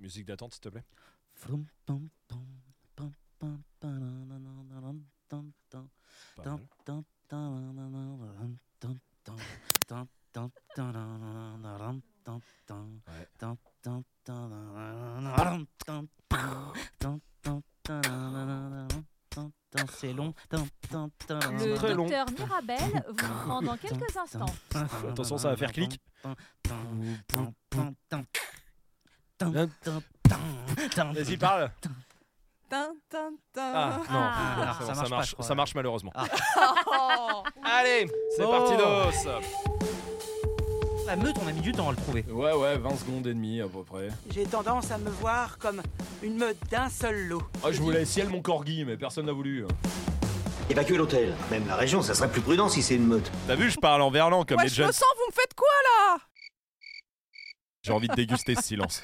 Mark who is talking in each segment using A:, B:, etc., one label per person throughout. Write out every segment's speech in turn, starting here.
A: Musique d'attente, s'il te plaît.
B: Frum, pam, pam, pam, pam, panananananan, tan, tan,
A: Pas
B: tan,
A: mal.
B: tan, tananananan, tan, tan, tan, tan, tananananan, tan, tan,
A: Ouais.
B: tan, tan, tananananan, tan, tan, tan, tan, tananananan, tan, tan. C'est long. Tan, tan, tananananan.
A: très
C: Le
A: long.
C: docteur Mirabel vous prend dans quelques instants.
A: Attention, ça va faire clic. Vas-y,
B: Vas-y,
A: parle.
D: Tin, tin, tin.
A: Ah, non.
C: Ah.
A: C'est bon,
B: Ça marche
A: ça,
B: pas,
A: marche,
B: je crois.
A: ça marche malheureusement.
D: Oh.
A: Allez, c'est
B: Oh.
A: parti d'os.
B: La meute, on a mis du temps à le trouver.
E: Ouais, ouais, 20 secondes et demie à peu près.
F: J'ai tendance à me voir comme une meute d'un seul lot.
E: Ah, je voulais ciel mon corgi, mais personne n'a voulu.
G: Évacuer l'hôtel. Même la région, ça serait plus prudent si c'est une meute.
A: T'as vu, je parle en verlan comme
D: Ouais,
A: les
D: je me
A: jeunes.
D: sens, vous me faites quoi là
A: J'ai envie de déguster ce silence.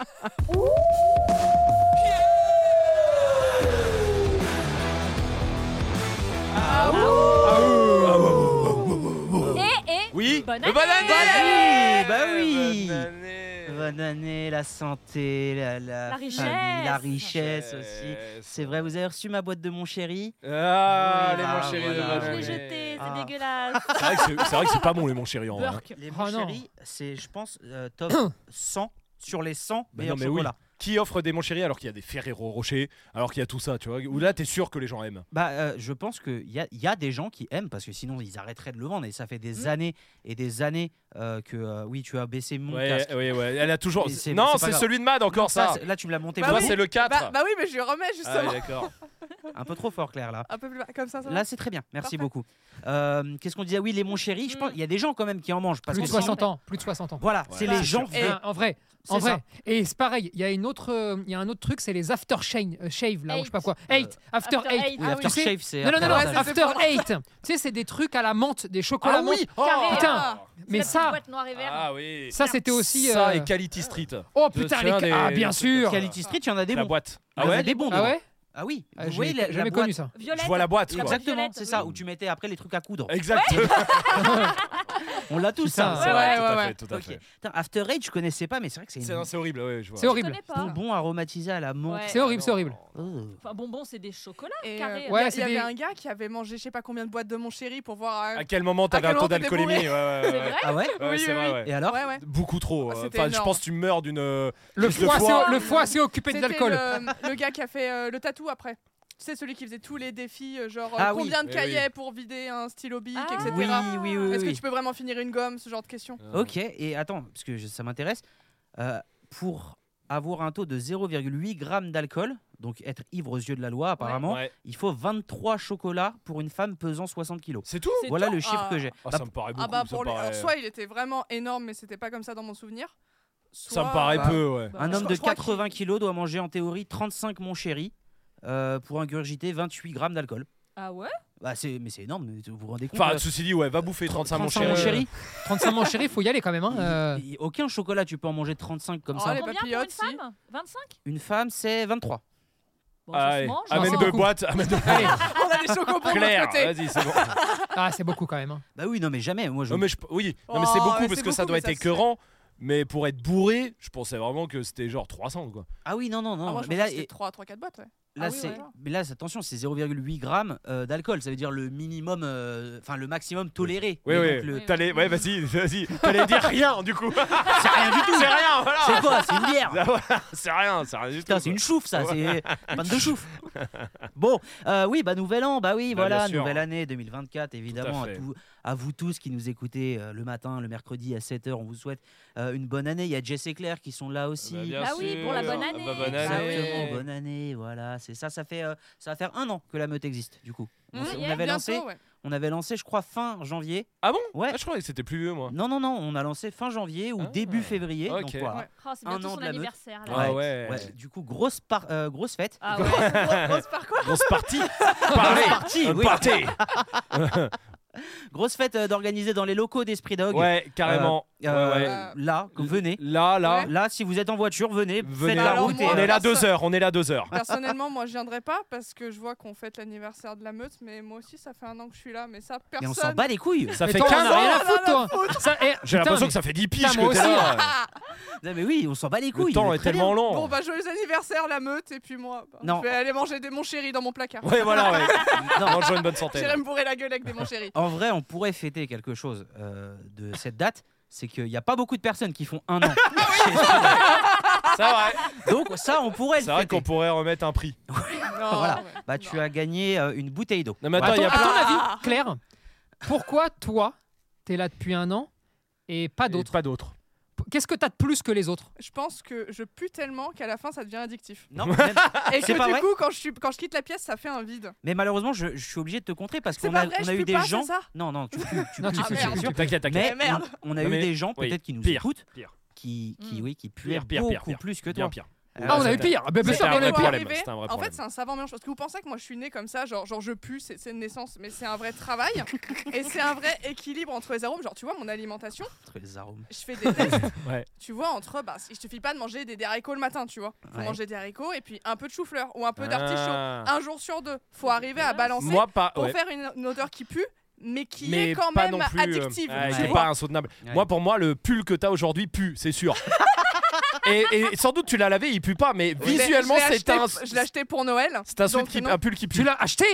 C: Et, et,
A: Oui
C: Bonne
A: Euh,
B: année Bonne année, bah oui.
A: Bonne année.
B: Bonne année, la santé, la, la
C: La
B: famille,
C: richesse.
B: la richesse aussi. C'est vrai, vous avez reçu ma boîte de mon chéri
E: Ah,
B: Oui,
E: les
B: bah,
E: mon chéri
B: voilà.
E: de
C: je
E: bonne
C: l'ai
E: année.
C: jeté, c'est
B: Ah.
C: dégueulasse.
A: C'est vrai que c'est- c'est vrai que c'est pas bon, les mon chéri en vrai. hein.
H: Burk.
B: Les
H: Oh
B: mon
H: non.
B: chéri, c'est, je pense, euh, top 100 sur les 100
A: Bah
B: meilleurs
A: non, mais oui.
B: chocolats.
A: Qui offre des mon chéri alors qu'il y a des Ferrero Rocher, alors qu'il y a tout ça, tu vois Où là, t'es sûr que les gens aiment.
B: Bah, euh, je pense qu'il y a, y a des gens qui aiment parce que sinon ils arrêteraient de le vendre et ça fait des années et des années euh, que euh, oui, tu as baissé mon
A: Ouais,
B: casque.
A: ouais, ouais. Elle a toujours.
B: Mais c'est-
A: Non,
B: c'est pas
A: c'est
B: grave.
A: celui de Mad encore, ça.
B: Ça, c'est- là, tu me l'as monté
D: Bah
A: Toi,
B: beaucoup.
A: c'est le 4.
D: bah, bah oui, mais je lui remets
A: ah,
D: justement.
A: oui, d'accord.
B: un peu trop fort, Claire, là.
D: Un peu plus bas, comme ça, ça va
B: Là, c'est très bien. Merci
D: Parfait. Mm.
B: beaucoup. Euh, Qu'est-ce qu'on disait Oui, les mon chéri, je pense il y a des gens quand même qui en mangent parce
H: Plus de
B: que
H: 60 ans. Plus de 60 ans.
B: Voilà, c'est les gens.
D: Et-
H: Ah, en vrai,
B: C'est
H: en vrai.
B: ça.
H: Et c'est pareil, il y a une autre, euh, il y a un autre truc, c'est les after shave, euh, shave là, ou je sais pas quoi.
B: Euh,
H: Eight, after,
C: after
H: eight.
C: eight.
B: Oui,
C: Ah
B: after
H: Tu sais-
B: shave, c'est.
H: Non, non, non,
B: après
H: non,
B: la-
D: ça, c'est
H: after eight. Tu sais, c'est des trucs à la menthe, des chocolats
A: Ah oui
H: menthe.
A: Oh,
C: Carré,
H: putain.
D: Ah.
H: Mais
C: C'est la petite
H: ça,
C: boîte noire et verte.
A: Ah oui.
H: ça c'était aussi.
A: Ça
H: euh,
A: et Quality Street.
H: Oh
A: Je
H: putain,
A: tiens
H: les...
A: des-
H: ah bien sûr.
B: Quality Street, il y en a des
A: La
B: bons.
A: boîte.
B: Il
A: Ah
B: y en a
A: ouais
B: des bons.
H: Ah
B: dedans.
H: ouais.
B: Ah oui,
H: Ah,
B: vous
H: j'ai-
B: voyez la,
H: Jamais
B: la boîte.
H: connu ça.
C: Violette.
A: Je vois la boîte, quoi.
B: Exactement,
C: Violette,
B: c'est ça,
C: oui.
B: où tu mettais après les trucs à coudre.
A: Exactement.
B: On l'a tous,
H: Putain,
B: ça.
H: c'est
A: Ouais,
H: vrai.
A: tout
H: ouais,
A: à
H: ouais.
A: fait, tout à
B: Ok.
A: fait.
B: Putain, After Eight, je connaissais pas, mais c'est vrai que c'est
A: C'est
B: une
A: non, c'est horrible, ouais, je vois.
H: C'est
C: Je
H: horrible.
C: connais pas.
B: bonbon aromatisé à la menthe.
C: Ouais.
H: C'est horrible, c'est horrible.
B: Oh.
C: Enfin, bonbon, c'est des chocolats
D: Et,
C: carrés.
D: euh,
H: Ouais,
D: il y a- il
H: c'est
D: y avait
H: des-
D: un gars qui avait mangé je sais pas combien de boîtes de mon chéri pour voir. euh,
A: À quel moment t'avais
D: À
A: un
D: quel
A: taux
D: moment t'étais
A: d'alcoolémie
D: bourré
A: ouais, ouais,
C: C'est
A: ouais.
C: vrai
B: Ah ouais
A: Ouais,
D: Oui,
A: c'est
D: oui,
A: vrai,
B: Et
A: ouais.
B: alors
D: Ouais, ouais.
A: Beaucoup trop.
D: Ah,
A: euh,
D: c'était
A: Enfin, je
D: énorme.
A: pense que tu meurs d'une. euh,
H: Le
A: Plus de
H: foie,
A: foie.
H: c'est- le foie, c'est occupé de
D: C'était
H: l'alcool.
D: Le, le gars qui a fait euh, le tatou après. Tu sais, celui qui faisait tous les défis, euh, genre euh,
B: Ah oui.
D: combien
A: Eh
D: de
A: oui.
D: cahiers pour vider un stylo bic,
C: Ah.
D: etc.
B: Oui, oui, oui. oui,
D: Est-ce que
B: oui.
D: tu peux vraiment finir une gomme, ce genre de questions
B: Ok, et attends, parce que je- ça m'intéresse. euh, pour avoir un taux de 0,8 g d'alcool, donc être ivre aux yeux de la loi apparemment,
A: Ouais.
B: il faut 23 chocolats pour une femme pesant 60 kg.
A: C'est tout
C: C'est
B: Voilà
C: tout
B: le chiffre
D: Ah.
B: que j'ai.
A: Ah,
B: Bah,
A: Ça me paraît beaucoup.
D: Ah bah
A: ça
D: pour
A: me
D: les-
A: paraît- euh,
D: alors, soit il était vraiment énorme, mais c'était pas comme ça dans mon souvenir.
A: Ça me
D: soit-
A: paraît
B: bah,
A: peu, ouais.
C: Bah,
B: un
C: je
B: homme
C: crois-
B: de
D: je crois qu'il-
B: 80 kg doit manger en théorie 35 mon chéri euh, pour ingurgiter 28 g d'alcool.
C: Ah ouais
B: Bah, c'est- mais c'est énorme, vous vous rendez compte
A: Enfin,
B: euh,
A: ceci dit, ouais, va bouffer 35 mon
B: 35
A: chéri.
B: mon chéri,
H: 35 mon chéri, faut y aller quand même. Hein. euh.
B: il- il- aucun chocolat tu peux en manger 35 comme
D: Oh,
B: ça.
D: les
C: Combien pour une
D: papillotes, si.
C: femme 25
B: Une femme c'est 23.
C: Bon, ça
A: Ah,
C: se
A: ouais.
C: mange.
A: Amène
H: c'est
A: deux
H: beaucoup.
A: boîtes, amène deux
H: Allez,
D: On a des chocobons de
A: Claire,
D: l'autre côté.
A: vas-y, c'est bon.
H: ah, c'est beaucoup quand même. hein.
B: Bah oui, non mais jamais. Moi je
A: Non, mais je- oui, non, mais
D: Oh,
A: c'est beaucoup
D: ouais,
A: parce
D: c'est
A: que ça
D: beaucoup,
A: doit
D: mais
A: être
D: ça se fait.
A: écœurant. Mais pour être bourré, je pensais vraiment que c'était genre 300 quoi.
B: Ah oui, non non non,
D: Ah, moi, je
B: mais
D: mais
B: là et-
D: 3 3 4 boîtes. ouais.
B: Là,
D: Ah oui,
B: c'est,
D: ouais.
B: mais là, c'est- attention, c'est 0,8 grammes euh, d'alcool. Ça veut dire le minimum, euh, enfin le maximum toléré.
A: Oui,
B: Mais
A: oui.
B: donc, le-
C: Oui.
A: T'allais, ouais, vas-y, vas-y. T'allais dire rien du coup.
B: C'est rien du tout.
A: c'est rien, voilà.
B: C'est quoi C'est une bière.
A: Ah, voilà, C'est rien, c'est rien du
B: Putain,
A: tout.
B: c'est une chouffe, ça. C'est une bande de chouffe. Bon, euh, oui, bah nouvel an, bah oui,
A: Bah, bien
B: voilà,
A: sûr.
B: nouvelle année 2024, évidemment. À,
A: fait.
B: tout- à vous tous qui nous écoutez euh, le matin, le mercredi à 7h, on vous souhaite euh, une bonne année. Il y a Jess et Claire qui sont là aussi.
C: Bah oui, pour la bonne année.
A: Ah, bah, bonne année.
B: Exactement, bonne année, voilà, c'est ça, ça fait, euh, ça va faire un an que la meute existe, du coup. On,
D: Mmh,
B: s- on
C: yeah,
B: avait
D: Bientôt,
B: lancé,
D: ouais.
B: on avait lancé, je crois, fin janvier.
A: Ah bon
B: Ouais.
A: Ah, je croyais que c'était plus vieux moi.
B: Non, non, non, on a lancé fin janvier ou
A: Ah,
B: début février.
A: ok.
B: Donc voilà.
D: Ouais.
C: Oh, c'est
B: Un
C: bientôt
B: an
C: son
B: de la meute.
C: anniversaire. là.
A: Ah ouais.
B: Ouais, Du coup, grosse, par- euh, grosse fête.
C: Ah ouais.
D: Grosse par quoi
A: Ah, Grosse partie. Parlez.
B: Grosse partie,
A: Un
B: oui.
A: party.
B: Grosse fête euh, d'organiser dans les locaux d'Esprit Dog.
A: Ouais, carrément.
B: Euh,
A: Ouais, ouais.
D: Euh,
B: Là, venez.
A: Là, là,
D: ouais.
B: Là, si vous êtes en voiture, venez.
A: venez
B: faites
A: la
D: Alors
A: route.
D: moi,
A: On est là
D: personne-
A: deux heures, on est là deux heures.
D: Personnellement, moi, je viendrai pas parce que je vois qu'on fête l'anniversaire de la meute, mais moi aussi, ça fait un an que je suis là, mais ça,
B: euh, Et
D: personne.
B: on s'en bat les couilles.
A: Ça
H: Mais
A: fait
H: toi, on
A: 15
H: a rien
A: ans.
H: à foutre, toi. Ça, eh,
I: J'ai
H: putain,
I: l'impression
H: mais-
I: que ça fait 10
H: Putain,
I: piges
H: moi
I: que t'es
H: aussi,
D: ah,
I: là.
B: Non, mais oui, on s'en bat les couilles.
A: Le temps
B: mais
A: est
B: très
A: tellement
B: bien.
D: Bon,
A: long.
D: bah, joyeux anniversaire, la meute, et puis moi, bah,
B: Non.
D: je vais aller manger des mon chéri dans mon placard.
A: Ouais, voilà, ouais.
B: Non.
A: On une bonne santé.
D: J'irai me bourrer la gueule avec des mon chéri.
B: En vrai, on pourrait fêter quelque chose euh, de cette date. C'est qu'il n'y a pas beaucoup de personnes qui font un an.
A: Ah C'est vrai.
B: Donc ça, on pourrait le
A: C'est vrai
B: fêter.
A: qu'on pourrait remettre un prix.
D: Non,
B: Voilà.
D: ouais.
B: Bah, tu as gagné euh, une bouteille d'eau.
A: Non, mais
H: Attends,
A: attends, il y a
H: à
A: plein.
H: ton
D: Ah.
H: avis, Claire, pourquoi toi, t'es là depuis un an et pas
I: Et
H: d'autres
I: Pas d'autres.
H: Qu'est-ce que t'as de plus que les autres
D: Je pense que je pue tellement qu'à la fin, ça devient addictif.
B: Non, même-
D: Et que
B: C'est
D: du
B: pas vrai
D: coup, quand je, suis, quand je quitte la pièce, ça fait un vide.
B: mais malheureusement, je, je suis obligé de te contrer parce
D: C'est
B: qu'on
D: pas
B: a,
D: vrai,
B: on
D: je
B: a eu
D: pue
B: des
D: pas,
B: gens.
D: c'est ça
B: Non, non, tu pues, tu
H: Non,
B: pues,
H: tu pues,
B: c'est
D: merde.
B: sûr.
I: T'inquiète, t'inquiète.
B: Mais
D: Eh, merde.
B: on, on a
I: Non,
B: eu
I: mais-
B: des gens
I: oui,
B: peut-être qui nous
I: pire,
B: écoutent
I: pire.
B: qui qui
D: Mm.
B: oui qui puaient
I: Pire, pire,
B: beaucoup
I: pire, pire.
B: plus que
I: Bien
B: toi.
I: pire.
H: Ah, on a
B: ouais,
H: eu pire. Bah, bien
A: C'était
H: sûr
A: un
H: qu'on a eu
A: vrai
D: Faut
H: pire.
A: problème,
D: arriver-
A: c'était un vrai
D: en
A: problème.
D: fait, c'est un savant mélange. Parce que vous pensez que moi, je suis née comme ça, genre, genre je pue, c'est c'est une naissance, mais c'est un vrai travail. et c'est un vrai équilibre entre les arômes. Genre, tu vois, mon alimentation,
B: Entre les arômes.
D: je fais des tests.
A: Ouais.
D: Tu vois, entre. Bah, il suffit pas de manger des, des haricots le matin, tu vois. Faut
B: Ouais.
D: manger des haricots et puis un peu de chou-fleur ou un peu d'artichaut.
A: Ah.
D: Un jour sur deux. Faut arriver à balancer
A: Moi, pas.
D: pour
A: ouais.
D: faire une, une odeur qui pue, mais qui
A: mais
D: est quand
A: pas non
D: même
A: plus, euh,
D: addictive.
A: ouais,
D: tu
A: qui est
D: vois.
A: pas insoutenable.
B: Ouais.
A: Moi, pour moi, le pull que t'as aujourd'hui pue, c'est sûr. et, et sans doute, tu l'as lavé, il pue pas, mais
D: Je l'ai-
A: visuellement,
D: je l'ai
A: c'est un.
D: acheté- Je l'ai acheté pour Noël.
A: C'est un, sweat
D: donc
A: qui-
D: non.
A: un pull qui pue.
H: Tu l'as acheté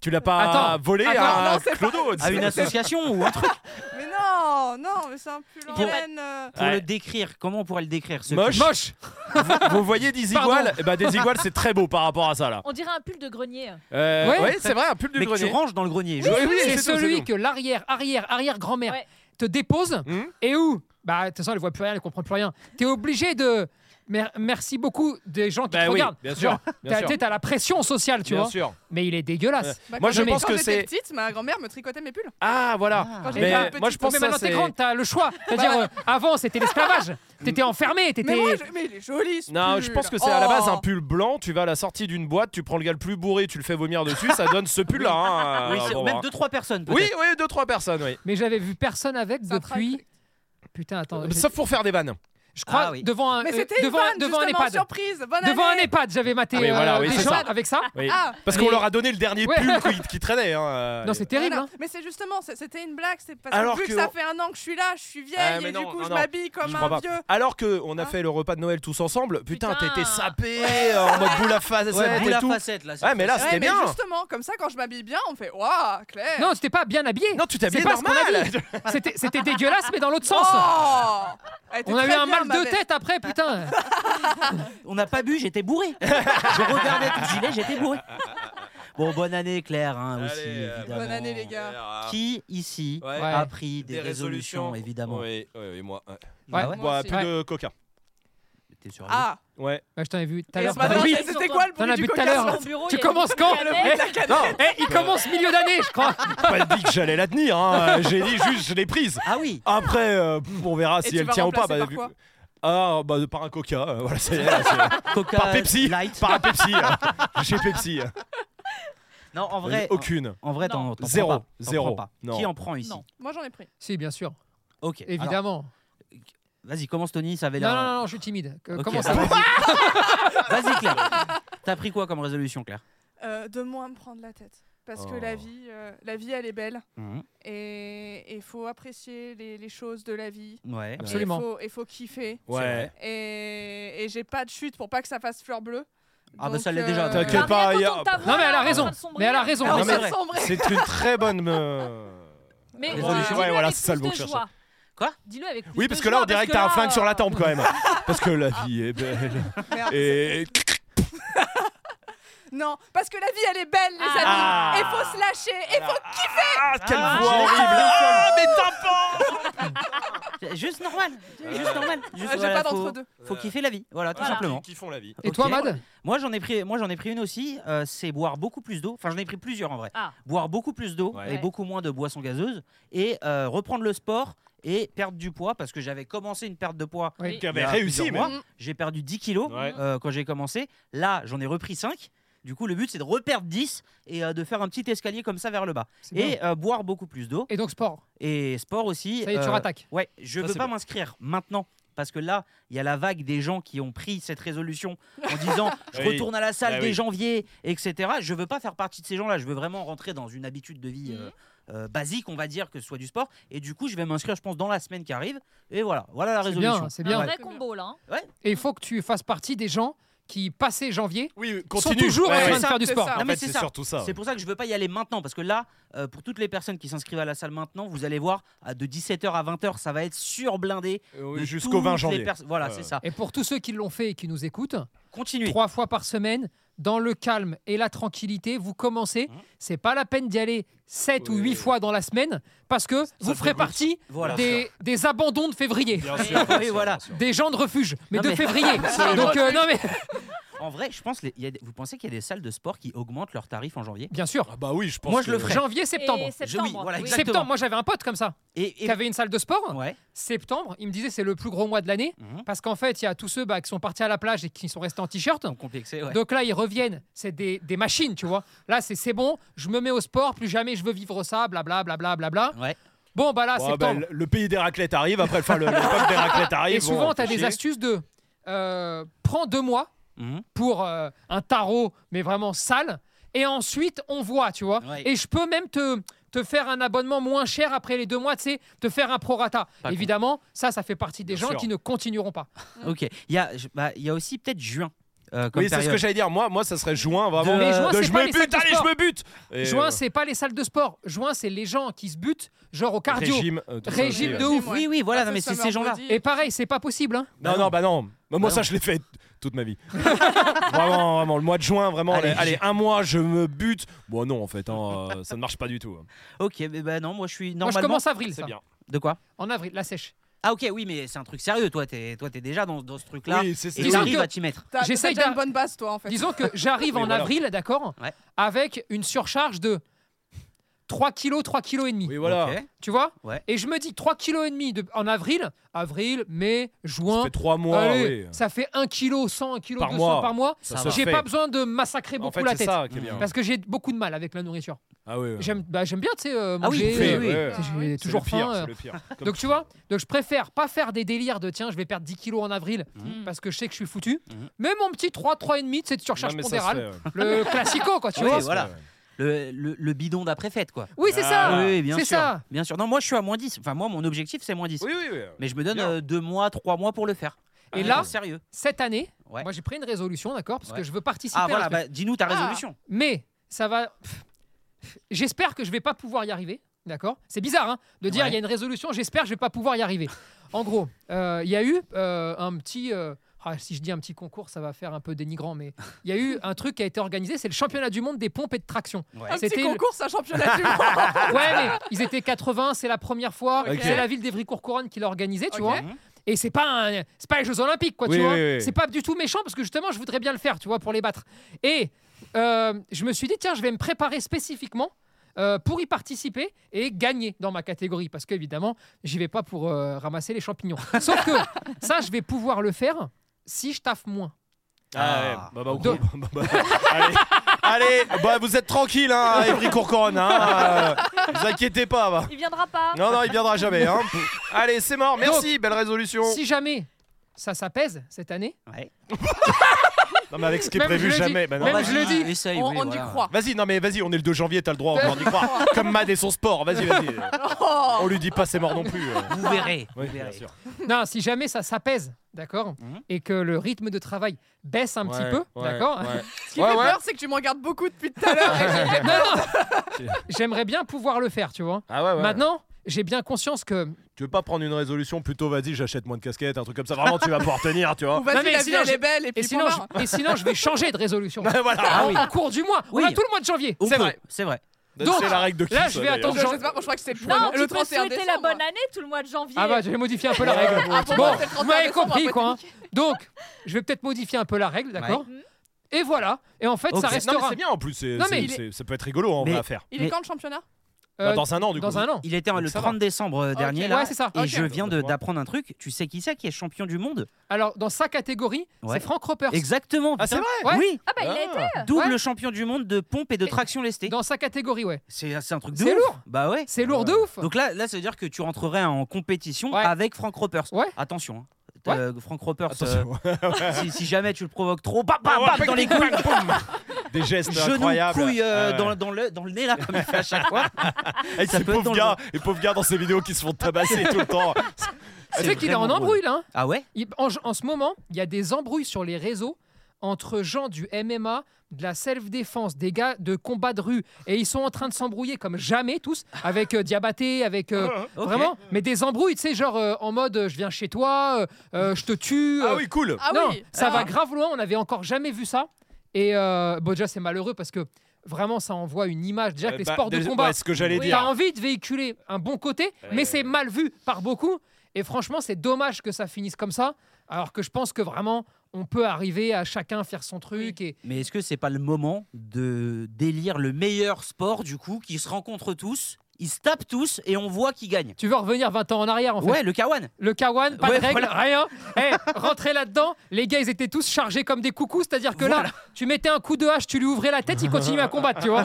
A: Tu l'as pas
H: Attends.
A: volé
D: Attends,
A: à
D: non, c'est pas- Ah,
A: Clodo
B: À une association ou un truc
D: Mais non, non, mais c'est un pull en
B: Pour-
D: laine, euh,
B: pour
A: Ouais.
B: le décrire. Comment on pourrait le décrire ce
A: Moche.
H: Moche
A: vous, vous voyez des
H: Pardon.
A: iguales Eh ben, Des iguales, c'est très beau par rapport à ça, là.
C: On dirait un pull de grenier.
A: Euh,
H: Ouais.
A: ouais, c'est vrai, un pull du
B: Mais que tu
A: grenier.
B: ranges dans le grenier.
A: Oui, oui,
H: C'est
A: c'est tout,
H: celui
A: tout.
H: que l'arrière, arrière, arrière grand-mère
C: Ouais.
H: te dépose
A: Hmm
H: et où Bah, de toute façon, elle voit plus rien, elle comprend plus rien. T'es obligé de. Mer- merci beaucoup des gens qui
A: Bah
H: te
A: oui,
H: regardent.
A: bien
H: Genre,
A: sûr, bien
H: T'as
A: sûr.
H: t'as la pression sociale, tu
A: Bien
H: vois.
A: sûr.
H: Mais il est dégueulasse.
D: bah,
A: Moi,
D: quand
A: je
D: j'étais-
A: pense que
D: Quand
A: c'est-
D: j'étais petite, ma grand-mère me tricotait mes pulls.
A: Ah, voilà.
D: Quand j'étais
A: Mais
D: petite.
A: moi, je pense
H: mais
A: que ça,
H: maintenant t'es
A: c'est. Bah
H: grande, t'as le choix. C'est-à-dire,
D: ouais.
H: euh, avant c'était l'esclavage, t'étais enfermé,
D: Mais, moi,
H: t'étais.
D: je- mais il est joli ce
A: Non,
D: pull.
A: je pense que c'est à la base un
D: Oh.
A: pull blanc. Tu vas à la sortie d'une boîte, tu prends le gars le plus bourré, tu le fais vomir dessus, ça donne ce pull-là. hein.
B: Oui,
A: Euh,
B: c'est-
A: bon,
B: même
A: hein.
B: deux trois personnes.
A: oui,
B: peut-être.
A: oui, deux, trois personnes, oui.
H: Mais j'avais vu personne avec
D: C'est un travail
H: depuis. Putain, attends. j'ai-
A: Sauf pour faire des vannes.
H: Je crois
B: Euh, Ah oui.
H: devant un
D: Mais
H: euh,
D: c'était
H: devant,
D: une vanne,
H: devant un
D: justement,
H: EHPAD.
D: surprise. Bonne
H: Devant un
D: année.
H: EHPAD, j'avais maté
A: Ah oui, voilà,
H: euh,
A: oui,
H: des
A: c'est
H: gens
A: ça.
H: avec ça.
A: Oui.
D: Ah,
A: Parce
H: Mais-
A: qu'on leur a donné le dernier
H: Ouais.
A: pull qui, qui traînait. hein, euh,
H: Non, c'est terrible.
D: voilà.
H: hein.
D: Mais c'est justement, c'est- c'était une blague. C'est parce
A: Alors
D: que vu que,
A: que
D: ça
A: on-
D: fait un an que je suis là, je suis vieille
A: Ah, mais
D: et
A: non,
D: du coup
A: non,
D: je
A: non.
D: m'habille comme
A: Je
D: un
A: crois pas.
D: vieux.
A: Alors que on a
D: Hein
A: fait le repas de Noël tous ensemble, putain,
C: Putain.
A: t'étais sapé en mode boule à facette
B: Ouais, boule
A: et
B: à
A: tout.
B: facette là. c'est-
A: Ouais, mais là, Ah, c'était
D: Ouais, mais
A: bien.
D: justement, comme ça, quand je m'habille bien, on fait waouh, Claire.
H: hein. Non, c'était pas bien habillé.
A: Non, tu t'habillais
H: C'est pas ce qu'on a
A: normal.
H: C'était c'était dégueulasse, mais dans l'autre sens.
D: Oh Elle était
H: On a eu
D: très
H: un
D: bien,
H: mal
D: ma
H: de
D: belle.
H: tête après, putain.
B: On n'a pas bu, j'étais bourré. je regardais tout le gilet, j'étais bourré. Bon, bonne année Claire hein, aussi.
E: Allez, euh,
B: évidemment.
D: Bonne année les
A: Oh,
D: gars.
A: Ah.
B: Qui ici
E: Ouais.
H: Ouais.
B: a pris des, résolutions, évidemment
E: Oui, oui, oui, moi. ouais.
B: Bah
H: Ouais.
B: ouais.
D: Moi
A: Bah,
D: aussi.
A: plus
H: Ouais.
A: de coca.
B: T'es sur
D: Ah,
A: Ouais.
H: Ouais, je t'en ai vu tout à
D: et
H: l'heure.
D: ce matin,
H: Bah oui.
D: c'est- c'était quoi le
H: T'en as
D: bruit du
H: bu tout à
D: coca
H: l'heure.
D: sur-
C: Mon bureau,
H: Tu
C: il y a
H: commences quand
C: une-
H: Eh,
A: Non,
H: eh, Il commence milieu d'année, je crois.
D: Ah.
A: pas dit que j'allais la tenir. hein. J'ai dit juste, je l'ai prise.
B: Ah oui
A: Après, euh, pff, on verra
D: Et
A: si
D: tu
A: elle
D: vas
A: tient ou pas.
D: remplacer
A: bah,
D: par
A: vu-
D: quoi
A: Ah, bah, par un coca. euh, voilà, c'est c'est-
B: Coca
A: Par Pepsi.
B: Light.
A: Par un Pepsi. euh, Chez Pepsi. euh,
B: Non, en vrai,
A: Aucune.
B: en vrai, t'en
C: Non.
B: t'en prends
A: Zéro.
B: pas, t'en
A: Zéro.
B: prends pas.
A: Non.
B: Qui en prend ici
C: Non.
D: Moi j'en ai pris.
H: Si, bien sûr.
B: Ok. alors,
H: Évidemment.
B: Vas-y, commence Tony, ça avait
H: Non,
B: l'air.
H: non, non, non, je suis timide. Que-
B: euh, Ok,
H: Comment
B: bah,
H: ça
B: vas-y. Vas-y Claire. T'as pris quoi comme résolution Claire
D: Euh, de moins me prendre la tête. Parce que
A: Oh.
D: la vie, euh, la vie, elle est belle.
H: Hum,
B: Mhm.
D: Et il faut apprécier les, les choses de la vie.
B: Ouais.
D: Et
H: Absolument.
D: Il faut, il faut kiffer.
A: Ouais.
D: Et, et j'ai pas de chute pour pas que ça fasse fleur bleue.
B: Ah, bah,
D: Donc, euh,
B: ça l'est déjà,
C: Maria,
A: T'inquiète pas,
C: quand
A: il y a-
C: on t'a
H: Non, mais elle a
C: voit, on
H: raison.
C: va sombrer.
H: Mais elle a raison.
D: Ah,
B: Non,
D: on
B: mais-
D: va sombrer.
A: C'est une très bonne. euh,
C: Mais
B: Résolution.
C: dis-le
A: Ouais,
C: avec
A: voilà,
C: plus
A: c'est ça le
C: de
A: mot que je
C: joie.
B: Quoi
C: Dis-le avec plus
A: Oui, parce que là, on dirait que t'as un flingue
D: euh,
A: sur la tempe quand même. Parce que la vie est belle.
D: Merde.
A: Et.
D: Non, parce que la vie, elle est belle, les amis.
A: Ah.
D: Et faut se lâcher. Et faut...
A: Ah, quelle
B: Ah,
A: voix horrible Ah, mes tympans
B: Juste normal.
A: Euh,
B: Juste normal. Juste,
D: Ah, J'ai
B: voilà,
D: pas
B: faut-
D: d'entre-deux.
B: Faut kiffer la vie. Voilà, tout
C: Voilà.
B: simplement.
E: Qui font la vie.
H: Et toi,
B: Ok.
H: Mad
B: Moi j'en ai pris, moi j'en ai pris une aussi. euh, c'est boire beaucoup plus d'eau. Enfin j'en ai pris plusieurs en vrai.
C: Ah.
B: Boire beaucoup plus d'eau
E: Ouais.
B: et beaucoup moins de boissons gazeuses et euh, reprendre le sport et perdre du poids parce que j'avais commencé une perte de poids.
H: Oui.
A: Qui avait
B: il y a
A: réussi,
H: Mm.
B: plusieurs
A: mais.
B: mois. J'ai perdu 10 kilos
A: Ouais.
B: euh, quand j'ai commencé. Là j'en ai repris 5 Du coup, le but, c'est de reperdre 10 et euh, de faire un petit escalier comme ça vers le bas.
H: C'est bien.
B: Et euh, boire beaucoup plus d'eau.
H: Et donc sport.
B: Et sport aussi.
H: Ça y est, tu
B: euh,
H: rattaques.
B: Ouais, je
A: Ça,
B: peux
A: c'est
B: pas
A: bien.
B: m'inscrire maintenant. Parce que là, il y a la vague des gens qui ont pris cette résolution en disant je
A: Oui.
B: retourne à la salle
A: Ah
B: dès
A: oui.
B: janvier, etc. Je veux pas faire partie de ces gens-là. Je veux vraiment rentrer dans une habitude de vie
H: Mhm.
B: euh, euh, basique, on va dire, que ce soit du sport. Et du coup, je vais m'inscrire, je pense, dans la semaine qui arrive. Et voilà, voilà la
H: C'est
B: résolution. Ah,
H: bien, c'est
C: Un
H: bien.
C: vrai combo là. hein.
H: Et il faut que tu fasses partie des gens qui, passé janvier,
A: Oui,
H: sont
A: continue.
H: toujours
A: Ouais,
H: en train
A: ouais.
H: de faire du
D: c'est
H: sport.
D: ça.
B: Non,
I: En
B: mais
I: fait,
B: c'est
I: c'est
B: ça.
I: surtout
A: Ah
I: ça.
B: C'est pour ça que je veux pas y aller maintenant parce que là, euh, pour toutes les personnes qui s'inscrivent à la salle maintenant, vous allez voir, à de 17h à 20h, ça va être surblindé.
A: Euh,
I: Oui,
B: de
I: Jusqu'au
B: toutes
I: 20
B: les
I: janvier.
B: perso- Voilà,
I: Ouais.
B: c'est ça.
H: Et pour tous ceux qui l'ont fait et qui nous écoutent,
B: Continuez.
H: trois fois par semaine, dans le calme et la tranquillité, vous commencez.
B: Hein
H: C'est pas la peine d'y aller sept ou
A: Ouais.
H: huit fois dans la semaine parce que vous
A: te
H: ferez
A: débrouille.
H: partie
B: Voilà.
H: des, des abandons de février.
A: Bien
B: Oui,
A: sûr, bien sûr,
B: voilà.
A: bien sûr.
H: Des gens de refuge, mais
B: Non,
H: de
B: mais-
H: février. Donc, euh, non, mais
B: En vrai, je pense, les- il y a des- vous pensez qu'il y a des salles de sport qui augmentent leurs tarifs en janvier
H: bien sûr.
I: Ah bah oui, je pense.
B: Moi, je
I: que-
B: le ferai.
H: Janvier, septembre.
C: Et
B: Je- oui,
C: septembre.
B: voilà,
C: oui.
B: exact.
H: Septembre, moi j'avais un pote comme ça
B: Et, et-
H: qui avait une salle de sport.
B: ouais.
H: Septembre, il me disait c'est le plus gros mois de l'année
B: Mhm.
H: parce qu'en fait il y a tous ceux bah, qui sont partis à la plage et qui sont restés en t-shirt.
B: Donc complexé, ouais.
H: Donc là, ils reviennent, c'est des, des machines, tu vois. Là, c'est c'est bon, je me mets au sport, plus jamais je veux vivre ça, blablabla. Bla, bla, bla, bla.
B: Ouais.
H: Bon, bah là,
I: Ouais, bah,
H: septembre.
I: le- le pays des raclettes arrive, après enfin, le, le peuple des raclettes arrive.
H: Et souvent,
I: bon,
H: tu as
I: fait
H: des
I: chier.
H: astuces de euh, prends deux mois
B: Mhm.
H: pour euh, un tarot, mais vraiment sale, et ensuite on voit, tu vois.
B: Ouais.
H: Et je peux même te, te faire un abonnement moins cher après les deux mois, tu sais, te faire un prorata.
B: Pas
H: Évidemment, ça, ça fait partie des
I: Bien
H: gens
I: sûr.
H: qui ne continueront pas.
B: Ok. Il y a, je- bah, il y a aussi peut-être juin. euh, comme
A: Oui, c'est ce
B: période.
A: que j'allais dire. Moi, moi, ça serait juin, vraiment.
H: De- Mais juin, c'est
A: je
H: pas
A: me
H: les salles
A: bute,
H: de
A: allez,
H: sport.
A: je me bute. Et,
H: Juin,
A: euh,
H: c'est pas les salles de sport. Juin, c'est les gens qui se butent, genre au cardio.
A: Régime, euh, tout ça
H: Régime
A: aussi,
H: de
A: ouais.
H: ouf.
B: Oui, oui, voilà, non, mais c'est
D: Summer
B: ces gens-là.
D: Body.
H: Et pareil, c'est pas possible. hein.
A: Non, non, bah non. Bah, moi,
B: Bah
A: ça,
B: non.
A: je l'ai fait toute ma vie. vraiment, vraiment. Le mois de juin, vraiment.
B: Allez,
A: Allez, allez, un mois, je me bute. Bon, non, en fait, hein, euh, ça ne marche pas du tout. hein.
B: Ok, mais bah non, moi je suis
H: Moi, je
B: normalement.
H: commence avril,
A: C'est
H: ça.
A: bien.
B: De quoi
H: En avril, la sèche.
B: Ah ok, oui, mais c'est un truc sérieux. Toi, t'es, toi, t'es déjà dans, dans ce truc-là.
A: Oui, c'est ça.
B: et
H: Disons
B: t'arrives
H: que-
B: à t'y mettre.
D: T'as- t'as
H: J'essaye
D: déjà
H: d'a-
D: une bonne base, toi, en fait.
H: Disons que j'arrive
A: Oui,
H: en
A: voilà.
H: avril, d'accord
B: Ouais.
H: Avec une surcharge de 3 kilos, 3 kilos et demi.
A: Oui, voilà.
B: Ok.
H: Tu vois
B: Ouais.
H: Et je me dis 3 kilos et demi de- en avril, avril,
A: Ça
H: mai, juin.
A: fait trois mois,
H: allez,
A: oui.
H: ça fait 1 kg 100, 1 kg
A: Par
H: 200
A: mois.
H: par mois.
A: Ça
B: Ça
A: se
B: va.
A: fait.
H: J'ai pas besoin de massacrer beaucoup
A: En fait,
H: la
A: c'est
H: tête.
A: ça qui est bien.
H: Parce que j'ai beaucoup de mal avec la nourriture.
A: Ah oui. oui.
H: J'aime bah, j'aime bien, tu sais, euh,
B: Ah oui,
H: manger.
A: Fait,
H: euh,
B: oui.
A: ouais.
H: j'ai
D: oui.
A: C'est
H: toujours
A: le pire,
H: faim. euh.
A: c'est le pire. Comme
H: Donc tu vois, donc je préfère pas faire des délires de tiens, je vais perdre 10 kilos en avril
C: Mhm.
H: parce que je sais que je suis foutu.
B: Mhm.
H: Mais mon petit 3 3,5 c'est de surcharge
A: Non, mais ça se
H: pondérale,
A: fait, ouais.
H: le classico quoi, tu
B: Oui,
H: vois.
A: Ça se
B: voilà.
A: fait, ouais.
B: Le, le, le bidon d'après-fête, quoi.
H: Oui, c'est
A: Ah,
H: ça.
B: oui, oui, bien
H: c'est
B: sûr.
H: ça.
B: Bien sûr. Non, moi je suis à moins 10. Enfin, moi, mon objectif, c'est moins 10.
A: Oui, oui, oui.
B: Mais je me donne
A: Bien.
B: euh, deux mois, trois mois pour le faire.
H: Et
B: Ah,
H: là-
B: Sérieux.
H: Cette année,
B: Ouais.
H: moi j'ai pris une résolution, d'accord, parce que
B: Ouais.
H: je veux participer
B: Ah
H: à
B: voilà,
H: un truc.
B: bah, dis-nous ta
D: Ah.
B: résolution.
H: Mais ça va j'espère que je vais pas pouvoir y arriver, d'accord C'est bizarre hein, de dire il
B: Ouais.
H: y a une résolution, j'espère que je vais pas pouvoir y arriver. En gros, euh, il y a eu euh, un petit euh, ah, si je dis un petit concours, ça va faire un peu dénigrant, mais il y a eu un truc qui a été organisé, c'est le championnat du monde des pompes et de traction.
B: Ouais.
D: Un
H: c'était Ah,
D: petit
H: le-
D: concours, c'est un championnat du monde.
H: Ouais, mais ils étaient 80, c'est la première fois.
D: Ok.
H: C'est la ville d'Evry-Courcouronne qui l'a organisé, tu
D: Ok.
H: vois. Et c'est pas, un- c'est pas les Jeux Olympiques, quoi, tu
A: Oui,
H: vois.
A: oui, oui.
H: C'est pas du tout méchant parce que justement, je voudrais bien le faire, tu vois, pour les battre. Et euh, je me suis dit, tiens, je vais me préparer spécifiquement. euh, pour y participer et gagner dans ma catégorie parce qu'évidemment j'y vais pas pour euh, ramasser les champignons sauf que ça je vais pouvoir le faire si je taffe moins
A: Ah ouais, bah, bah, ok.
H: Donc-
A: Bah, bah, allez, allez, bah, vous êtes tranquille, hein, à Évry-Courcouronne, hein, euh, vous inquiétez pas, bah.
C: Il viendra pas.
A: Non, non, il viendra jamais, hein. Allez, c'est mort, merci, belle résolution.
H: si jamais ça s'apaise cette année
A: Non, mais avec ce qui est
H: Même
A: prévu,
H: je le dis.
A: jamais. bah, non.
H: Même je le dis.
B: Essaye,
D: On,
B: oui,
D: on
B: voilà.
D: y croit.
A: Vas-y, non, mais vas-y, on est le 2 janvier, t'as le droit encore d'y croire. Comme Mad et son sport, vas-y, vas-y.
D: Oh.
A: On lui dit pas c'est mort non plus. euh.
B: Vous verrez.
A: Oui,
B: vous
A: bien
B: verrez.
A: sûr.
H: Non, si jamais ça s'apaise, d'accord,
B: Mhm.
H: et que le rythme de travail baisse un petit
A: Ouais,
H: peu,
A: ouais,
H: d'accord.
A: ouais.
D: Ce qui
A: Ouais,
D: fait
A: ouais.
D: peur, c'est que tu me regardes beaucoup depuis tout à l'heure. et j'ai-
H: Non, non. J'aimerais bien pouvoir le faire, tu vois.
A: Ah ouais, ouais.
H: Maintenant, j'ai bien conscience que.
A: Tu veux pas prendre une résolution plutôt vas-y j'achète moins de casquettes un truc comme ça vraiment tu vas pouvoir tenir tu
D: Ou
A: vois
H: Non,
D: vas-y,
H: mais
D: la vie,
H: sinon,
D: elle
H: je-
D: est belle. Et
H: Et
D: puis,
H: sinon,
D: point barre.
H: je, et sinon, je vais changer de résolution.
A: voilà
H: Au-
B: Ah, oui.
H: Au cours du mois,
B: Oui.
H: on a tout le mois de janvier.
B: On
A: C'est
B: peut,
A: vrai.
B: C'est vrai.
H: Donc,
A: c'est la règle de qui,
H: là,
A: ça,
H: je vais
A: d'ailleurs
H: attendre
D: Je, je sais pas, moi, je crois que c'est le,
C: Non, tu
D: le
C: peux
D: 31
C: souhaiter la
D: décembre.
C: bonne année tout le mois de janvier.
H: Ah bah, j'ai modifié un peu la règle.
D: Ah, pour
H: bon,
D: moi, c'est le
H: vous
D: 31
H: m'avez
D: décembre,
H: compris
D: après,
H: quoi. hein. Donc, je vais peut-être modifier un peu la règle, d'accord. Et voilà. Et en fait,
B: Ok. Non,
H: ça
A: Non
B: mais
A: mais
H: restera.
A: c'est bien en plus, c'est-
H: Non, mais
A: c'est-
H: il est-
A: c'est- ça peut être rigolo en vrai
B: Mais-
A: à faire.
D: Il est
B: Mais-
D: quand le championnat
H: Euh,
A: Bah, dans un an, du coup.
H: dans un an.
B: Il était hein, le
A: ça
B: 30 décembre euh, dernier, là.
H: Ouais, c'est ça.
B: Et
D: Ok.
B: je viens de-
A: Bah, tu vois.
B: d'apprendre un truc. Tu sais qui c'est qui est champion du monde
H: Alors, dans sa catégorie,
B: Ouais.
H: c'est Frank Ropers.
B: Exactement.
A: Ah, c'est
B: putain.
H: vrai
B: Oui,
C: Ah bah il a été.
B: double champion du monde de pompe et de traction lestée.
H: Dans sa catégorie, ouais.
B: C'est c'est un truc de
H: C'est
B: ouf.
H: lourd.
B: Bah ouais.
H: C'est lourd de ouf.
B: Donc là, là, ça veut dire que tu rentrerais en compétition
H: Ouais.
B: avec Frank Ropers.
H: Ouais.
B: Attention. hein.
H: Ouais.
B: Euh, Frank Ropers, euh, si, si jamais tu le provoques trop,
A: Ah
B: bam, bam, bam, dans les couilles,
A: Des gestes
B: genoux,
A: incroyables.
B: couilles euh,
A: Ah ouais.
B: dans, dans le, dans le nez, là, comme il fait à chaque fois.
A: Et
B: ça
A: ces
B: peut être
A: pauvres gars, les pauvres gars dans ces vidéos qui se font tabasser tout le temps.
H: Tu sais qu'il est
B: vraiment
H: en
B: drôle.
H: embrouille, là. hein.
B: Ah ouais
H: Il- en, en ce moment, il y a des embrouilles sur les réseaux entre gens du MMA, de la self-défense, des gars de combat de rue. Et ils sont en train de s'embrouiller comme jamais tous, avec euh, Diabaté, avec... euh,
A: Ah,
B: Ok.
H: Vraiment Mais des embrouilles, tu sais, genre euh, en mode euh, je viens chez toi, euh, euh, je te tue.
A: Ah
H: euh,
A: oui, cool.
D: Ah
H: non,
D: oui
H: ça
D: Ah.
H: va grave loin, on n'avait encore jamais vu ça. Et euh, bon, déjà, c'est malheureux parce que vraiment, ça envoie une image. Déjà, que les
A: Bah,
H: sports de
A: déjà-
H: combat,
A: ouais, ce que j'allais
C: Oui.
H: T'as
A: dire.
H: envie de véhiculer un bon côté, mais c'est mal vu par beaucoup. Et franchement, c'est dommage que ça finisse comme ça. Alors que je pense que vraiment, on peut arriver à chacun faire son truc. Et...
B: Mais est-ce que c'est pas le moment de délire le meilleur sport, du coup, qui se rencontrent tous, ils se tapent tous et on voit qui gagne
H: Tu veux revenir 20 ans en arrière, en fait.
B: Ouais, le Kawan.
H: Le Kawan, pas
B: Ouais,
H: de règles,
B: voilà.
H: rien. Eh, rentrer là-dedans, les gars, ils étaient tous chargés comme des coucous. C'est-à-dire que là, tu mettais un coup de hache, tu lui ouvrais la tête, il continuait à combattre, tu vois.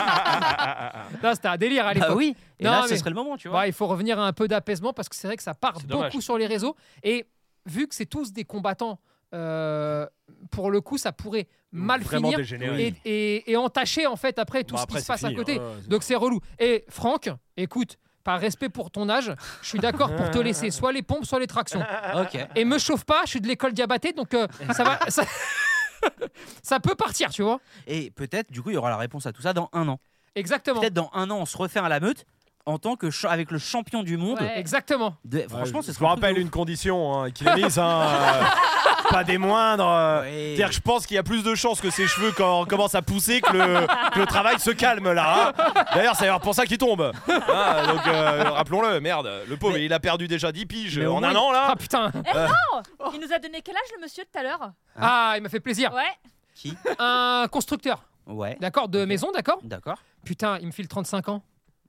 H: Là, c'était un délire à l'époque.
B: Bah oui. Et
H: Non,
B: là, ce
H: mais-
B: serait le moment, tu vois.
H: Ouais, Bah, il faut revenir à un peu d'apaisement parce que c'est vrai que ça part
A: C'est
H: beaucoup
A: dommage.
H: sur les réseaux. Et vu que c'est tous des combattants, euh, pour le coup, ça pourrait mal
A: Vraiment
H: finir
A: dégénéré.
H: et, et, et entacher en fait après tout
A: Bah,
H: ce
A: après,
H: qui se
A: c'est
H: passe
A: fini,
H: à côté.
A: hein. Ouais, c'est-
H: Donc c'est relou. Et Franck, écoute, par respect pour ton âge, je suis d'accord pour te laisser soit les pompes, soit les tractions.
B: Ok.
H: Et me chauffe pas, je suis de l'école diabatée, donc euh, ça va. Ça... ça peut partir, tu vois.
B: Et peut-être, du coup, il y aura la réponse à tout ça dans un an.
H: Exactement.
B: Peut-être dans un an, on se refait à la meute en tant que cha- avec le champion du monde.
C: Ouais.
H: Exactement.
B: De- Franchement,
A: Ouais, je
B: ce serait.
A: me
B: un truc de
A: rappelle
B: ouf.
A: une condition hein, qu'il a mise, hein, euh, pas des moindres. euh,
B: Ouais.
A: C'est-à-dire que je pense qu'il y a plus de chances que ses cheveux quand on commence à pousser que le, que le travail se calme là. hein. D'ailleurs, c'est d'ailleurs pour ça qu'il tombe. Ah, donc euh, rappelons-le, merde, le pauvre,
B: Mais-
A: il a perdu déjà 10 piges
B: Mais au
A: en
B: moins,
A: un an là.
H: Ah putain.
C: Il nous a donné quel âge le monsieur tout à l'heure
H: Ah, il m'a fait plaisir.
C: Ouais.
B: Qui
H: Un constructeur.
B: Ouais.
H: D'accord, de maison, d'accord
B: D'accord.
H: Putain, il me file 35 ans.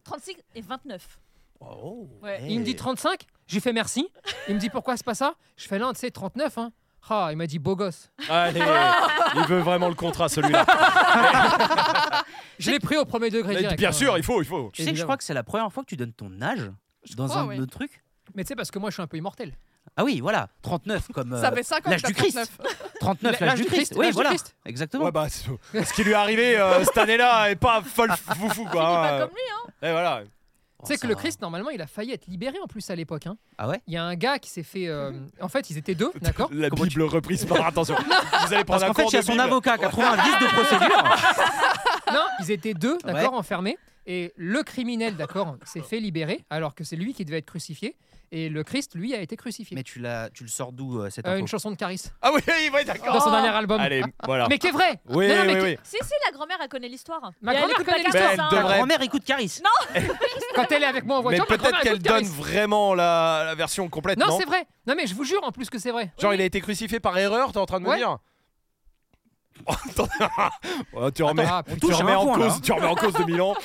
C: 36 et 29.
B: Oh.
C: Ouais.
H: Il me dit 35 J'ai fait merci. Il me dit pourquoi c'est pas ça Je fais l'un, tu sais, 39. Hein. Ah, il m'a dit beau gosse.
A: Allez, il veut vraiment le contrat celui-là.
H: Je l'ai pris au premier degré
A: Mais
H: direct.
A: Bien
H: hein.
A: sûr, il faut, il faut.
B: Tu sais que je crois que c'est la première fois que tu donnes ton âge dans
D: crois,
B: un
D: ouais.
B: autre truc.
H: Mais tu sais, parce que moi je suis un peu immortel.
B: Ah oui, voilà. 39 comme. euh,
D: Ça fait 5 ans
B: l'âge
D: que
B: du
D: t'as
B: Christ.
D: 39.
B: 39 l'âge du Christ. Oui,
H: l'âge du
B: voilà.
H: Christ.
B: Exactement.
A: Ouais, bah, c'est- ce qui lui est arrivé euh, cette année-là est pas folle foufou quoi.
C: Il est
A: hein.
C: pas comme lui, hein.
A: Et voilà.
H: Tu sais
B: Oh,
H: que
B: ça
H: le
B: va.
H: Christ, normalement, il a failli être libéré en plus à l'époque. hein.
B: Ah ouais
H: Il y a un gars qui s'est fait. euh, En fait, ils étaient deux, d'accord
A: La Bible reprise par attention. Vous allez
B: Parce
A: prendre un
B: qu'en fait,
A: cours
B: il y a
A: de
B: son
A: Bible.
B: avocat qui a trouvé un vice de procédure.
H: Non, ils étaient deux, d'accord, enfermés. Et le criminel, d'accord, s'est fait libérer, alors que c'est lui qui devait être crucifié. Et le Christ, lui, a été crucifié.
B: Mais tu, l'as- tu le sors d'où euh, cette
H: Euh,
B: info
H: une chanson de Caris
A: Ah oui, oui, oui,
B: Oh
A: d'accord.
H: dans son dernier album.
A: Allez, voilà.
H: Mais qui est vrai
A: Oui,
H: Non, non, mais
A: oui,
H: qui-
A: oui.
C: Si, si, la grand-mère, elle connaît l'histoire.
H: Ma
C: Et elle
H: grand-mère
C: écoute la
H: connaît
C: carte,
A: l'histoire.
C: hein.
A: Elle
B: Ta
A: devrait-
B: grand-mère écoute Caris.
H: Quand elle est avec moi en
A: Mais
H: voiture, ma
A: peut-être
H: grand-mère
A: qu'elle
H: écoute Caris.
A: donne vraiment la, la version complète, non,
H: Non, c'est vrai. Non, mais je vous jure en plus que c'est vrai.
A: Genre, il a été crucifié par erreur, t'es en train de me
H: Ouais.
A: dire Attends. Oh, Tu remets,
H: Ah,
A: tu
B: touche à
A: remets
B: un
A: en
B: point, là,
A: cause,
B: hein.
A: tu remets en cause 2000 ans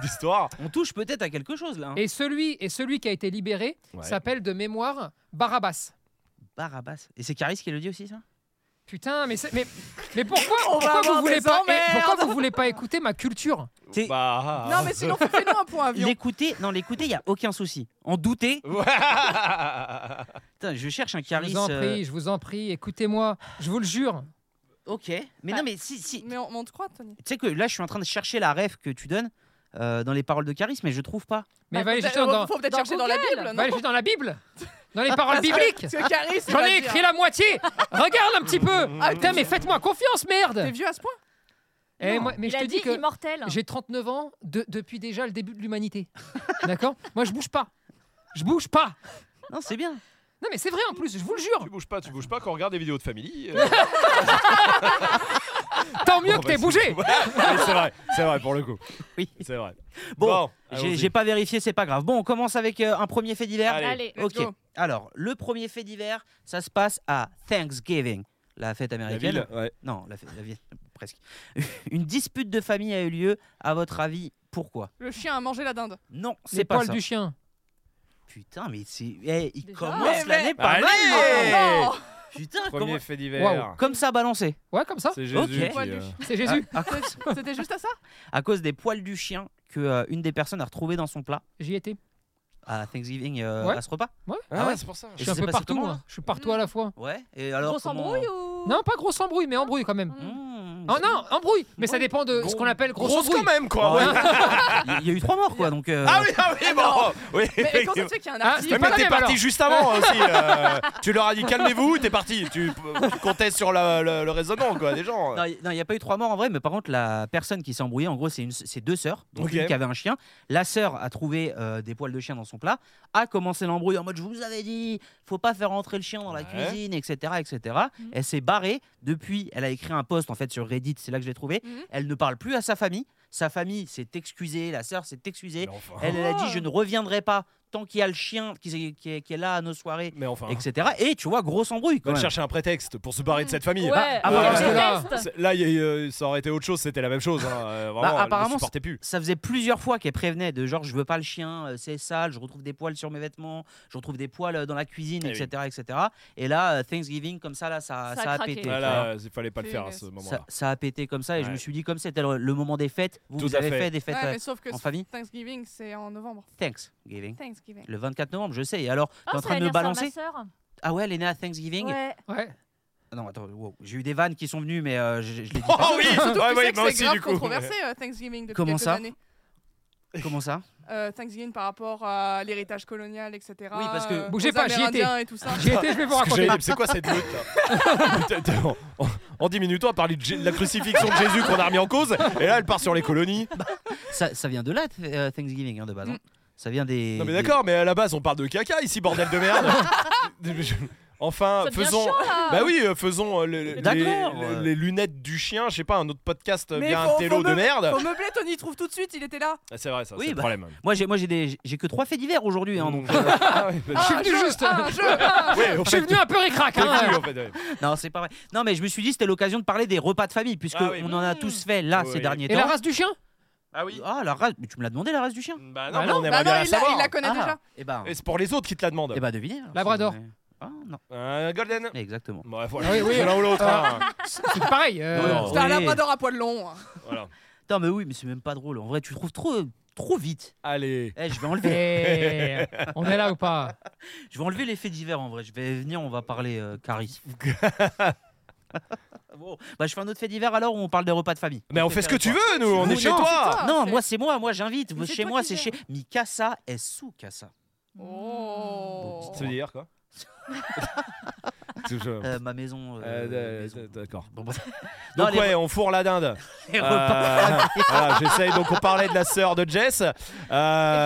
A: d'histoire.
B: On touche peut-être à quelque chose là. hein.
H: Et celui, et celui qui a été libéré
A: Ouais.
H: s'appelle de mémoire Barabbas.
B: Barabbas. Et c'est Caris qui le dit aussi, ça
H: Putain, mais, c'est- mais, mais pourquoi,
D: On va
H: pourquoi vous
D: avoir
H: voulez
D: des
H: pas, eh,
D: emmerdes.
H: pourquoi vous voulez pas écouter ma culture
B: T'es-
A: Bah.
D: Non, mais sinon, fais-nous un point avion.
B: L'écouter, non, l'écouter, il n'y a aucun souci. En douter,
A: Ouais.
B: putain, je cherche un
H: Je
B: Caris.
H: vous en
B: euh,
H: prie, je vous en prie, écoutez-moi, je vous le jure.
B: Ok. Mais
C: Ah.
B: non, mais si. si...
D: Mais on, mais on te croit, Tony.
B: Tu sais que là, je suis en train de chercher la rêve que tu donnes euh, dans les paroles de Caris, mais je trouve pas.
H: Mais
C: Bah,
H: va aller
D: Faut
H: chercher dans,
D: peut-être- faut peut-être
C: dans
D: chercher dans la
C: Google.
D: Bible,
H: va
D: non
H: aller chercher dans la Bible, dans les paroles bibliques.
D: Parce que Caris, il
H: J'en
D: va
H: ai
D: dire,
H: écrit la moitié. Regarde un petit peu.
D: Ah,
H: Putain, mais faites-moi confiance,
D: T'es
H: merde.
D: vieux à ce point
H: Eh, moi-
C: hein.
H: mais
C: il
H: je te
C: a
H: dis
C: dit
H: que
C: immortel.
H: J'ai 39 ans de- depuis déjà le début de l'humanité. D'accord Moi, je bouge pas. Je bouge pas.
B: Non, c'est bien.
H: Non, mais c'est vrai en plus, je vous le jure.
A: Tu bouges pas, tu bouges pas quand on regarde des vidéos de famille. euh.
H: Tant mieux
A: Bon,
H: que
A: bah,
H: t'aies bougé.
A: Ouais, c'est vrai, c'est vrai pour le coup.
B: Oui.
A: C'est vrai.
B: Bon,
A: allons-y.
B: j'ai j'ai pas vérifié, c'est pas grave. Bon, on commence avec euh, un premier fait divers.
A: Allez.
C: Allez.
D: Let's
B: Ok.
D: go.
B: Alors, le premier fait divers, ça se passe à Thanksgiving, la fête
A: La
B: américaine.
A: ville, ouais.
B: Non, la fête, la ville, presque. Une dispute de famille a eu lieu. À votre avis, Pourquoi
D: Le chien a mangé la dinde.
B: Non, c'est
H: Les
B: pas
H: poils
B: ça.
H: du chien.
B: Putain, mais c'est. Eh, il
C: Déjà
B: commence
D: Mais-
B: l'année pas
A: Allez
B: mal. hein.
D: Oh
B: Putain,
A: Premier
B: comment-
A: fait divers.
H: Waouh.
B: comme ça balancé.
H: Ouais, comme ça.
A: C'est Jésus
B: Ok.
A: qui,
D: Poil du
A: euh,
D: chien.
H: C'est Jésus.
B: À, à-
D: C'était- C'était juste à ça
B: à cause des poils du chien que euh, une des personnes a retrouvé dans son plat
H: J'y étais.
B: à Thanksgiving euh,
H: Ouais.
B: à ce repas.
A: Ah
B: Ah ouais.
A: ouais, c'est pour ça.
H: Je
B: Et
H: suis un
B: ça s'est
H: peu
B: passé
H: partout.
B: comment,
H: moi.
B: là
H: Je suis partout à la fois.
B: Ouais. Et alors
C: Grosse
B: comment-
C: embrouille ou
H: Non, pas grosse embrouille, mais embrouille quand
A: Mm.
H: même.
B: Mmh.
H: Non, non, embrouille. Mais ça
B: Ouais.
H: dépend de ce qu'on appelle grosse,
A: Grosse quand
H: embrouille.
A: même,
B: Ah
A: quoi.
B: ouais.
A: ouais.
B: Il y a eu trois morts quoi donc. euh,
A: Ah oui, ah oui, bon. Oui.
D: Mais et quand ça se fait qu'il y a un
H: Ah,
D: article
H: c'est
A: Ouais,
H: pas
A: mais
H: la
A: t'es
H: même,
A: parti
H: alors.
A: juste avant aussi. euh, tu leur as dit calmez-vous, t'es parti. Tu, tu comptais sur la- le, le raisonnement quoi, des gens.
B: Non, il n'y a pas eu trois morts en vrai, mais par contre, la personne qui s'est embrouillée, en gros, c'est une- c'est deux sœurs, donc
A: Ok.
B: une qui avait un chien. La sœur a trouvé euh, des poils de chien dans son plat, a commencé l'embrouille en mode Je vous avais dit, faut pas faire rentrer le chien dans la
A: Ouais.
B: cuisine, etc. etc.
C: Mhm.
B: Elle s'est barrée. Depuis, elle a écrit un post en fait sur Reddit, c'est là que je l'ai trouvé.
D: Mhm.
B: Elle ne parle plus à sa famille. Sa famille s'est excusée, la sœur s'est excusée.
A: Mais enfin.
B: Elle, elle a dit
C: Oh.
B: Je ne reviendrai pas tant qu'il y a le chien qui, s'est- qui est, qui est là à nos soirées,
A: Mais enfin,
B: etc. Et tu vois, grosse embrouille quand
A: va
B: même.
A: chercher un prétexte pour se barrer de cette famille.
C: Ouais,
B: Ah,
A: bah,
C: je
A: parce que
H: là-
C: déteste.
A: C'est- Là, il y a eu, euh, ça aurait été autre chose, c'était la même chose. Hein.
D: Bah,
A: euh, Vraiment, elle ne
B: apparemment,
A: supportait plus.
B: ça faisait plusieurs fois qu'elle prévenait de genre je veux pas le chien, euh, c'est sale, je retrouve des poils sur mes vêtements, je retrouve des poils euh, dans la cuisine,
A: Eh oui.
B: etc., etc. Et là, euh, Thanksgiving comme ça là, ça,
C: Ça a
B: ça a,
C: craqué.
B: pété. tu vois.
A: Voilà, il fallait pas le faire à ce
B: Ça,
A: moment-là.
B: ça a pété comme ça et je
A: Ouais.
B: me suis dit comme c'était le, le moment des fêtes, vous,
A: Tout
B: vous
A: à
B: avez
A: fait.
B: fait. des fêtes
D: Ouais,
B: euh,
D: mais sauf que
B: en famille,
D: Thanksgiving, c'est en novembre.
B: Thanksgiving.
D: Thanksgiving.
B: Le 24 novembre, je sais. Et alors,
C: Oh,
B: t'es en
C: c'est
B: train de me
C: l'anniversaire
B: balancer
C: ma sœur.
B: Ah ouais, elle est née à Thanksgiving
C: Ouais.
H: Ouais.
B: Ah Non, attends, wow, j'ai eu des vannes qui sont venues, mais euh, je, je les dis pas.
A: Oh oui,
D: Surtout
A: ouais,
D: que tu
A: ouais,
D: sais que
A: moi
D: c'est
A: aussi
D: grave
A: du coup.
D: controversé euh, Thanksgiving depuis
B: Comment
D: quelques
B: ça
D: années.
B: Comment ça
D: Euh, Thanksgiving par rapport à l'héritage colonial, etc.
B: Oui, parce que-
D: euh,
H: Bougez
D: aux
H: pas, j'y étais.
D: Amérindiens et tout ça.
H: J'y étais, je vais vous
A: Parce que
H: raconter.
A: j'allais dire, C'est quoi cette meute là Putain, t'es- en- en- En 10 minutes, on a parlé de Jé- de la crucifixion de Jésus qu'on a remis en cause, et là elle part sur les colonies.
B: ça, ça vient de là, th- euh, Thanksgiving, hein, de base. hein.
C: Mm.
B: Ça vient des.
A: Non mais
B: des-
A: d'accord, mais à la base on parle de caca ici, bordel de merde. Enfin,
C: Ça devient
A: faisons.
C: chiant, là.
A: Bah oui, euh, faisons euh, le- le-
B: D'accord.
A: les, le- les lunettes du chien, je sais pas, un autre podcast euh,
D: Mais
A: bien
D: faut-
A: un télo
D: faut
A: de
D: me-
A: merde.
D: Au meublé, Tony il trouve tout de suite, il était là.
A: Ah, c'est vrai, ça,
B: Oui,
A: c'est
B: bah,
A: le problème.
B: Moi, j'ai, moi, j'ai des, j'ai que trois faits divers aujourd'hui. hein, donc, euh,
A: Ah ouais, bah,
H: Je suis
D: Un
H: venu
D: jeu,
H: juste.
D: un jeu, un jeu.
A: ouais, en
H: Je
A: fait,
H: suis venu un peu récrac.
A: t'es
H: Hein.
A: venu, en fait, ah, ouais.
B: non, c'est pas vrai. Non, mais je me suis dit c'était l'occasion de parler des repas de famille puisque
A: Ah oui.
B: on en a
C: Mmh.
B: tous fait là
A: Oui.
B: ces derniers
H: Et
B: temps.
H: la race du chien
A: Ah oui.
B: Ah la race, mais tu me l'as demandé la race du chien.
A: Bah non,
H: Bah
A: mais
H: non.
A: on
D: Bah
A: aimerait
D: non,
A: bien la
D: il la, il
A: savoir.
D: la connaît
H: Ah.
D: déjà.
B: Et ben,
A: Et c'est pour les autres qui te la demandent.
B: et ben devinez. alors,
H: Labrador.
B: si vous avez- Ah non.
A: Un golden.
B: Mais Exactement.
A: Bref, voilà.
H: Ah oui, oui.
A: C'est l'un ou l'autre. hein.
H: C'est pareil. euh,
A: Non, non.
D: C'était un
B: Oui.
D: labrador à poil long. hein.
A: Voilà.
B: Putain, mais oui, mais c'est même pas drôle. En vrai, tu trouves trop, trop vite.
A: Allez.
B: Eh, je vais enlever,
H: eh, on est là ou pas
B: je vais enlever les faits divers en vrai. Je vais venir, on va parler euh, Carrie. Bon, bah je fais un autre fait divers alors où on parle des repas de famille.
A: Mais on fait ce que tu veux, nous. On
B: Non,
A: est chez
B: non,
A: toi.
B: Non,
D: c'est-
B: moi c'est moi, moi j'invite.
D: Mais c'est
B: Chez
D: toi
B: moi
D: qui
B: c'est
D: gères.
B: chez Mikasa et Sukasa.
D: Oh.
A: Ça veut dire quoi
B: Euh, ma maison. euh,
A: Euh,
B: maison.
A: D'accord.
B: Bon, bah, Non,
A: Donc
B: les-
A: ouais, on fourre la dinde.
B: les repas.
A: Euh, voilà, J'essaye. Donc on parlait de la sœur de Jess.
C: Et
A: Euh,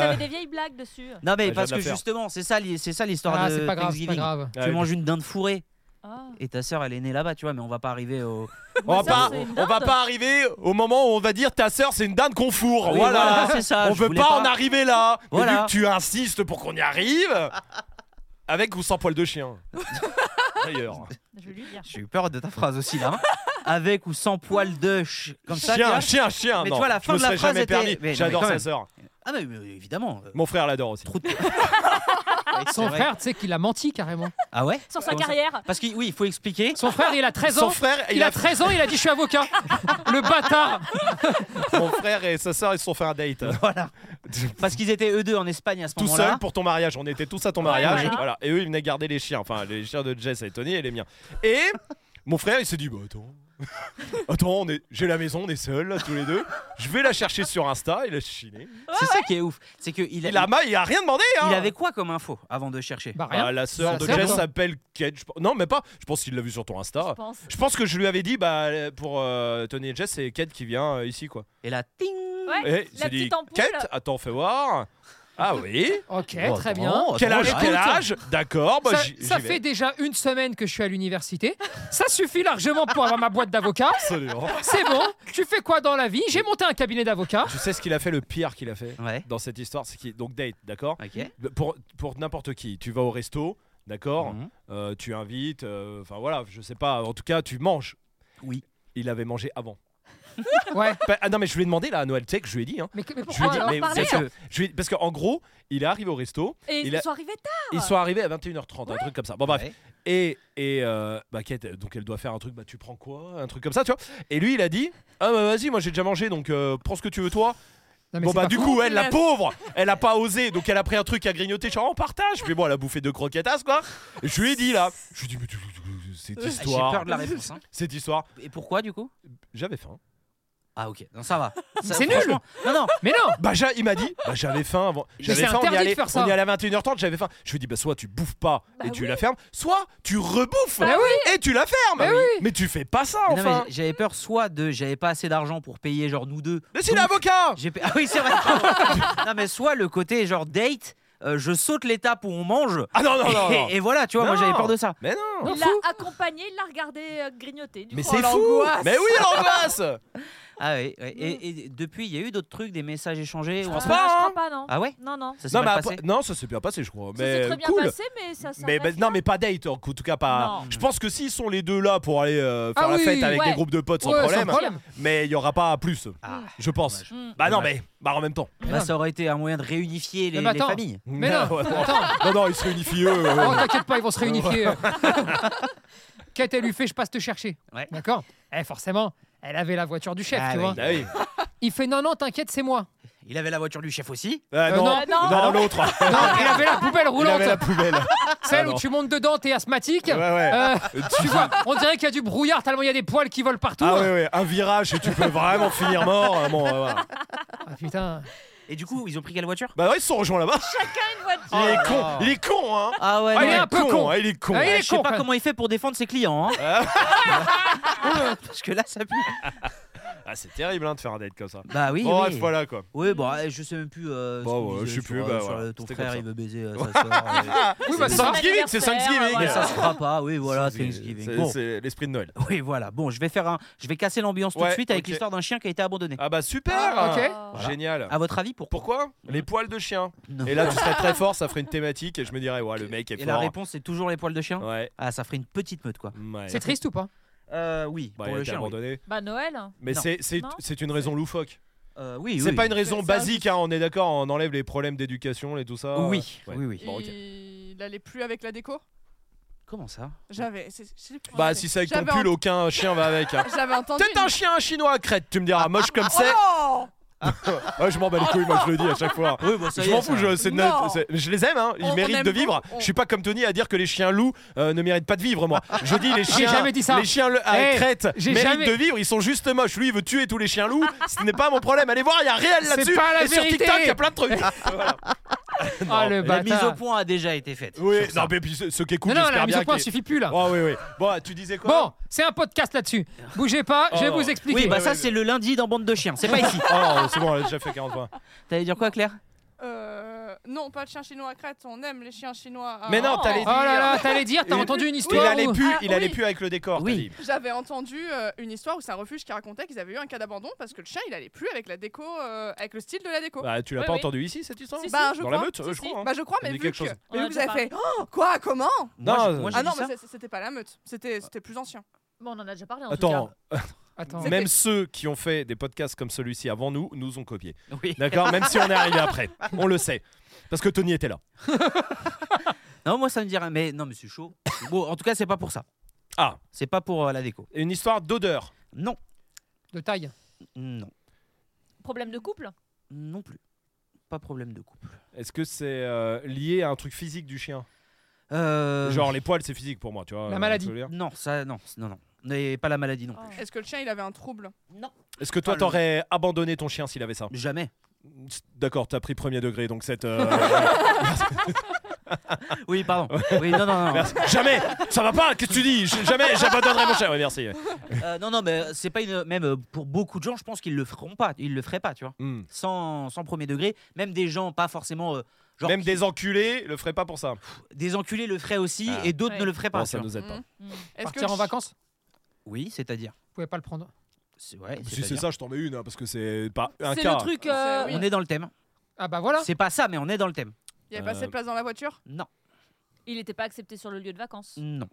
C: T'avais des vieilles blagues dessus.
B: Non mais
A: Bah,
B: parce
A: je viens de la
B: que
A: faire.
B: justement, c'est ça, li- c'est ça l'histoire
H: Ah,
B: de
H: c'est pas grave, c'est pas
B: Thanksgiving.
H: grave.
B: Tu
A: ouais.
B: manges une dinde fourrée
C: Ah.
B: et ta sœur elle est née là-bas, tu vois, mais on va pas arriver au.
A: On va,
C: Mais ça,
A: pas,
C: c'est une
A: on va
C: dinde.
A: pas arriver au moment où on va dire ta sœur c'est une dinde qu'on fourre.
B: Oui,
A: Oh, voilà.
B: c'est ça.
A: on
B: je
A: veut
B: voulais
A: pas, en arriver là. Mais
B: Voilà.
A: vu que tu insistes pour qu'on y arrive, avec ou sans poil de chien. D'ailleurs.
C: Je vais lui dire.
B: J'ai eu peur de ta phrase aussi là. hein. Avec ou sans poil de ch... comme ça. tu vois.
A: Chien, chien, chien.
B: Mais tu
A: non,
B: vois, la
A: je
B: fin
A: me
B: de la
A: serais
B: phrase
A: jamais
B: était-
A: permis.
B: Mais non,
A: J'adore
B: mais quand
A: sa
B: même.
A: sœur.
B: Ah mais euh, évidemment. euh,
A: Mon frère l'adore aussi.
B: Trou de...
H: Et Son frère, tu sais qu'il a menti carrément.
B: Ah ouais
C: Sur sa
B: Comment ça
C: carrière.
B: Parce que oui, il faut expliquer.
H: Son frère, il a 13
A: Son
H: ans.
A: frère,
H: Il a 13 ans, il a dit je suis avocat. Le bâtard.
A: mon frère et sa sœur, ils se sont fait un date.
B: Voilà. Parce qu'ils étaient eux deux en Espagne à ce
A: Tout
B: moment-là.
A: seul pour ton mariage. On était tous à ton
C: Ouais,
A: mariage.
C: voilà.
A: Voilà. Et eux, ils venaient garder les chiens. Enfin, les chiens de Jess et Tony et les miens. Et mon frère, il s'est dit Bah attends. Attends, on est- j'ai la maison, on est seuls là, tous les deux. Je vais la chercher sur Insta. Il a chiné.
B: C'est ça qui est ouf. C'est que il, a-
A: Il a, il a rien demandé. Hein.
B: il avait quoi comme info avant de chercher
H: Bah
A: Bah,
H: rien.
A: la
H: Sa
A: sœur de
H: sœur,
A: Jess
H: quoi.
A: s'appelle Kate. je pense- Non, mais pas. Je pense qu'il l'a vu sur ton
C: Je
A: Insta.
C: pense.
A: Je pense que je lui avais dit, bah, pour euh, Tony et Jess, c'est Kate qui vient euh, ici, quoi.
B: Et là, ting
C: Ouais.
A: Et
C: la
A: j'ai dit,
C: petite ampoule.
A: Kate, attends, fais voir. Ah oui.
H: Ok,
B: Bon,
H: très
B: attends,
H: bien.
B: Oh, attends,
A: Quel âge,
B: j'arrête.
A: quel âge D'accord, bah,
H: ça
A: j'y-
H: ça
A: j'y vais.
H: fait déjà une semaine que je suis à l'université. Ça suffit largement pour avoir ma boîte d'avocat.
A: Absolument.
H: C'est bon. Tu fais quoi dans la vie J'ai monté un cabinet d'avocat.
A: Tu sais ce qu'il a fait, le pire qu'il a fait
B: Ouais. Mhm.
A: dans cette histoire, c'est qu'il donc date, d'accord
B: Ok.
A: Pour, pour n'importe qui, tu vas au resto, d'accord
B: Mhm.
A: Euh, Tu invites, euh, enfin voilà, je sais pas, en tout cas, tu manges.
B: Oui.
A: Il avait mangé avant.
H: Ouais.
A: Bah, ah non, mais je lui ai demandé là à Noël Tech, je lui ai dit. Hein.
H: Mais, que- mais
A: Je lui ai
H: pourquoi
A: dit,
C: alors
A: mais
C: Parler,
A: bien sûr, je lui ai- parce qu'en gros, il est arrivé au resto,
H: Ah.
C: Et
A: Il
C: ils
A: a-
C: sont arrivés tard.
A: ils sont arrivés à 21h30, un truc comme ça. Bon, bref.
B: Ouais. Ah,
A: Et, et euh, bah, Kate, donc elle doit faire un truc, bah tu prends quoi Un truc comme ça, tu vois. Et lui, il a dit Ah bah vas-y, moi j'ai déjà mangé, donc euh, prends ce que tu veux toi.
H: Non, Ah, mais
A: bon
H: c'est
A: bah
H: pas
A: du
H: fou.
A: coup elle la pauvre elle a pas osé donc elle a pris un truc à grignoter genre on partage mais bon elle a bouffé deux croquetas quoi Et je lui ai dit là je lui ai dit mais tu- tu- tu- cette
B: Ah, J'ai peur
A: histoire
B: de la réponse. hein.
A: cette histoire
B: Et pourquoi du coup
A: j'avais faim
B: Ah ok, non, ça va. Ça,
H: C'est nul.
B: franchement- Non, non,
H: Mais non
A: bah j'a- il m'a dit bah j'avais faim avant
H: Mais
A: j'avais
H: c'est
A: faim on y
H: interdit de
A: allait
H: faire ça.
A: on y allait à 21h30 j'avais faim je lui ai dit bah soit tu bouffes pas
C: Bah
A: et tu
C: oui.
A: la fermes soit tu rebouffes
H: Bah
A: et tu la fermes
H: Mais oui.
A: mais tu fais pas ça
B: Mais non, mais
A: enfin
B: j'ai- j'avais peur soit de j'avais pas assez d'argent pour payer genre nous deux.
A: mais c'est
B: Donc,
A: l'avocat
B: j'ai pa- Ah oui, c'est vrai. non mais soit le côté genre date, euh, je saute l'étape où on mange.
A: ah non non non,
B: et,
A: non.
B: et voilà, tu vois, moi
A: Non.
B: j'avais peur de ça.
A: mais non
H: Non,
C: Il
H: fou.
C: l'a accompagné, il l'a regardé euh, grignoter. Du
A: mais
C: coup.
A: c'est
C: Oh,
A: fou
C: l'angoisse.
A: mais oui l'angoisse
B: Ah oui, ouais. et, et depuis, il y a eu d'autres trucs, des messages échangés.
C: euh, Je
B: ou un
C: pense
B: truc
A: pas,
C: pas, je
A: hein.
C: crois pas, non.
B: Ah ouais
C: Non, non.
B: Ça s'est
A: non mais
B: mal
A: après-
B: passé.
A: non ça s'est bien passé je crois mais
C: ça s'est très bien
A: cool
C: passé, mais ça ça
A: Mais,
C: reste
A: bah, non, mais pas date, en tout cas pas.
C: Non.
A: Je pense que s'ils sont les deux là pour aller euh, faire
H: Ah
A: la
H: oui,
A: fête avec
C: ouais.
A: des groupes de potes sans
H: Ouais,
A: problème,
H: problème. Hmm.
A: mais il y aura pas plus,
B: Ah,
A: je pense.
B: dommage.
C: Mm.
A: Bah non,
B: Dommage.
A: mais bah en même temps.
H: Mais
B: Bah,
H: non.
B: ça aurait été un moyen de réunifier les,
H: Mais
B: les
H: attends.
B: familles.
H: Mais non,
A: Ouais, ouais.
H: attends.
A: non, non, ils se réunifient eux. euh. ouais,
H: Oh,
A: ouais.
H: t'inquiète pas, ils vont se réunifier. Kate, elle lui fait Je passe te chercher.
B: Ouais.
H: D'accord Eh, forcément, elle avait la voiture du chef,
B: Ah
H: tu
B: oui.
H: vois.
A: Ah oui.
H: Il fait Non, non, t'inquiète, c'est moi.
B: Il avait la voiture du chef aussi.
A: Ah,
H: Euh,
A: non,
H: non.
C: non.
A: non, l'autre.
H: Non, il avait la poubelle
A: Il
H: roulante,
A: avait la poubelle.
H: celle
A: Ah,
H: où
A: non.
H: tu montes dedans, t'es asthmatique.
A: Ouais, ouais.
H: Euh,
A: tu
H: tu vois, on dirait qu'il y a du brouillard tellement il y a des poils qui volent partout.
A: Ah ouais, ouais, un virage et tu peux vraiment finir mort. euh, bon, ouais, voilà.
H: Ah, putain.
B: Et du coup, ils ont pris quelle voiture
A: Bah ouais, ils se sont rejoints là-bas.
H: Oh
C: Une voiture. Oh.
A: Il est
B: là
A: con,
B: là.
A: il est con, hein.
B: Ah ouais,
A: Ah,
H: il
B: non,
H: est
B: mais-
H: un peu con.
A: hein, il est con.
H: Ah, il est
B: Je sais
H: con,
B: pas
H: quand
B: comment il fait pour défendre ses clients. hein. Oh, Parce que là, ça pue.
A: Ah, c'est terrible hein, de faire un date comme ça.
B: Bah oui.
A: Bon,
B: oui.
A: bref, Oh, voilà quoi.
B: Oui, bon, euh, je sais même plus. euh, ce
A: Bon,
B: qu'on
A: ouais,
B: disait
A: je sais
B: sur,
A: plus,
B: euh,
A: bah,
B: sur,
A: voilà.
B: euh, ton
A: C'était
B: frère,
A: comme
B: il
A: ça.
B: veut baiser euh, sa soeur.
H: Oui, bah,
C: C'est
H: ça.
C: son
A: Thanksgiving, c'est
C: anniversaire,
A: Thanksgiving.
B: Mais
C: voilà.
B: ça se fera pas, oui, voilà,
A: C'est-
B: Thanksgiving.
A: c'est-
B: Bon,
A: C'est l'esprit de Noël.
B: oui, voilà. Bon, je vais faire un, je vais casser l'ambiance tout
A: Ouais,
B: de suite avec
A: ok.
B: l'histoire d'un chien qui a été abandonné.
A: Ah bah super
H: Ah, ok.
B: Voilà.
A: Génial.
B: À votre avis, pourquoi
A: Pourquoi Les poils de chien.
B: Non.
A: Et là, tu serais très fort, ça ferait une thématique et je me dirais, ouais, le mec est
B: Et
A: fort.
B: la réponse, c'est toujours les poils de chien.
A: Ouais.
B: Ah, ça ferait une petite meute, quoi.
A: Ouais.
H: C'est triste ou pas
B: Euh, oui,
A: Bah,
B: pour
A: il a
B: le
A: été
B: chien. Oui,
A: abandonné.
C: Bah Noël.
A: Mais
B: Non.
A: c'est- c'est
C: Non.
A: c'est une raison loufoque.
B: Euh, oui,
A: C'est
B: oui.
A: pas une raison
D: ça,
A: basique, hein, on est d'accord, on enlève les problèmes d'éducation et tout ça.
B: Oui,
A: Ouais.
B: oui, oui.
A: Bon, ok.
D: Il allait plus avec la déco
B: Comment ça
D: J'avais. c'est- je sais plus.
A: Bah, si c'est avec ton
D: J'avais
A: pull, aucun chien va avec. hein.
D: en- J'avais entendu.
A: Peut-être un chien chinois à crête, tu me diras, moche comme c'est.
D: Oh
A: Ouais, je m'en bats les couilles, moi je le dis à chaque fois.
B: Oui, bon, ça
A: Je
B: y est,
A: m'en fous,
B: ça.
A: je, c'est de
D: Non.
A: notre- c'est- je les aime, hein, ils
D: On- on
A: méritent
D: aime
A: de vivre.
D: beaucoup, on-
A: Je suis pas comme Tony à dire que les chiens loups euh, ne méritent pas de vivre, moi. Je dis les
H: J'ai
A: chiens,
H: jamais dit ça.
A: les chiens le- à
H: Eh,
A: crête
H: j'ai
A: méritent
H: jamais-
A: de vivre, ils sont juste moches. Lui, il veut tuer tous les chiens loups, ce n'est pas mon problème. Allez voir, il y a réel
H: C'est
A: là-dessus.
H: pas la
A: et sur
H: vérité.
A: TikTok, il y a plein de trucs. Voilà.
H: Ah, le
B: La mise au
H: bâtard.
B: point a déjà été faite.
A: Oui,
B: sur ça.
A: non, mais puis ce, ce qui est cool,
H: Non, non,
A: j'espère
H: la mise au
A: bien
H: point
A: qu'il-
H: suffit plus là.
A: Oh, oui, oui. Bon, tu disais quoi
H: Bon, c'est un podcast là-dessus. Bougez pas, je vais
A: Oh.
H: vous expliquer.
B: Oui, bah
A: Ouais,
B: ça,
A: ouais,
B: c'est le lundi dans Bande de Chiens. C'est pas ici.
A: Oh, c'est bon, on a déjà fait 40 points.
B: T'allais dire quoi, Claire
D: Euh, Non, pas de chien chinois à crête, on aime les chiens chinois à.
A: Mais non, t'allais
H: oh
A: dire.
H: là là, t'allais dire, t'as
A: Il-
H: entendu une
A: Il
H: histoire
A: allait
H: où-
A: plus,
D: Ah,
A: il allait
D: oui.
A: plus avec le décor. t'as
B: Oui.
A: dit.
D: J'avais entendu euh, une histoire où c'est un refuge qui racontait qu'ils avaient eu un cas d'abandon parce que le chien il allait plus avec la déco, euh, avec le style de la déco. Bah,
A: Bah, tu l'as
C: Oui,
A: pas
C: oui.
A: entendu ici cette histoire
C: Si, si.
D: Bah, je
A: Dans la
D: crois.
A: meute,
C: Si,
A: euh, je
C: si.
A: crois. hein.
D: bah je crois,
A: Il
D: mais
A: me dit
D: vu
A: quelque
D: que.
A: chose.
C: On
D: Mais
C: a
D: vous
C: déjà
D: avez fait oh, quoi Comment
B: Moi,
A: Non, euh,
B: je- moi, j'ai
D: Ah non,
B: dit ça.
D: mais c'est- c'était pas la meute, c'était c'était plus ancien.
C: Bon, on en a déjà parlé en
A: Attends,
C: tout
H: Attends.
D: C'était-
A: même ceux qui ont fait des podcasts comme celui-ci avant nous nous ont copié.
B: Oui.
A: D'accord Même si on est arrivé après. On le sait. Parce que Tony était là.
B: Non, moi, ça me dirait. Mais non, mais c'est chaud. bon, en tout cas, c'est pas pour ça.
A: Ah.
B: C'est pas pour euh, la déco.
A: Une histoire d'odeur.
B: Non,
H: De taille.
B: non,
C: cas. Problème de couple
B: non plus. Pas problème de couple.
A: Est-ce que c'est euh, lié à un truc physique du chien
B: Euh,
A: Genre les poils, c'est physique pour moi, tu vois.
H: La
A: euh,
H: maladie.
A: je veux dire.
B: Non, ça, non, non, non. Et pas la maladie
A: Ah.
B: non
C: Oh.
B: plus.
D: Est-ce que le chien il avait un trouble
B: Non.
A: Est-ce que toi,
B: Ah, le-
A: t'aurais abandonné ton chien s'il avait ça
B: Jamais.
A: D'accord, t'as pris premier degré, donc cette. euh,
B: Oui, pardon. Oui, non, non, non.
A: merci. Jamais Ça va pas Qu'est-ce que tu dis J- Jamais j'abandonnerai mon chien. Ouais, merci. ouais.
B: Euh, non, non, mais c'est pas une. Même euh, pour beaucoup de gens, je pense qu'ils le feront pas. Ils le feraient pas, tu vois.
A: Hmm.
B: Sans, sans premier degré. Même des gens, pas forcément. euh, genre,
A: Même des enculés le feraient pas pour ça.
B: des enculés le feraient aussi
A: Ah.
B: et d'autres
C: Ouais.
B: ne le feraient pas.
A: Bon,
B: tu
A: ça
B: vois.
A: nous aide pas.
D: Mhm.
C: Mm.
D: Est-ce que
H: Partir
D: le
H: en
D: chi-
H: vacances
B: Oui, c'est-à-dire.
H: Vous pouvez pas le prendre.
B: C'est ouais,
A: Si
B: c'est-à-dire.
A: c'est ça, je t'en mets une, hein, parce que c'est pas un
C: C'est
A: cas.
C: le truc. euh,
D: C'est-
B: On est dans le thème.
H: Ah bah voilà.
B: C'est pas ça, mais on est dans le thème.
D: Il y avait pas assez de place dans la voiture
B: Non,
C: Il n'était pas accepté sur le lieu de vacances.
B: non.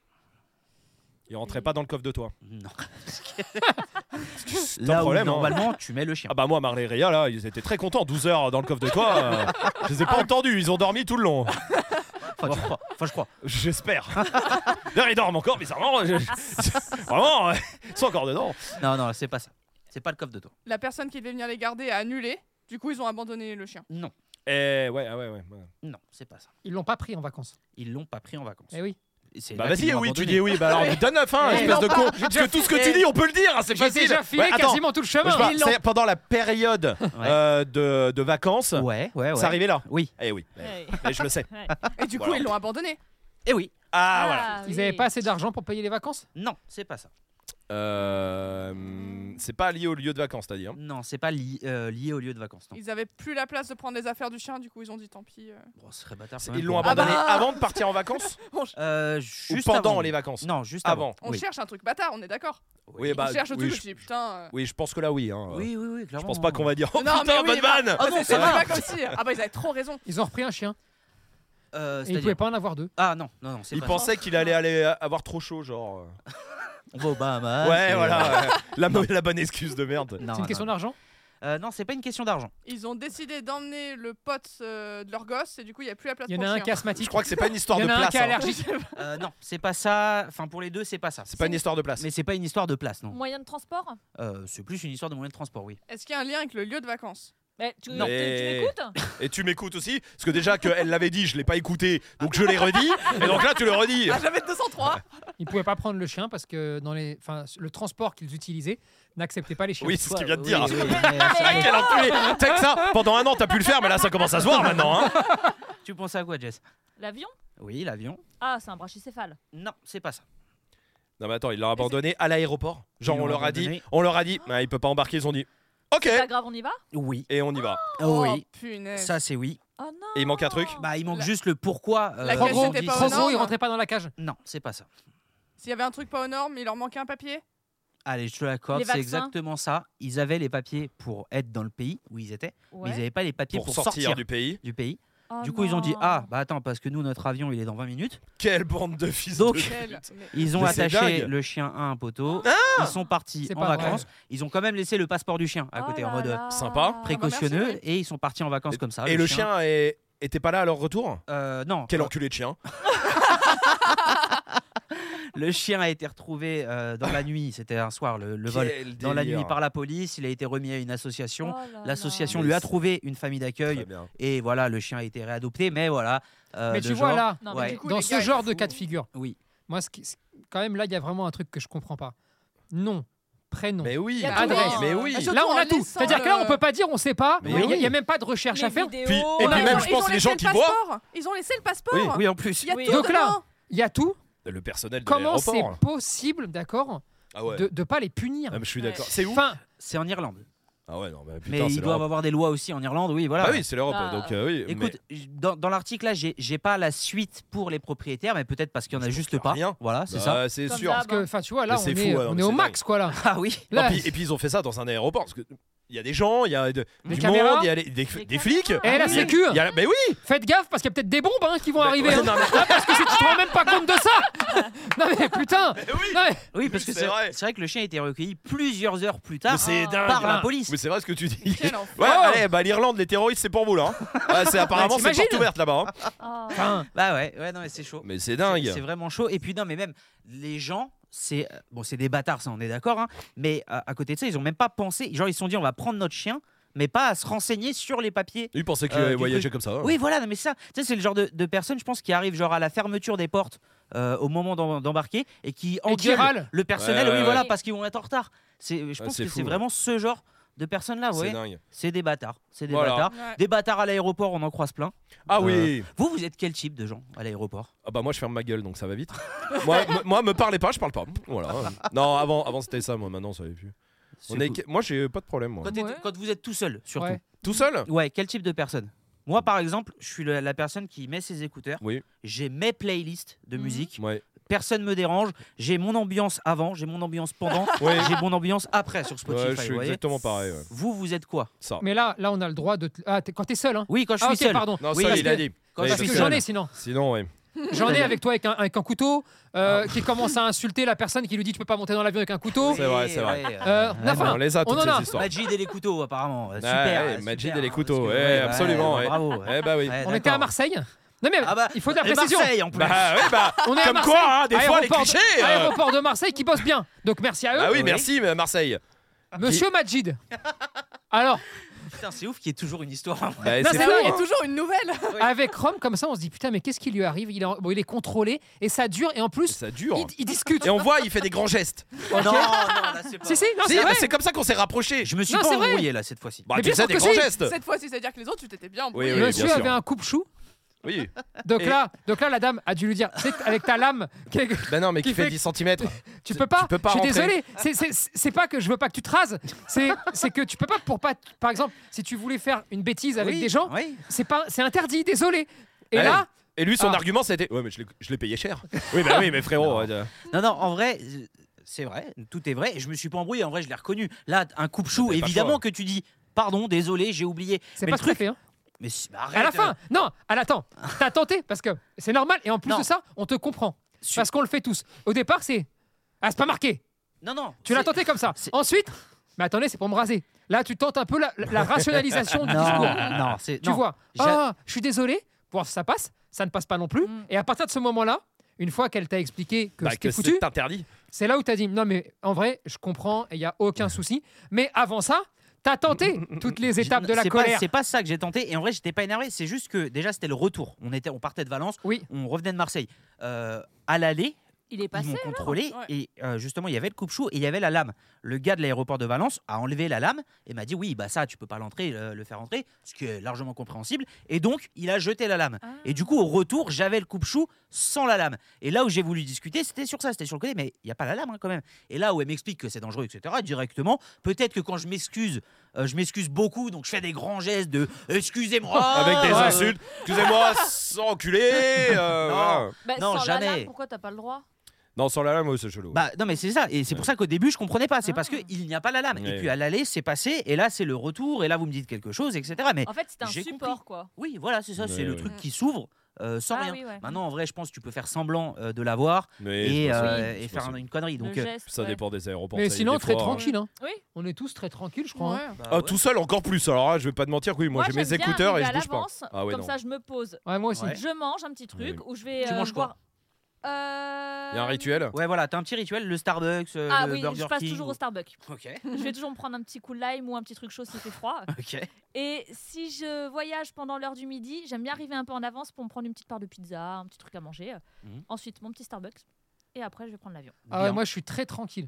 A: Il rentrait pas dans le coffre de toi.
B: Non.
A: C'est
B: Là
A: un
B: où,
A: problème. hein.
B: normalement, tu mets le chien.
A: Ah bah moi, Marley et Réa, là, ils étaient très contents. 12 heures dans le coffre de toi. euh, je les ai pas entendus, ils ont dormi tout le long. Ah,
B: Enfin, je crois. Enfin, je crois.
A: J'espère. D'ailleurs, ils dorment encore, bizarrement. je- je- Vraiment, ouais, ils sont encore dedans.
B: Non, non, c'est pas ça. C'est pas le coffre de toi.
D: La personne qui devait venir les garder a annulé. Du coup, ils ont abandonné le chien.
A: Et ouais, ah ouais, ouais. ouais.
B: Non, c'est pas ça.
H: Ils l'ont pas pris en vacances.
B: Ils l'ont pas pris en vacances.
H: Eh oui.
B: Et c'est
A: Bah
B: là qu'ils
A: vas-y,
B: l'ont
A: oui, tu
B: abandonné.
A: dis oui. Bah alors, donne neuf, hein,
H: Eh,
A: espèce de
H: non,
A: con.
H: pas- j'ai
A: Parce
H: déjà
A: que tout ce que
H: filé.
A: tu dis, on peut le dire, hein, c'est
H: J'ai
A: facile.
H: Bah, déjà filé
A: Ouais, attends, Bah,
H: quasiment tout le chemin.
A: je vois,
H: Ils l'ont-
A: c'est pendant la période
B: Ouais.
A: euh, de, de vacances,
B: Ouais, ouais, ouais.
A: c'est arrivé là.
B: Oui.
A: Eh oui,
C: Ouais.
A: Eh, je le sais.
C: Ouais.
D: Et du coup,
A: Voilà.
D: ils l'ont abandonné.
B: Et Eh oui.
A: Ah, voilà.
H: Ils
C: oui.
H: avaient pas assez d'argent pour payer les vacances
B: Non, c'est pas ça.
A: Euh, c'est pas lié au lieu de vacances, t'as dit. hein.
B: Non, c'est pas li- euh, lié au lieu de vacances. Non.
D: Ils avaient plus la place de prendre les affaires du chien. Du coup, ils ont dit tant pis. euh.
B: Bon, Oh, ce serait bâtard.
A: C'est-
B: quand même
A: Ils
B: pour
A: l'ont
B: un-
A: abandonné
D: Ah bah
A: avant de partir en vacances
B: Euh, juste
A: ou pendant
B: avant.
A: les vacances
B: Non, juste avant.
A: Avant.
D: On
B: oui.
D: cherche un truc bâtard, on est d'accord.
A: Oui, bah,
D: on cherche un
A: oui,
D: truc.
A: je-
D: Je... me suis dit, putain. euh.
A: Oui, je pense que là, oui. hein.
B: Oui, oui, oui,
A: je
B: clairement.
A: pense pas qu'on va dire Oh
D: Non, mais
A: putain,
D: oui,
A: bonne
D: bah-
A: vanne
B: Ah non,
D: C'est
B: c'est
D: pas
B: vrai.
D: comme si. Ah bah, ils avaient trop raison.
H: Ils ont repris un chien.
B: Euh,
H: Et ils
B: C'est-à-dire.
H: pouvaient pas en avoir deux.
B: Ah non, non, non, c'est
A: Il
B: pas. ça.
A: pensait qu'il allait aller euh, avoir trop chaud, genre. euh.
B: On va au Bahamas.
A: ouais,
B: et-
A: voilà. ouais. La, mo- la bonne excuse de merde.
B: Non,
H: C'est une question
B: non.
H: d'argent
B: Euh, non, c'est pas une question d'argent.
D: Ils ont décidé d'emmener le pote euh, de leur gosse et du coup, il n'y a plus la place
H: Il y en
D: pour
H: a
D: le
H: un
D: chien.
H: qui est
A: Je
H: asthmatique.
A: crois que c'est pas une histoire
H: Il y en
A: de
H: a un
A: place.
H: qui est
A: hein.
H: allergique.
B: Euh, non, c'est pas ça. Enfin, pour les deux, c'est pas ça.
A: C'est pas une histoire de place.
B: Mais c'est pas une histoire de place, non.
C: Moyen de transport
B: Euh, c'est plus une histoire de moyen de transport, oui.
D: Est-ce qu'il y a un lien avec le lieu de vacances
C: Mais tu,
A: Non.
C: tu- tu
A: Mais-
C: m'écoutes
A: Et tu m'écoutes aussi, parce que déjà qu'elle l'avait dit, je l'ai pas écouté, donc je l'ai redit, et donc là tu le redis.
D: Ah, j'avais 203
H: Ils pouvaient pas prendre le chien parce que dans les, enfin, le transport qu'ils utilisaient n'acceptait pas les chiens.
A: Oui, c'est ce qu'il vient de
B: Oui,
A: dire.
B: oui, mais euh,
A: C'est vrai qu'elle enculé. T'as que ça, pendant un an t'as pu le faire, mais là ça commence à se voir maintenant. Hein.
B: Tu pensais à quoi, Jess
C: L'avion
B: Oui, l'avion.
C: Ah, c'est un brachycéphale.
B: Non, c'est pas ça.
A: Non mais attends, il l'a abandonné à l'aéroport. Genre
B: Ils
A: on
B: l'ont
A: leur a dit,
B: abandonné.
A: on leur a dit, bah, il peut pas embarquer, ils ont dit, ok,
C: C'est pas grave, on y va
B: Oui.
A: et on y va.
B: Ah oui.
D: Oh, punaise.
B: Ça, c'est oui.
C: Oh non
A: Et il manque un truc
B: Bah, il manque
D: La-
B: juste le pourquoi. euh,
D: La
H: Trop
D: Elles
H: gros,
D: étaient
B: samedi.
D: pas
H: trop
D: aux
H: gros, ils
D: normes.
H: rentraient pas dans la cage.
B: Non, c'est pas ça.
D: S'il y avait un truc pas aux normes, il leur manquait un papier
B: Allez, je te l'accorde,
C: Les
B: c'est
C: vaccins.
B: exactement ça. Ils avaient les papiers pour être dans le pays où ils étaient, mais
C: Ouais.
B: ils n'avaient pas les papiers
A: pour,
B: pour,
A: sortir, du pays.
B: du pays.
C: Oh
B: du coup, ils ont dit
C: non.
B: Ah, bah attends, parce que nous, notre avion, il est dans 20 minutes.
A: Quelle bande de fils
B: Donc-
A: de
D: Quel- mais-
B: Ils ont
A: Mais c'est
B: attaché
A: dingue. Ah
B: le chien à un poteau. ils sont partis
H: C'est
B: en
H: pas vrai.
B: vacances. Ils ont quand même laissé le passeport du chien à
C: Oh
B: côté,
C: là
B: en mode euh,
C: là.
A: sympa.
B: précautionneux,
D: Ah bah merci,
B: et ils sont partis en vacances comme ça.
A: Et le chien est- était pas là à leur retour
B: euh, Non,
A: Quel enculé de chien
B: le chien a été retrouvé euh, dans la nuit. C'était un soir, le, le vol.
A: Quel
B: Dans la
A: délire.
B: nuit par la police, il a été remis à une association.
C: Oh là
B: L'association
C: là.
B: lui a trouvé une famille
A: Très
B: d'accueil
A: bien.
B: et voilà, le chien a été réadopté, mais voilà. euh,
H: Mais
B: de
H: tu vois
B: genre-
H: là,
C: Non, mais
B: Ouais.
D: du coup,
H: dans
D: les
H: ce
D: gars,
H: genre
D: il
H: de
D: faut-
H: cas de figure,
B: Oui.
H: moi, ce qui- ce- quand même, là, il y a vraiment un truc que je comprends pas. Nom, prénom.
A: Mais
C: Il
A: oui,
C: y a
H: tout
A: adresse.
H: dans-
A: Mais
D: Ah,
A: oui.
D: surtout
H: Là, on
D: en
H: a tout.
D: laissant
H: C'est-à-dire que là,
D: le-
H: on peut pas dire, on sait pas.
A: Mais
H: Il y a-
A: oui.
H: il y a même pas de recherche à
C: Les
H: faire.
C: vidéos,
A: Puis- et
D: Oh,
A: puis
D: ils
A: même,
D: ont-
A: je
D: ils
A: pense
D: ont
A: que les
D: laissé
A: gens
D: le
A: qui voient,
D: passeport. Ils ont laissé le passeport.
A: Oui,
B: Oui, en plus.
D: Il y a
C: Oui.
D: tout
H: Donc là-
D: dedans.
H: Il y a tout.
A: le personnel de
H: Comment c'est
A: l'aéroport.
H: possible, d'accord,
A: Ah ouais.
H: de, de pas les punir
A: Ah, mais je suis
C: Ouais.
A: d'accord. C'est où
H: Enfin,
B: C'est en Irlande.
A: Ah ouais, non, mais
B: mais
A: putain, c'est
B: ils doivent
A: l'Europe.
B: avoir des lois aussi en Irlande, oui, voilà.
A: Ah oui, c'est l'Europe.
C: Bah,
A: Donc euh, oui. mais
B: Écoute, j- dans, dans l'article là, j'ai j'ai pas la suite pour les propriétaires, mais peut-être parce qu'il y en a
A: Je
B: juste
A: trouve
B: pas.
A: rien.
B: Voilà, c'est
A: bah,
B: ça.
A: C'est
C: Comme
A: sûr.
C: d'hab.
D: Ah
H: parce que, enfin, tu vois, là,
A: Mais
H: on
A: c'est
H: est,
A: fou, ouais,
H: on
A: mais
H: est au
A: c'est
H: max, quoi, là.
B: Ah oui.
A: Non,
H: Là,
A: puis- et puis ils ont fait ça dans un aéroport parce que il y a des gens, il y a de-
H: Des
A: du
H: caméras.
A: monde, il y a les- des, des
C: caméras.
A: flics.
C: Eh,
H: la
A: Il y a-
H: sécu.
A: il y a la- Mais oui.
H: Faites gaffe, parce qu'il y a peut-être des bombes hein, qui vont
A: Mais-
H: arriver.
A: Bah, ouais,
H: hein.
A: non, mais-
H: Ah, parce que si tu te rends même pas compte de ça Non, mais putain
A: Mais oui.
H: Non, mais-
B: Oui, parce que
A: c'est
B: c'est
A: vrai.
B: c'est vrai que le chien a été recueilli plusieurs heures plus
A: Mais
B: tard
C: Oh.
A: c'est dingue.
B: par la
H: Ah.
B: police.
A: Mais c'est vrai ce que tu dis.
D: Quel
H: hein.
D: enfer.
H: Oh.
A: Ouais, allez, bah l'Irlande, les terroristes, c'est pour vous là. hein. Ah, c'est apparemment
H: Ouais,
A: c'est porte
H: Bah, t'imagines
A: ouverte là-bas. hein.
C: Ah.
H: Enfin,
B: Bah ouais, ouais, non, mais c'est chaud.
A: Mais c'est
B: C'est- C'est
A: dingue.
B: vraiment chaud. Et puis non, mais même les gens, c'est euh, bon, c'est des bâtards, ça, on est d'accord. hein, mais euh, à côté de ça, ils ont même pas pensé. Genre, ils se sont dit, on va prendre notre chien, mais pas à se renseigner sur les papiers.
A: Ils pensaient qu'il
B: Euh,
A: allait
B: du
A: voyager
B: truc.
A: comme ça. hein.
B: Oui, voilà, non, mais ça, tu sais, c'est le genre de, de personnes, je pense, qui arrivent genre à la fermeture des portes euh, au moment d'em- d'embarquer et qui
H: et qui
B: engueulent
H: râle.
B: le personnel.
A: Ouais, ouais,
B: oui,
A: ouais.
B: voilà, parce qu'ils vont être en retard. C'est, je
A: Ouais,
B: pense
A: c'est
B: que
A: fou,
B: c'est
A: ouais.
B: vraiment ce genre de
H: ah,
B: personnes-là,
A: C'est
B: ouais.
A: dingue.
B: C'est des bâtards, c'est des
A: Voilà.
B: bâtards.
D: Ouais.
B: Des bâtards à l'aéroport, on en croise plein.
A: Ah
B: Euh,
A: oui.
B: Vous, vous êtes quel type de gens à l'aéroport
A: Ah bah moi je ferme ma gueule donc ça va vite. moi, me- moi me parlez pas, je parle pas. Voilà. Non, avant avant c'était ça moi, maintenant ça va plus. On est
B: Surtout-
A: moi j'ai pas de problème moi.
B: quand, t'es-
H: Ouais.
B: quand vous êtes tout seul, surtout.
H: Ouais.
A: Tout seul
B: Ouais, quel type de personne Moi, par exemple, je suis le- la personne qui met ses écouteurs.
A: Oui.
B: J'ai mes playlists de
C: Mhm.
B: musique.
A: Ouais.
B: Personne me dérange. J'ai mon ambiance avant, j'ai mon ambiance pendant,
A: Ouais.
B: j'ai mon ambiance après sur Spotify.
A: Ouais, je suis
B: vous, voyez
A: exactement pareil. ouais.
B: Vous, vous êtes quoi
A: Ça.
H: Mais là, là, on a le droit de... te- Ah, t'es- quand t'es seul, hein
B: Oui, quand je
H: Ah,
B: suis
H: ok,
B: seul.
H: pardon.
A: Non,
B: Oui,
A: seul,
B: parce
A: il a
B: que-
A: dit.
B: Quand
A: Ouais,
B: je
H: Parce
B: suis
H: que
A: parce
B: seul.
H: j'en ai, sinon.
A: Sinon ouais.
H: J'en ai avec toi avec un, avec un couteau euh,
A: Ah.
H: qui commence à insulter la personne qui lui dit tu peux pas monter dans l'avion avec un couteau.
A: C'est vrai, c'est vrai.
B: Ouais,
H: Euh,
B: ouais.
H: Nafa,
A: on les a
H: on
A: toutes
H: en a.
A: ces histoires.
B: Majid et les couteaux, apparemment.
A: Ouais,
B: Euh, super.
A: ouais,
B: euh,
A: Majid
B: super,
A: et les
B: parce
A: couteaux,
B: que, bah,
A: ouais, absolument, ouais.
B: Bravo. ouais.
A: Eh bah oui.
B: Ouais,
H: On
B: d'accord.
H: était à Marseille. Non mais
B: Ah bah,
H: il faut de la
B: et
H: précision.
B: Marseille, en plus.
A: Bah oui, bah.
H: On est à
A: Comme
H: Marseille.
A: quoi, hein, des fois, les
H: Aéroport de-
A: clichés. euh,
H: Aéroport de Marseille qui bosse bien. Donc merci à eux.
A: Bah oui, bah,
B: Oui.
A: merci mais Marseille.
H: Monsieur Majid. Alors,
B: Putain, c'est ouf qu'il y ait toujours une histoire.
A: Bah,
H: Non,
A: c'est
H: c'est
A: fou,
H: vrai,
D: Ah, Il y a
A: hein.
D: toujours une nouvelle.
H: avec Rome comme ça, on se dit putain mais qu'est-ce qui lui arrive il est, en- bon, il est contrôlé et ça dure et en plus
A: Ça dure.
H: il, il discute.
A: Et on voit, il fait des grands gestes.
B: Non, non, là, c'est pas.
H: Si si, non,
A: Si,
H: c'est vrai.
A: bah, c'est comme ça qu'on s'est rapprochés.
B: Je me suis
H: Non,
B: pas
H: c'est vrai.
B: embrouillé là cette fois-ci.
A: Bah,
H: Mais
A: tu
H: bien
A: sais,
H: sûr
A: des
H: que
A: grands
H: si.
A: gestes.
D: Cette fois-ci, c'est-à-dire que les autres, tu t'étais bien embrouillé.
A: Oui, bien
H: Monsieur
A: sûr.
H: avait un coupe chou.
A: Oui.
H: Donc
A: Et-
H: là, donc là la dame a dû lui dire c'est avec ta lame que- que-
A: Bah non, mais qui,
H: Qui
A: fait
H: fait- Ah.
A: 10 cm.
H: tu peux pas.
A: Tu peux pas
H: je suis
A: rentrer.
H: désolé. C'est- c'est- C'est pas que je veux pas que tu te rases. C'est c'est que tu peux pas pour pas. Par exemple, si tu voulais faire une bêtise avec
B: Oui,
H: des gens,
B: oui.
H: c'est pas c'est interdit. Désolé. Et
A: Ouais.
H: là,
A: Et lui, son
H: Ah.
A: argument, c'était Ouais, mais je l'ai- je l'ai payé cher. Oui, bah oui, mais frérot. ouais, euh,
B: Non, non, en vrai, euh, c'est vrai, tout est vrai. Et je me suis pas embrouillé, en vrai, je l'ai reconnu. Là, un coupe chou,
A: T'avais pas le
B: évidemment
A: choix.
B: que tu dis pardon, désolé, j'ai oublié.
H: c'est
B: Mais
H: pas
B: le
H: ce qu'elle
B: truc,
H: fait. hein.
B: mais si- bah, arrête,
H: À la
B: euh,
H: fin, non. À l'attends. T'as tenté parce que c'est normal. Et en plus
B: Non.
H: de ça, on te comprend
B: Su-
H: parce qu'on le fait tous. Au départ, c'est ah c'est pas marqué.
B: Non, non.
H: Tu l'as
B: c'est-
H: tenté comme ça.
B: c'est-
H: Ensuite, mais attendez, c'est pour me raser. Là, tu tentes un peu la, la- la rationalisation du discours.
B: Non, non, c'est.
H: Tu
B: non.
H: vois,
B: J'a-
H: ah, je suis désolé, pour voir si ça passe, ça ne passe pas non plus.
C: Mm.
H: Et à partir de ce moment-là, une fois qu'elle t'a expliqué que
A: bah,
H: c'était
A: que
H: foutu,
A: c'est interdit.
H: c'est là où t'as dit non, mais en vrai, je comprends et il n'y a
B: Mm.
H: aucun souci. Mais avant ça, t'as tenté toutes les
B: J'ai-
H: étapes de la
B: c'est pas-
H: colère.
B: C'est pas ça que j'ai tenté. Et en vrai, j'étais pas énervé. C'est juste que déjà, c'était le retour. On, était, on partait de Valence.
H: Oui.
B: On revenait de Marseille. Euh, à l'aller,
C: Il est
B: ils
C: passé.
B: m'ont contrôlé.
D: Ouais.
B: Et euh, justement, il y avait le coupe-chou et il y avait la lame. Le gars de l'aéroport de Valence a enlevé la lame et m'a dit Oui, bah ça, tu peux pas l'entrer, le, le faire entrer, ce qui est largement compréhensible. Et donc, il a jeté la lame.
C: Ah.
B: Et du coup, au retour, j'avais le coupe-chou sans la lame. Et là où j'ai voulu discuter, c'était sur ça, c'était sur le côté, mais il n'y a pas la lame hein, quand même. Et là où elle m'explique que c'est dangereux, etc., directement, peut-être que quand je m'excuse, euh, je m'excuse beaucoup, donc je fais des grands gestes de excusez-moi
H: Ah,
A: Avec des
B: euh,
A: insultes. Excusez-moi, sans enculé. euh,
B: Non.
A: voilà.
C: Bah,
B: Non,
C: sans la
B: jamais.
C: lame, pourquoi t'as pas le droit
A: Non, sans la lame, ouais, c'est chelou.
B: Bah non mais c'est ça et c'est pour ça qu'au début je comprenais pas c'est parce que
C: Ah.
B: il n'y a pas la lame
A: Ouais.
B: et puis à l'aller c'est passé et là c'est le retour et là vous me dites quelque chose etc mais
C: En fait, c'était un
B: J'ai
C: support, quoi.
B: oui voilà c'est ça c'est
A: Ouais,
B: le
A: ouais.
B: truc qui s'ouvre euh, sans
C: Ah
B: rien
C: oui, ouais.
B: maintenant en vrai je pense que tu peux faire semblant euh, de l'avoir
A: Mais
B: et,
A: je pense-
B: euh,
A: je
B: et
A: pense
B: faire
A: que
B: une connerie donc
C: le
B: euh,
C: geste.
A: Ça
C: ouais.
A: dépend des aéroports.
H: Mais
A: ça,
H: sinon,
A: des
H: très
A: fois, hein.
H: tranquille. hein.
C: Oui.
H: On est tous très tranquilles, je crois. hein.
D: Ouais.
B: bah,
A: Ah,
B: ouais.
A: tout seul encore plus alors là je vais pas te mentir oui moi, j'ai
C: j'aime
A: mes
C: bien
A: écouteurs et je
C: arriver à
A: bouge pas
C: l'avance,
A: Ah ouais,
C: Comme
A: non.
C: ça, je me pose.
H: hein. Ouais, moi aussi.
B: Ouais.
C: Je mange un petit truc ou je vais.
B: Tu
C: euh,
B: manges quoi
C: boire- Euh,
A: il y a un rituel
B: ouais voilà t'as un petit rituel le Starbucks euh,
C: Ah
B: le
C: oui,
B: Burger
C: je passe
B: King,
C: toujours
B: ou-
C: au Starbucks.
B: ok
C: Je vais toujours me prendre un petit coup de lime ou un petit truc chaud s'il fait froid.
B: ok
C: Et si je voyage pendant l'heure du midi, j'aime bien arriver un peu en avance pour me prendre une petite part de pizza, un petit truc à manger.
B: Mhm.
C: Ensuite, mon petit Starbucks. Et après, je vais prendre l'avion.
H: Ah ouais,
B: Bien.
H: moi, je suis très tranquille.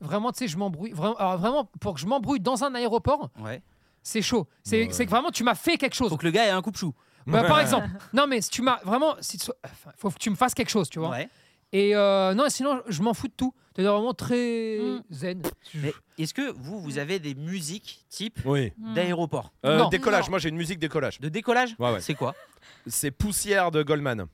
H: Vraiment, tu sais, je m'embrouille. Vraiment, alors, vraiment, pour que je m'embrouille dans un aéroport,
B: ouais
H: c'est chaud. C'est
A: Ouais.
H: c'est que vraiment, tu m'as fait quelque chose.
B: faut que le gars ait un coupe chou
H: Bah, par exemple, non, mais si tu m'as vraiment, si tu sois- enfin, faut que tu me fasses quelque chose, tu vois.
B: ouais
H: Et euh, non, sinon, je m'en fous de tout. T'es vraiment très
C: Mm.
H: zen.
B: mais est-ce que vous vous avez des musiques type
A: oui
C: Mhm.
B: d'aéroport
A: Euh,
H: Non.
A: décollage
D: Non.
A: moi j'ai une musique décollage
B: de décollage
A: Ouais, ouais.
B: c'est quoi
A: c'est poussière de Goldman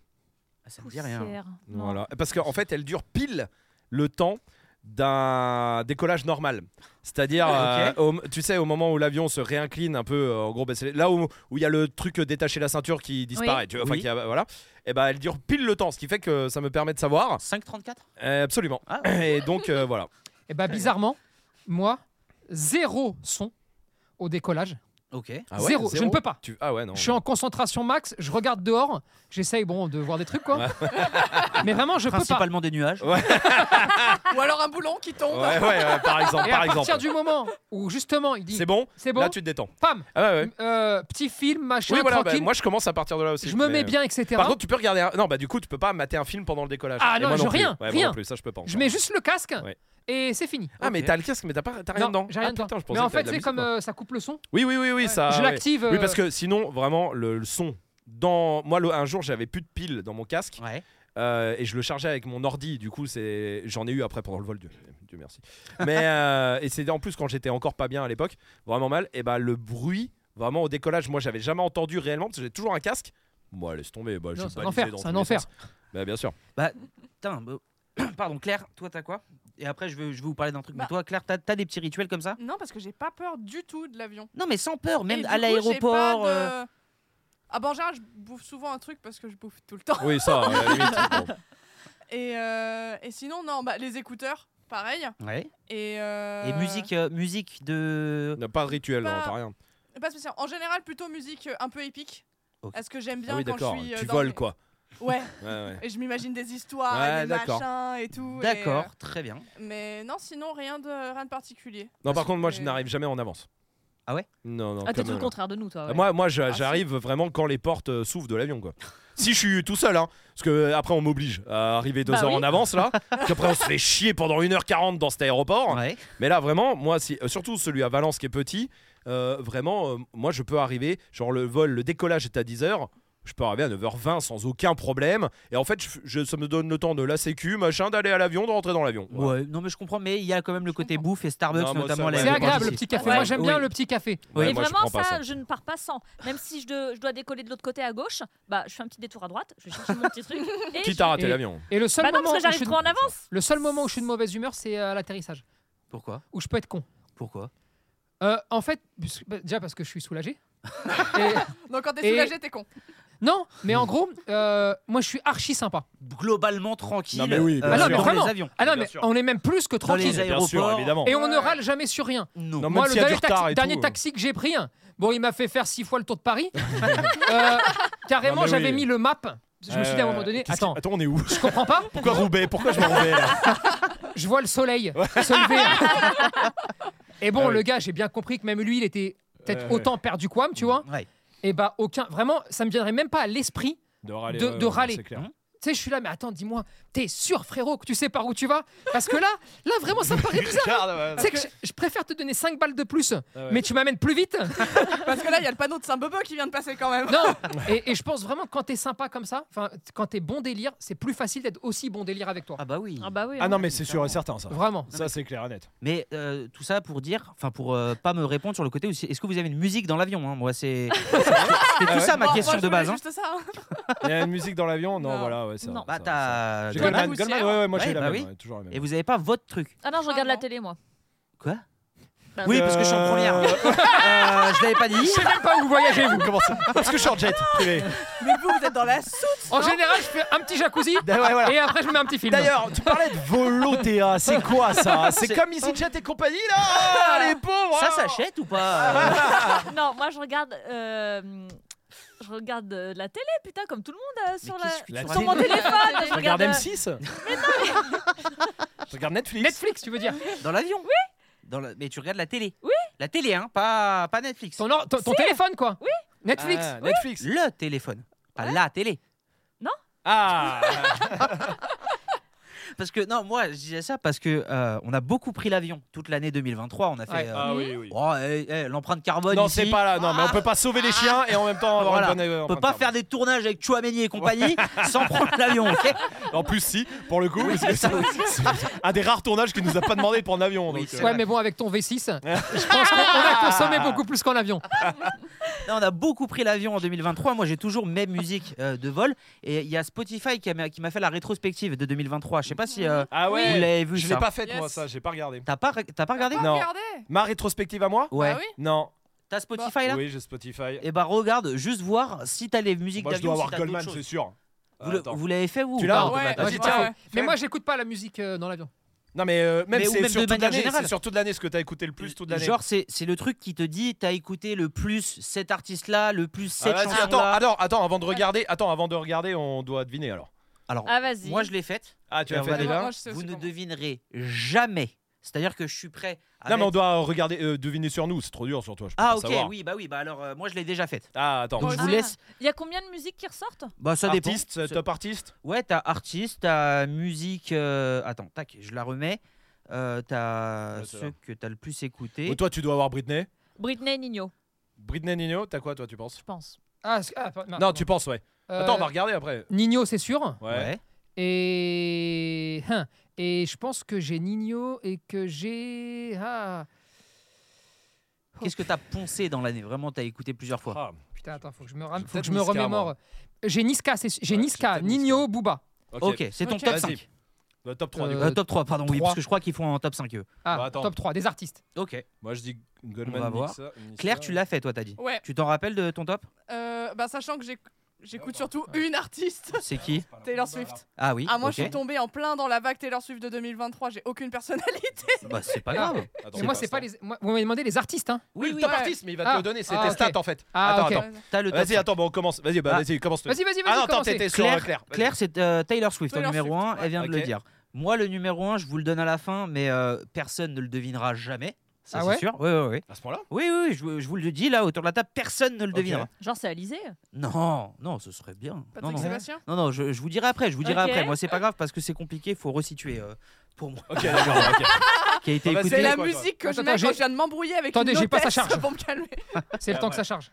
B: Ah, ça me dit rien
C: Mmh. Poussière. Non.
A: voilà parce qu'en fait elle dure pile le temps d'un décollage normal c'est-à-dire
B: Ah, ok.
A: euh, au- tu sais au moment où l'avion se réincline un peu euh, en gros bah, c'est là où où il y a le truc euh, détacher la ceinture qui disparaît tu vois, enfin
B: Oui.
A: qui a- voilà et ben elle dure pile le temps ce qui fait que ça me permet de savoir
B: 5.34
A: Euh, absolument
B: Ah.
A: et donc euh, voilà
H: Et bah, bizarrement, moi, zéro son au décollage.
B: Ok.
A: Ah ouais,
H: Zéro. Je ne peux pas.
A: Tu- ah ouais non
H: Je suis en concentration max, je regarde dehors, j'essaye bon de voir des trucs quoi. Mais vraiment je peux pas.
B: Principalement des nuages.
D: Ou alors un boulon qui tombe.
A: ouais ouais ouais, par exemple
H: Et
A: par
H: à partir
A: exemple
H: du moment où justement il dit
A: c'est bon
H: c'est bon,
A: là tu te détends
H: pam,
A: ah ouais, ouais.
H: euh, petit film machin
A: Oui, voilà, bah,
H: tranquille,
A: moi je commence à partir de là aussi.
H: je me
A: mais- euh,
H: mets bien etc.
A: Par contre, tu peux regarder. un- Non, bah du coup, tu peux pas mater un film pendant le décollage.
H: Ah
A: Et
H: non,
A: moi
H: je-
A: plus.
H: rien,
A: Ouais, moi
H: rien.
A: non plus, ça je peux pas.
H: je mets juste le casque
A: Ouais.
H: et c'est fini.
A: Ah, mais
B: Ok.
A: t'as le casque, mais t'as pas, t'as rien
H: Non,
A: dedans.
H: j'ai rien
A: Ah,
H: dedans.
A: putain, je
H: mais
A: pensais
H: en
A: que t'avais
H: fait,
A: de la
H: c'est
A: musique,
H: comme
A: moi.
H: euh, ça coupe le son.
A: Oui, oui, oui, oui, ça.
H: je
A: ouais.
H: l'active.
A: Oui,
H: euh,
A: parce que sinon, vraiment, le, le son. Dans moi, le- un jour, j'avais plus de piles dans mon casque
B: Ouais.
A: euh, et je le chargeais avec mon ordi. Du coup, c'est j'en ai eu après pendant le vol. Dieu, Dieu merci. Mais euh, et c'est en plus quand j'étais encore pas bien à l'époque, vraiment mal. Et bah le bruit, vraiment au décollage, moi j'avais jamais entendu réellement parce que j'ai toujours un casque. Moi, laisse tomber. Bah,
H: Non,
A: j'ai
H: c'est un
A: balisé
H: enfer,
A: dans
H: c'est
A: tous
H: un
A: les
H: enfer.
A: sens. Bah bien sûr.
B: Putain, bah, Pardon, Claire, toi t'as quoi Et après, je vais, je vais vous parler d'un truc. Mais
D: Bah.
B: toi, Claire, t'as as des petits rituels comme ça
D: Non, parce que j'ai pas peur du tout de l'avion.
B: Non, mais sans peur, même
D: Et
B: à
D: du coup, j'ai pas
B: l'aéroport.
D: de-
B: euh,
D: Ah bon, en général, je bouffe souvent un truc parce que je bouffe tout le temps.
A: Oui, ça, à la limite. Bon.
D: Et, euh, et sinon, non, bah, les écouteurs, pareil.
B: Ouais.
D: Et, euh,
B: Et musique, euh, musique de.
A: N'a pas de rituel,
D: Pas-
A: non, t'as rien. Ah
D: Pas spécial. En général, plutôt musique euh, un peu épique.
B: Ok.
D: Est-ce que j'aime bien
A: Ah oui,
D: quand
A: d'accord.
D: je suis. euh,
A: Tu
D: dans-
A: voles, quoi.
D: Ouais,
A: Ouais, ouais.
D: et je m'imagine des histoires,
A: Ouais,
D: des
A: d'accord.
D: machins et tout. et,
B: D'accord, très bien.
D: euh, mais non, sinon, rien de, rien de particulier.
A: Non, par contre, moi, je
D: que-
A: n'arrive jamais en avance.
B: Ah ouais
A: Non, non.
C: Ah, t'es
A: comme- euh,
C: tout le contraire de nous, toi. ouais.
A: Moi, moi je-
D: Ah, si.
A: j'arrive vraiment quand les portes euh, s'ouvrent de l'avion, quoi. Si je suis tout seul, hein, parce que euh, après on m'oblige à arriver deux
C: Bah
A: heures
C: oui.
A: en avance là, puis après on se fait chier pendant 1h40 dans cet aéroport.
B: Ouais.
A: Mais là vraiment, moi, si, euh, surtout celui à Valence qui est petit, euh, vraiment, euh, moi je peux arriver, genre le vol, le décollage est à 10h, je peux arriver à 9h20 sans aucun problème. Et en fait, je- je- ça me donne le temps de la sécu, machin, d'aller à l'avion, de rentrer dans l'avion.
B: Ouais. non, mais je comprends, mais il y a quand même le côté bouffe et
A: Non,
B: Starbucks,
A: moi, ça,
B: notamment.
A: ouais.
B: la-
H: C'est
A: Ah, Ouais,
H: agréable
A: moi
H: le
A: aussi.
H: petit café.
C: Ouais.
H: Moi j'aime bien
B: Oui.
H: le petit café.
A: Ouais,
C: et
A: moi, je
C: vraiment,
A: prends pas ça.
C: je ne pars pas sans. Même si je, de- je dois décoller de l'autre côté à gauche, bah, je fais un petit détour à droite, je cherche mon petit truc. Et
A: Quitte
C: je-
A: à rater
H: Et-
A: l'avion.
H: Et le seul
C: Bah non,
H: moment
C: parce que
H: où je
C: j'arrive
H: suis-
C: trop en avance.
H: le seul moment où je suis de mauvaise humeur, c'est euh, à l'atterrissage,
B: Pourquoi
H: où je peux être con.
B: Pourquoi
H: Euh, en fait, parce- bah, déjà parce que je suis soulagé. Et-
D: Donc, quand
H: Et-
D: t'es soulagé, t'es con.
H: Non, mais en gros, euh, moi je suis archi sympa.
B: Globalement tranquille
A: Non, mais oui, bien
B: euh,
H: sûr.
B: dans
H: Vraiment.
B: les avions.
H: Ah non,
A: Bien
H: mais
A: sûr.
H: on est même plus que
B: Dans les
H: tranquille.
A: Bien sûr,
B: aéroports.
A: évidemment.
H: Et on ne râle jamais sur rien.
B: Non.
A: Non, même
H: Moi, le
A: s'il y a du
H: dernier, taxi,
A: retard et
H: dernier
A: tout. euh.
H: taxi que j'ai pris, hein. bon, il m'a fait faire six fois le tour de Paris. Euh,
A: Non,
H: carrément,
A: mais oui.
H: j'avais mis le map. Je me suis dit à un
A: Euh,
H: moment donné,
A: qu'est-ce qui-
H: attends,
A: attends, on est où
H: je comprends pas.
A: Pourquoi Roubaix Pourquoi je vais à Roubaix là
H: Je vois le soleil se lever. Et bon,
A: Ah oui.
H: le gars, j'ai bien compris que même lui, il était peut-être
A: Ouais, Mm. ouais.
H: autant perdu qu'Ouam, tu vois.
B: Ouais.
H: Et bah, aucun. Vraiment, ça me viendrait même pas à l'esprit.
A: De râler.
H: De-
A: ouais,
H: de
A: ouais,
H: râler.
A: c'est clair.
H: Tu sais, je suis là, mais attends, dis-moi, t'es sûr, frérot, que tu sais par où tu vas Parce que là, là, vraiment, ça me paraît bizarre. Tu sais que je, je préfère te donner 5 balles de plus, mais tu m'amènes plus vite.
D: Parce que là, il y a le panneau de Saint-Bobo qui vient de passer quand même.
H: Non et, et je pense vraiment que quand t'es sympa comme ça, enfin, quand t'es bon délire, c'est plus facile d'être aussi bon délire avec toi.
B: Ah bah oui.
C: Ah bah oui.
A: Ah bah.
C: hein.
A: non, mais c'est sûr et certain ça.
H: Vraiment.
A: Ça, c'est clair et net.
B: Mais euh, tout ça pour dire, enfin pour euh, pas me répondre sur le côté aussi. Est-ce que vous avez une musique dans l'avion hein Moi c'est c'est tout ça ma
D: Bon,
B: question
D: moi,
B: de
D: je voulais
B: base. hein.
D: juste ça. hein.
A: Il y a une musique dans l'avion Non,
D: Non.
A: voilà, ouais, ça.
C: Non.
B: Bah
A: ça-
B: t'as.
A: J'ai
D: Toi,
A: Goldman,
D: la poussière.
A: Goldman, ouais, ouais, moi
B: Ouais,
A: j'ai la
B: bah
A: même,
B: oui.
A: ouais, toujours la même.
B: Et vous avez pas votre truc
C: Ah non, je regarde
D: Ah
C: la
D: non.
C: télé, moi.
B: Quoi
C: Bah,
B: Oui parce que je suis en première. Euh, je l'avais pas
H: Je
B: dit.
H: sais même pas où vous voyagez, vous.
A: Comment ça Parce que je suis en jet privé.
D: Mais vous, vous êtes dans la soupe.
H: En général, je fais un petit jacuzzi
A: Ah ouais, voilà.
H: et après, je me mets un petit film.
A: D'ailleurs, tu parlais de Volotea, c'est quoi ça C'est
B: C'est-
A: comme EasyJet et compagnie là Ah, Les pauvres
B: Ça
A: hein
B: s'achète ou pas euh
C: Non, moi je regarde. euh, Je regarde euh, la télé, putain, comme tout le monde euh, sur
B: Mais
C: la.
B: qu'est-ce que tu
A: la
B: racontes
C: Sur mon téléphone,
A: Je
C: je
A: regarde
C: regarde. euh,
A: M6 Je regarde Netflix
H: Netflix, tu veux dire
B: Dans l'avion Oui. Dans la- Mais tu regardes la télé
C: Oui.
B: La télé hein, pas pas Netflix.
H: Ton, or- ton- ton téléphone, quoi
C: Oui.
H: Netflix
A: Ah, Netflix
B: Le téléphone. Pas la télé.
A: Ah
B: Parce que non moi je disais ça parce que euh, on a beaucoup pris l'avion toute l'année 2023. On a fait.
H: Ouais.
B: euh,
A: Ah oui, oui.
B: oh, eh, eh, l'empreinte carbone
A: Non,
B: ici.
A: c'est pas là, non, mais on peut pas sauver les chiens et en même temps avoir
B: Ah. Voilà.
A: une bonne. euh,
B: On peut pas faire des tournages avec Chouameni et compagnie sans prendre l'avion, ok
A: En plus, si, pour le coup, parce que c'est c'est un des rares tournages qui nous a pas demandé de prendre l'avion.
B: Oui,
A: donc,
B: c'est
A: euh,
H: Ouais, mais bon, avec ton V6, je pense qu'on on a consommé beaucoup plus qu'en avion.
A: Ah,
B: Non, on a beaucoup pris l'avion en 2023. Moi, j'ai toujours mes musiques euh, de vol. Et il y a Spotify qui m'a qui m'a fait la rétrospective de 2023. Je sais pas si euh,
A: Ah ouais
B: vous l'avez vu
A: Je l'ai
B: ça.
A: pas faite,
D: Yes.
A: moi, ça, j'ai pas regardé.
B: T'as pas, re- t'as pas regardé
D: Ah,
A: Non.
D: Regardez.
A: Ma rétrospective à moi
B: Ouais.
D: Bah oui.
A: Non.
B: T'as Spotify là
A: Ah Oui, j'ai Spotify.
B: Et bah regarde, juste voir si t'as les musiques
A: Moi, Bah, je dois
B: d'avion.
A: avoir
B: si t'as
A: Goldman,
B: d'autres
A: c'est
B: choses.
A: sûr.
B: Vous le-
A: Attends.
B: vous l'avez fait vous
A: Tu
B: ou
A: l'as
B: pas,
A: Ah,
D: Ouais,
B: Automata
A: bah, j'ai
D: ouais,
A: tiens.
D: ouais.
H: Mais moi, j'écoute pas la musique euh, dans l'avion.
A: Non, mais euh, même
B: Mais ou
A: c'est
B: même
A: sur
B: de
A: toute
B: manière
A: l'année,
B: générale.
A: c'est sur toute l'année ce que t'as écouté le plus toute l'année.
B: Genre, c'est c'est le truc qui te dit t'as écouté le plus cet artiste-là, le plus
A: Ah,
B: cette
A: vas-y,
B: chanson-là.
A: attends, alors, attends, avant de regarder, attends, avant de regarder, on doit deviner alors.
B: Alors,
C: Ah, vas-y.
B: moi je l'ai faite.
A: Ah, tu
B: Et
A: as
B: on
A: fait
B: va
A: déjà
D: Moi, moi, je sais
B: Vous
D: aussi
B: ne
D: pas.
B: devinerez jamais. C'est-à-dire que je suis prêt à.
A: Non, mais on
B: mettre-
A: doit regarder, euh, deviner sur nous, c'est trop dur sur toi. Je peux
B: Ah
A: pas
B: ok,
A: savoir.
B: oui, bah oui, bah alors euh, moi je l'ai déjà faite.
A: Ah, attends.
B: Donc je vous
C: aussi.
B: laisse.
C: Il y a combien de musiques qui ressortent
B: Bah ça dépend.
A: artiste, euh,
B: Ce-
A: top artiste
B: Ouais, t'as artiste, t'as musique. euh, Attends, tac, je la remets. Euh, t'as
A: Ouais, c'est
B: ceux
A: là.
B: que t'as le plus écouté.
A: Ou Toi, tu dois avoir Britney.
C: Britney et Nino,
A: Britney Nino, t'as quoi, toi, tu penses
C: je pense.
H: Ah, c'est- ah, non,
A: Non, tu penses, ouais.
H: Euh,
A: Attends, on va regarder après.
H: Nino, c'est sûr.
A: Ouais.
B: Ouais.
H: Et. hein, Et je pense que j'ai Nino et que j'ai. Ah.
B: Qu'est-ce que t'as poncé dans l'année Vraiment, t'as écouté plusieurs fois.
A: Ah,
H: Putain, attends, faut que je me,
A: J'ai
H: ram- faut que
A: peut-être
H: je me
A: Niska, moi.
H: remémore. J'ai Niska, c'est su- j'ai
A: Ouais,
H: Niska,
A: j'ai peut-être Niska.
H: Nino, Booba.
A: ok.
B: Ok, c'est ton
D: Ok.
B: top
A: Vas-y.
B: 5.
A: Le top 3 du
H: Euh,
A: coup.
B: Euh, top 3, pardon, oui,
H: trois.
B: parce que je crois qu'ils font un top 5 eux.
H: Ah,
A: Bah, attends.
H: top 3 des artistes.
B: Ok.
A: Moi, je dis
B: On va
A: Goldman
B: voir.
A: Nix- Niska.
B: Claire, tu l'as fait, toi, t'as dit.
D: Ouais.
B: Tu t'en rappelles de ton top
D: Euh, euh, bah, sachant que j'ai- j'écoute surtout une artiste,
B: C'est qui
A: bah,
D: Taylor Swift.
B: Ah oui.
D: Ah, moi,
B: ok.
D: je suis tombée en plein dans la vague Taylor Swift de 2023. J'ai aucune personnalité.
B: Bah, c'est pas
H: Ah,
B: grave.
A: Attends,
H: Et moi, c'est pas les. moi, vous m'avez demandé les artistes, hein.
B: Oui, oui.
D: top.
A: artiste, mais il va
H: Ah.
A: te le donner. C'est
H: Ah,
A: tes
H: ok.
A: stats en fait.
H: Ah,
A: attends,
H: ok.
D: Euh,
A: attends.
B: T'as le top
A: Vas-y,
B: cinq.
A: attends, bon, on commence. Vas-y, bah,
B: Ah.
A: vas-y, commence.
H: Vas-y, vas-y, vas-y.
A: Ah non, attends,
H: commencez.
A: t'étais sur euh,
B: Claire,
A: Claire. Vas-y.
B: Claire, c'est euh, Taylor Swift
D: Taylor
B: en numéro
D: Swift,
B: 1, elle vient de
A: Ok.
B: le dire. Moi, le numéro 1, je vous le donne à la fin, mais euh, personne ne le devinera jamais. Ça,
H: Ah
B: c'est
H: ouais
B: sûr. Oui, oui, oui.
A: À ce point-là
B: Oui, oui, je, je vous le dis là, autour de la table, personne ne le devinera.
C: Genre, c'est Alizé.
B: Non, non, ce serait bien. Non,
D: Patrick
B: non,
D: Sébastien
B: non, non, je, je vous dirai après, je vous dirai
C: Ok.
B: après. Moi, c'est pas grave parce que c'est compliqué, faut resituer euh, pour moi.
A: Ok, d'accord. ok.
B: Qui a été
A: Ah bah, Écoutez-
B: écouté.
D: C'est la
A: Quoi, toi
D: musique que je
H: Attends,
D: mets quand
H: j'ai-
D: je viens de m'embrouiller avec
H: Attendez,
D: une
H: j'ai pas sa
D: hôtesse
H: charge.
D: pour me calmer. Euh,
H: C'est le temps que
A: ouais. Euh,
H: ça charge.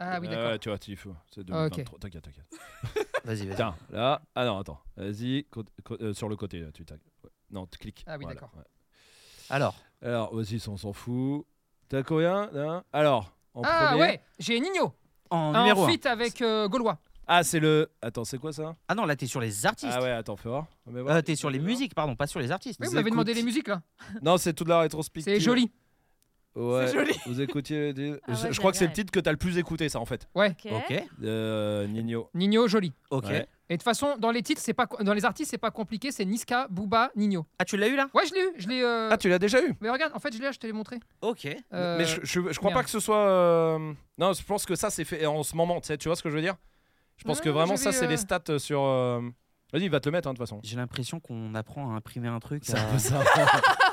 H: Ah oui,
A: Ouais,
H: d'accord.
A: tu vois, tu fou. C'est
H: Ah, ok.
A: 2023. T'inquiète, t'inquiète.
B: Vas-y, vas-y.
A: Tiens, là. Ah non, attends. Vas-y, co- co- euh, sur le côté, là, tu tac. Ouais. Non, tu cliques.
H: Ah oui,
A: Voilà,
H: d'accord.
A: ouais.
B: Alors,
A: Alors, vas-y, ça, on s'en fout. T'as combien là Alors, en
H: Ah
A: premier.
H: ouais, j'ai Nino.
B: en numéro
H: En
B: 1.
H: feat avec euh, Gaulois.
A: Ah, c'est le. Attends, c'est quoi ça
B: Ah non, là, t'es sur les artistes.
A: Ah ouais, attends, fais voir. Mais
B: Euh,
A: voilà.
B: t'es sur les musiques, pardon, pas sur les artistes.
H: Oui, vous m'avez demandé
A: écoutes.
H: les musiques là.
A: Non, c'est toute la rétrospective.
H: C'est joli.
A: Ouais.
D: C'est joli.
A: Vous écoutiez. des-
C: Ah ouais,
A: je, je
C: j'aime
A: crois que c'est
C: bien.
A: le titre que t'as le plus écouté, ça, en fait.
H: Ouais.
C: Ok.
B: Ok,
A: Euh, Nino.
H: Nino, joli.
B: ok.
A: Ouais.
H: Et de toute façon, dans les titres, c'est pas co- dans les artistes, c'est pas compliqué. C'est Niska, Booba, Nino.
B: Ah, tu l'as eu là
H: Ouais, je l'ai eu. Je l'ai. euh,
A: Ah, tu l'as déjà eu
H: Mais regarde, en fait, je l'ai. Je te l'ai montré.
B: Ok.
H: Euh,
A: Mais je, je, je crois
H: merde.
A: pas que ce soit. euh, Non, je pense que ça, c'est fait en ce moment, tu sais, tu vois ce que je veux dire Je pense
H: Ouais,
A: que vraiment, ça,
H: j'avais,
A: c'est
H: euh,
A: les stats euh, sur. euh, Vas-y, il va te le mettre, hein, de toute façon.
B: J'ai l'impression qu'on apprend à imprimer un truc. euh,
A: C'est
B: à-
A: un peu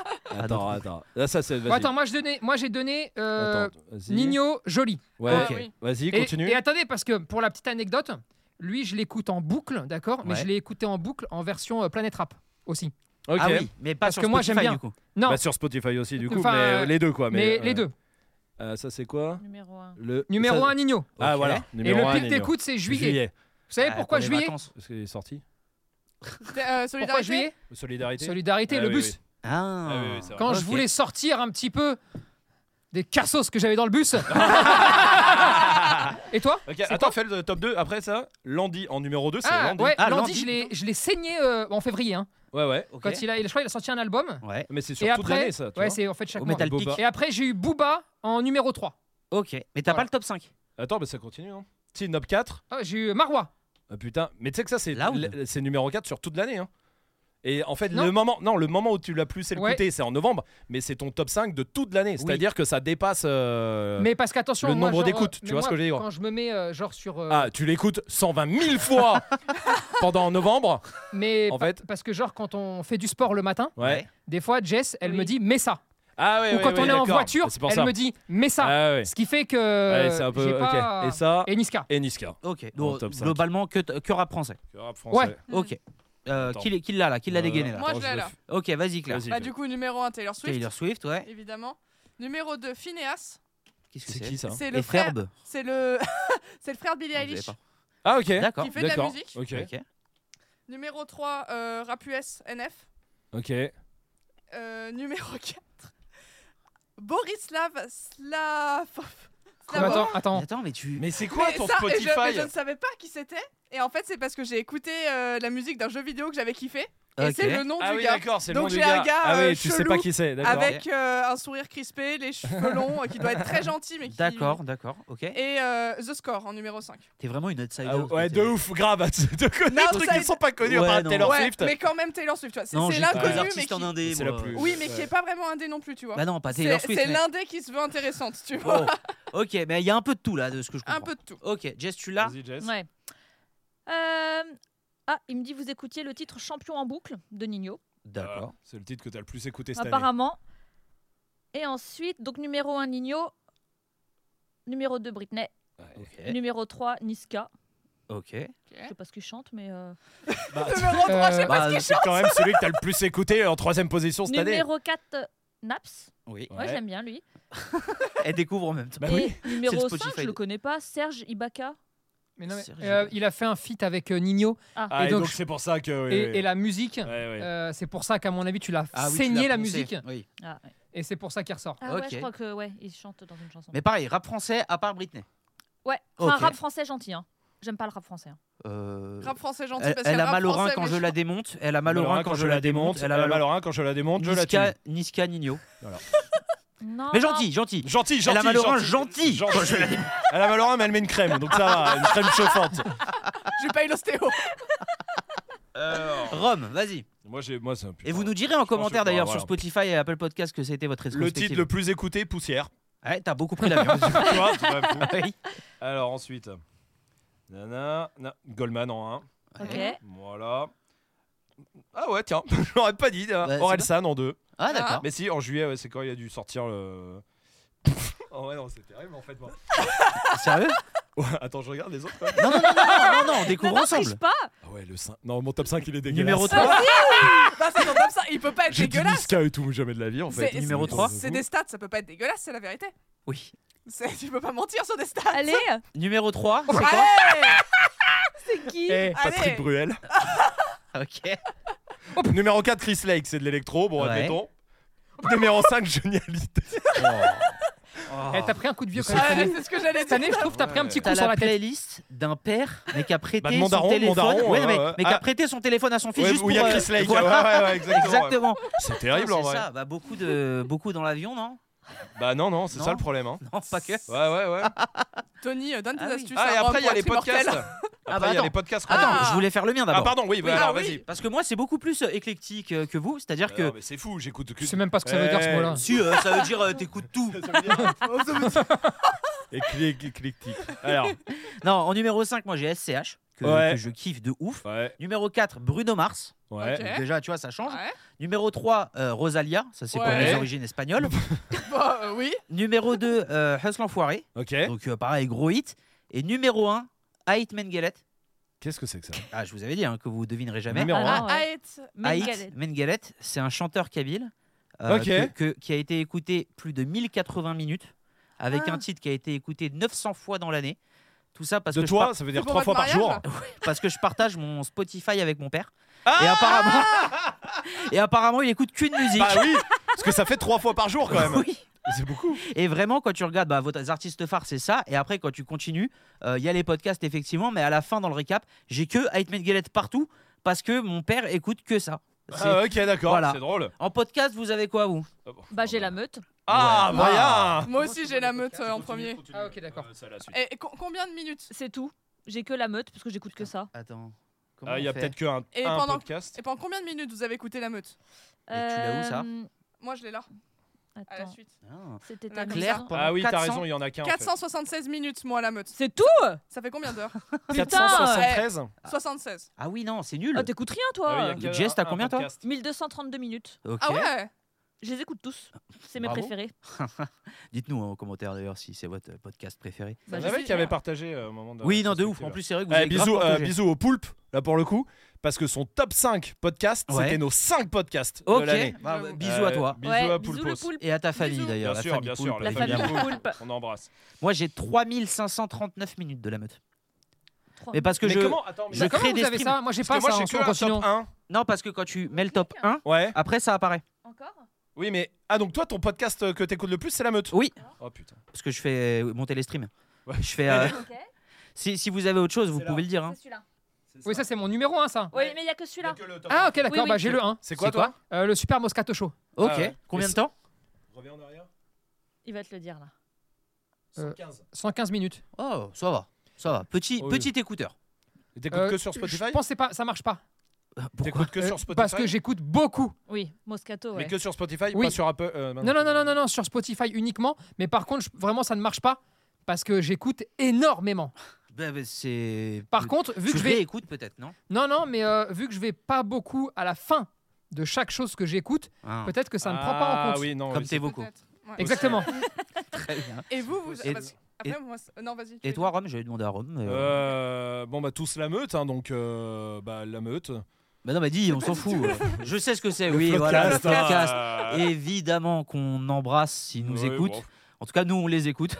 A: ça. attends,
B: donc-
A: attends. Là, ça, c'est.
H: bon,
A: Vas-y.
H: attends, moi, je donnais- moi, j'ai donné euh,
A: Attends, vas-y.
H: Nino, joli.
A: Ouais,
D: Ah,
A: ok.
D: oui.
A: Vas-y,
H: Et,
A: continue.
H: et attendez, parce que pour la petite anecdote, lui, je l'écoute en boucle, d'accord, mais
B: Ouais.
H: je l'ai écouté en boucle en version euh, Planet Rap aussi.
A: Ok.
B: Ah oui, mais pas
H: Parce
B: sur
H: que moi,
B: Spotify,
H: j'aime bien.
B: du coup.
H: Non,
A: Bah, sur Spotify aussi, du coup,
H: Enfin,
A: mais
H: euh,
A: les deux, quoi. Mais,
H: mais les
A: euh,
H: deux.
A: euh, ça, c'est quoi
C: Numéro 1.
A: le...
H: Numéro
A: ça-
H: 1, Nino.
A: Ah,
B: Ok.
A: voilà.
H: Et
A: Numéro
H: le
A: un,
H: pire que
A: Nino.
H: t'écoutes, c'est juillet.
A: Juillet.
H: Vous savez
B: Ah,
H: pourquoi
B: pour les
H: juillet
B: vacances.
A: Parce qu'il est sorti.
D: Euh,
H: Pourquoi
D: Solidarité
H: juillet
A: Solidarité.
H: Solidarité,
A: Ah,
H: le
A: oui,
H: bus.
A: oui.
B: Ah.
A: Ah oui, oui, c'est vrai.
H: Quand
B: Ok.
H: je voulais sortir un petit peu des cassos que j'avais dans le bus. Et toi
A: Ok,
H: C'est
A: attends, fais le top 2. Après ça, Landy en numéro 2, c'est
H: Ah,
A: Landy.
H: ouais,
B: Ah,
H: lundi,
B: lundi,
H: je l'ai- je l'ai saigné euh, en février. hein,
A: Ouais, ouais.
B: Ok.
H: Quand il a, je crois qu'il a sorti un album.
B: Ouais.
A: Mais c'est
H: Et
A: sur toute
H: après,
A: l'année, ça. Tu
H: ouais,
A: vois.
H: c'est en fait chaque
B: Au
H: mois.
B: Metal
A: Boba.
B: Peak.
H: Et après, j'ai eu Booba en numéro 3.
B: Ok. Mais t'as
H: Voilà.
B: pas le top 5.
A: Attends, mais ça continue, non Si, Nob 4.
H: Ah, j'ai eu Marwa.
A: Ah, putain, mais tu sais que ça, c'est
B: Loud.
A: l- c'est numéro 4 sur toute l'année. Hein. Et en fait,
H: Non.
A: le moment, non, le moment où tu l'as plus écouté, c'est en novembre, mais c'est ton top 5 de toute l'année. C'est-à-dire que ça dépasse. euh,
H: Mais parce qu'attention,
A: le
H: moi,
A: nombre
H: genre,
A: d'écoutes,
H: euh,
A: tu
H: mais
A: vois ce
H: moi,
A: que je veux dire
H: Quand je me mets euh, genre sur. euh,
A: Ah, tu l'écoutes 120 000 fois pendant novembre.
H: mais
A: en
H: pa-
A: fait-
H: parce que genre quand on fait du sport le matin,
A: Ouais.
H: des fois Jess, elle
D: Oui.
H: me dit mais ça.
A: Ah ouais.
H: Ou
A: ouais,
H: quand
A: ouais,
H: on est en
A: d'accord.
H: voiture,
A: C'est pour
H: elle
A: ça.
H: me dit mais ça.
A: Ah ouais.
H: Ce qui fait que.
A: Ouais, c'est un peu.
H: j'ai
A: ok.
H: pas-
A: Et ça.
H: Et Niska.
A: Et Niska.
B: Ok.
A: Dans le
B: Donc,
A: top cinq.
B: globalement, que, t- que rap français.
H: français.
D: Hmm.
A: Ouais.
B: Ok. Euh,
A: Attends.
B: qui l'- qui l'a là Qui l'a dégainé là
D: Moi, je l'ai, là.
B: Ok, vas-y, Claire.
A: Vas-y.
D: Bah, du coup, numéro 1, Taylor Swift,
B: Taylor Swift, ouais.
D: évidemment. Numéro 2, Phineas.
B: Qu'est-ce que
A: C'est qui ça
D: C'est
B: Les
D: le frère.
B: Ferbes.
D: C'est le... c'est le frère de Billie
B: Ah, vous avez
D: Eilish.
B: pas.
A: Ah ok.
B: D'accord.
D: Qui fait de la
A: D'accord.
D: musique.
A: Ok.
B: Ok.
D: Numéro 3, euh, Rap US, NF.
A: Ok.
D: Euh, numéro 4, Borislav Slav...
B: Ah
H: Mais Attends, attends.
B: Attends, mais tu.
A: Mais c'est quoi
D: Mais
A: ton
D: ça, et je-
A: Spotify
D: et je, ne savais pas qui c'était. Et en fait, c'est parce que j'ai écouté euh, la musique d'un jeu vidéo que j'avais kiffé. Et
B: Ok.
D: c'est le nom
A: Ah
D: du
A: oui,
D: gars.
A: d'accord, c'est le
D: Donc
A: nom du
D: j'ai un gars,
A: Ah
D: euh,
A: oui, tu sais pas
D: chelou,
A: qui c'est, d'accord.
D: Avec euh, un sourire crispé, les cheveux longs, euh, qui doit être très gentil, mais qui.
B: D'accord, d'accord. Ok.
D: Et euh, The Score en numéro 5.
B: T'es vraiment une outsider.
A: Ah,
B: quoi,
A: ouais,
B: t'es-
A: de ouf, grave. De
D: Non,
A: connaître des trucs
D: ça-
A: qui sont pas connus
B: Ouais,
A: par
B: non.
A: Taylor
D: ouais,
A: Swift.
D: mais quand même Taylor Swift, tu vois. C'est
B: Non,
D: c'est
B: j'écoute
A: l'inconnu,
B: les
D: l'inconnu, mais
B: artistes
D: qui-
B: en indé.
A: C'est la
B: moi.
A: plus-
D: Oui, mais qui
A: Ouais.
D: est pas vraiment indé non plus, tu vois.
B: Bah non, pas
D: C'est
B: Taylor Swift.
D: c'est
B: mais-
D: l'indé qui se veut intéressante, tu vois.
B: Oh. Ok, mais il y a un peu de tout là, de ce que je comprends.
D: Un peu de tout.
B: Ok, Jess, tu l'as
A: Vas-y, Jess.
C: Ouais. Euh, Ah, il me dit vous écoutiez le titre Champion en boucle de Nino,
B: D'accord.
A: Ah, C'est le titre que t'as le plus écouté cette année.
C: apparemment. Et ensuite, donc numéro 1, Nino. Numéro 2, Britney.
B: Ok.
C: Numéro 3, Niska.
B: Ok.
C: Je sais pas ce qu'il chante, mais. euh,
D: Numéro 3, je sais
H: Euh,
D: pas ce
B: bah,
D: qu'il chante.
A: C'est quand même celui que t'as le plus écouté en troisième position cette année.
C: Numéro 4, Naps.
B: Oui.
C: Moi, j'aime bien lui.
B: Elle découvre en même temps.
A: Bah
C: Et
A: oui.
B: C'est
C: numéro
B: le
C: 5,
B: Spotify.
C: je le connais pas, Serge Ibaka.
H: Mais non, mais,
B: Serge.
H: euh, il a fait un feat avec euh, Nino
A: Ah,
H: Et
A: et
H: donc,
A: donc c'est pour ça que.
H: et, et la musique.
A: Ouais, ouais.
H: euh, c'est pour ça qu'à mon avis tu l'as
B: Ah oui, tu
H: saigné
B: l'as
H: la
B: poncé.
H: musique
B: Oui.
C: Ah, ouais.
H: et c'est pour ça qu'il ressort.
C: Ah ouais,
B: Ok.
C: je crois que ouais, il chante dans une chanson.
B: Mais pareil, rap français à part Britney.
C: Ouais, enfin,
B: Ok.
C: rap français gentil. Hein. J'aime pas le rap français. hein.
B: Euh,
D: Rap français gentil,
B: elle,
D: parce
B: elle
D: qu'il y
B: a mal au rein
D: français,
B: quand
D: mais
B: je la démonte. Elle a mal au
A: Malorin
B: rein quand je la démonte. euh,
A: Elle a Malorin quand je la démonte, je la tue.
B: Niska, Niska Nino.
C: Non,
B: Mais gentil, gentil.
A: Gentil,
B: Elle
A: gentil.
B: a malheureusement
A: gentil.
B: gentil.
A: Gentil. Elle a malheureusement, mais elle met une crème, donc ça va, une crème chauffante.
D: J'ai pas eu l'ostéo.
B: Rome, vas-y.
A: Moi, j'ai, moi, c'est un putain.
B: Et vous nous direz en commentaire
A: que-
B: d'ailleurs
A: voilà.
B: sur Spotify et Apple Podcast que c'était votre
A: Le titre
B: rétrospective.
A: le plus écouté, Poussière.
B: Ouais, t'as beaucoup pris l'avion.
A: Tu vois, c'est quand même fou.
B: oui.
A: Alors ensuite, nana, na- Goldman en 1.
C: Ok.
A: Voilà. Ah ouais, tiens, j'aurais pas dit. hein.
B: Ouais, Bah, c'est
A: Orelsan en 2.
B: Ah d'accord.
A: Mais si, en juillet, ouais, c'est quand il a dû sortir le. oh ouais, non, c'est terrible en fait. Moi.
B: Sérieux
A: Ouais, attends, je regarde les autres. quand même.
B: Non non non non non, non, on découvre
C: Non, non, triche
B: ensemble.
C: pas.
A: Ah ouais, le 5. Non, mon top 5, il est dégueulasse.
B: Numéro 3
D: Non, c'est ton top ça, il peut pas être
A: J'ai dit
D: dégueulasse.
A: Niska et tout, mais jamais de la vie en fait.
D: C'est-
B: Numéro
D: c'est-
B: trois.
D: C'est des stats, ça peut pas être dégueulasse, c'est la vérité.
B: Oui.
D: C'est- Tu peux pas mentir sur des stats.
C: Allez,
B: Numéro 3, c'est quoi
D: Allez,
C: c'est qui
H: Eh,
D: allez.
A: Patrick Bruel.
B: OK.
A: Numéro 4, Chris Lake, c'est de l'électro, bon,
B: Ouais.
A: admettons. Numéro 5, Génialité.
H: Eh, t'as pris un coup de vieux quand même.
D: Ah,
H: cette
D: mais
H: année.
D: c'est ce que j'allais
H: Cette année,
D: dire.
H: je trouve, t'as pris un petit coup
B: T'as
H: sur
B: la
H: la tête.
B: playlist d'un père mais qui a prêté
A: Bah, de mon
B: son
A: daron, mon
B: téléphone,
A: daron,
B: ouais,
A: euh,
B: mais,
A: euh,
B: mais qui
A: ah.
B: a prêté son téléphone à son fils
A: Ouais,
B: juste
A: où il y
B: pour
A: a
B: euh,
A: Chris Lake.
B: voilà.
A: ouais, ouais, ouais, exactement. ouais.
B: Exactement.
A: C'est terrible
B: Putain,
A: en
B: c'est
A: vrai.
B: ça, bah, beaucoup de beaucoup dans l'avion, non
A: Bah non, non, c'est
B: Non.
A: ça le problème. Hein.
B: Non, pas que.
A: Ouais, ouais, ouais.
D: Tony, euh, donne tes
B: Ah oui.
D: astuces.
A: Ah, et
D: à Rome
A: après, il y
D: pour
A: a les
D: être immortel.
A: podcasts. Après,
B: bah,
A: il y a
B: attends.
A: les podcasts. qu'on
B: Attends,
A: écoute.
B: je voulais faire le mien
A: Ah,
B: d'abord.
A: pardon, oui, bah,
D: Oui,
A: alors
D: ah oui.
A: vas-y.
B: Parce que moi, c'est beaucoup plus euh, éclectique euh, que vous, c'est-à-dire
A: Ah non,
B: que
A: mais c'est fou, j'écoute que.
H: Je sais même pas ce que ça veut dire ce
A: Eh.
H: mot-là.
B: si euh, ça veut dire euh, t'écoutes tout.
A: Éclectique. Alors,
B: Non, en numéro 5, moi j'ai SCH que,
A: Ouais.
B: que je kiffe de ouf.
A: ouais,
B: Numéro 4, Bruno Mars.
A: ouais.
D: Ok.
B: Déjà, tu vois, ça change.
D: Ouais.
B: Numéro 3, euh, Rosalia. Ça, c'est pour
D: Ouais.
B: les origines espagnoles.
D: Bon, euh, oui.
B: numéro 2, euh, Hustle Enfoiré.
A: Ok.
B: Donc, euh, pareil, gros hit. Et numéro 1, Ait Mengelet.
A: Qu'est-ce que c'est que ça
B: Ah, je vous avais dit hein, que vous devinerez jamais.
A: Numéro
C: Ah,
A: un.
C: non, ouais.
D: Aït.
B: Ait
C: Mengelet.
B: Mengelet, c'est un chanteur kabyle euh,
A: Ok.
B: que- que- qui a été écouté plus de 1080 minutes avec
D: Ah.
B: un titre qui a été écouté 900 fois dans l'année. Tout ça parce
A: De
B: que je
A: toi, ça veut dire
D: pour
A: trois fois
D: votre
A: par jour.
D: mariage
B: parce que je partage mon Spotify avec mon père.
A: Ah
B: et apparemment, et apparemment, il écoute qu'une musique.
A: Bah oui, parce que ça fait trois fois par jour quand même.
B: Oui.
A: C'est beaucoup.
B: Et vraiment, quand tu regardes, bah, vos artistes phares, c'est ça. Et après, quand tu continues, euh, il y a les podcasts effectivement, mais à la fin dans le récap, j'ai que Ait Mengelet partout parce que mon père écoute que ça. C'est-
A: Ah, ok, d'accord,
B: Voilà.
A: c'est drôle.
B: En podcast, vous avez quoi vous
A: Ah, bon.
C: Bah, j'ai la meute.
A: Ah,
B: Ouais.
A: Brian
D: Moi aussi, j'ai la meute euh, en premier.
H: Ah, ok, d'accord.
A: Euh, ça, la suite.
D: Eh, Et co- combien de minutes
C: C'est tout. J'ai que la meute parce que j'écoute que ça.
B: Attends. comment
A: Ah, il y a
B: on fait
A: peut-être qu'un
D: Et
A: un
D: pendant-
A: podcast.
D: Et pendant combien de minutes vous avez écouté la meute
B: Et Ah. tu l'as où, ça
C: Euh,
D: Moi, je l'ai là, à la
C: Attends,
D: suite.
B: Ah.
C: c'était
D: La
C: un
B: Claire,
C: Claire.
B: pendant
A: Ah oui, t'as
B: 400
A: raison, il y en a qu'un. en fait.
D: 476 minutes, moi, la meute.
C: C'est tout
D: Ça fait combien d'heures
C: Putain
A: 473
D: 76.
B: Ah oui, non, c'est nul.
C: Ah, T'écoutes rien,
A: Ah
C: toi
A: oui, il y a
B: Jess,
A: qu'un-
B: t'as
A: un
B: combien, toi
D: Bah,
A: podcast.
C: 1232 minutes.
B: Ok.
D: Ah ouais
C: Je les écoute tous. C'est mes
B: Bravo. Ah
C: préférés. Bah,
B: Dites-nous en commentaire d'ailleurs si c'est votre euh, podcast préféré.
A: Il y en
C: je
A: avait
C: sais
A: qui avait
C: bien.
A: partagé euh, au moment de. la
B: oui, non, de ouf.
A: prospective.
B: En plus, c'est vrai que vous
A: Eh,
B: avez grave
A: bisous, euh,
B: partagé.
A: bisous au Poulpe, là pour le coup, parce que son top 5 podcast,
B: Ouais.
A: c'était nos 5 podcasts de l'année.
B: Ok, bah, bah, bisous à
A: Euh,
B: toi.
A: Bisous
C: Ouais,
A: à
C: bisous
A: Poulpos.
C: le poulpe.
B: Et à ta famille
D: Bisous.
B: d'ailleurs.
A: Bien
B: la
A: sûr,
B: famille
A: bien
B: Poulpe,
A: sûr, la
C: La famille
A: Poulpe.
C: poulpe.
A: On embrasse.
B: Moi j'ai 3539 minutes de la meute.
C: Trois.
B: Mais bah parce que
A: Oh. mais
B: je.
A: comment Attends, mais
B: je
H: Mais
A: d'accord,
H: comment
B: crée
H: vous
B: des
H: avez
B: streams.
H: ça Moi, j'ai pas
A: parce que
H: ça
A: moi
H: en
A: j'ai que un top
H: continent.
A: 1.
B: Non, parce que quand tu mets le top 1,
A: Ouais.
B: après ça apparaît.
C: Encore
A: Oui, mais ah donc toi ton podcast euh, que t'écoutes le plus c'est la meute.
B: Oui.
A: Oh putain.
B: Parce que je fais euh, monter les streams.
A: Ouais.
B: Je fais. euh,
C: Ok.
B: si, si vous avez autre chose, vous
A: C'est là.
B: pouvez le dire. hein.
C: C'est Oh, celui-là.
H: Oui, ça, c'est mon numéro 1, ça.
C: Oui, mais il n'y a que celui-là.
H: Ah, ok, d'accord.
C: oui.
H: Bah, j'ai le 1.
A: C'est quoi, toi
H: Euh, Le Super Moscato Show.
B: Ok.
A: Ah ouais.
B: Combien
A: Mais
B: de temps
A: Reviens en arrière.
C: Il va te le dire là.
H: Euh,
A: 115.
H: 115 minutes.
B: Oh, ça va. Ça va. Petit,
A: Oh Oui.
B: petit écouteur.
A: Et T'écoutes
H: Euh,
A: que sur Spotify
H: Je pense que c'est pas, ça marche pas.
A: T'écoutes que
H: Euh,
A: sur Spotify
H: Parce que j'écoute beaucoup.
C: Oui, Moscato.
A: Mais
C: Ouais.
A: que sur Spotify,
H: Oui.
A: pas sur Apple. euh,
H: Non, non, non, non, non, non, sur Spotify uniquement. Mais par contre, je- vraiment, ça ne marche pas parce que j'écoute énormément.
B: Bah, bah, c'est.
H: Par contre, vu
B: tu
H: que je vais.
B: réécoutes peut-être, non
H: Non, non, mais euh, vu que je vais pas beaucoup à la fin de chaque chose que j'écoute,
B: Ah,
H: peut-être que ça ne
A: ah,
H: prend pas en compte.
A: oui, non.
B: Comme
A: oui,
B: t'es
A: c'est-
B: beaucoup.
D: Peut-être. Ouais.
H: Exactement.
B: Très bien.
D: Et vous, vous.
B: Et-
D: parce- Après, moi. c'est- Non, vas-y. tu
B: Et
D: veux
B: toi, Rome J'avais demandé à Rome. mais, euh,
A: Euh, bon bah tous la meute, hein, donc euh, bah la meute.
B: Bah non, mais dis, on s'en fout. je sais ce que c'est. Oui,
A: Le
B: voilà. Le
A: podcast, hein.
B: podcast. Évidemment qu'on embrasse s'ils nous
A: Ouais,
B: écoutent.
A: bon.
B: En tout cas, nous, on les écoute.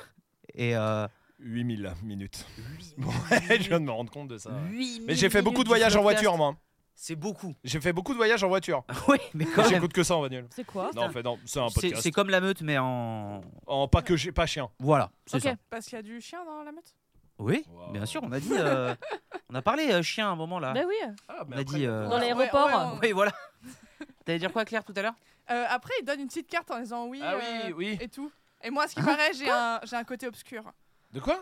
B: Et euh,
A: 8000 minutes. Bon, je viens de me rendre compte de ça.
B: huit
A: Mais
B: mille
A: j'ai fait beaucoup
B: minutes
A: de voyages
B: du
A: en
B: podcast,
A: voiture, moi.
B: C'est beaucoup.
A: J'ai fait beaucoup de voyages en voiture.
B: oui, mais quand même.
A: J'écoute que ça en bagnole.
C: C'est quoi
A: Non, en fait, non, c'est un
B: C'est-
A: podcast.
B: C'est comme la meute, mais en.
A: En pas que j'ai pas chien.
B: Voilà, c'est
C: Ok.
B: ça.
D: Parce qu'il y a du chien dans la meute
B: Oui,
A: Wow.
B: bien sûr, on a dit. euh, on a parlé euh, chien à un moment là.
C: Bah oui,
A: Ah,
B: on a dit. euh,
C: dans
D: Ouais,
C: l'aéroport.
D: ouais, ouais, ouais.
B: Oui, voilà. T'allais dire quoi, Claire, tout à l'heure
D: Euh, après, il donne une petite carte en disant oui,
E: Ah
D: euh,
E: oui, oui.
D: et tout. Et moi, à ce qui paraît, j'ai un, j'ai un côté obscur.
E: De quoi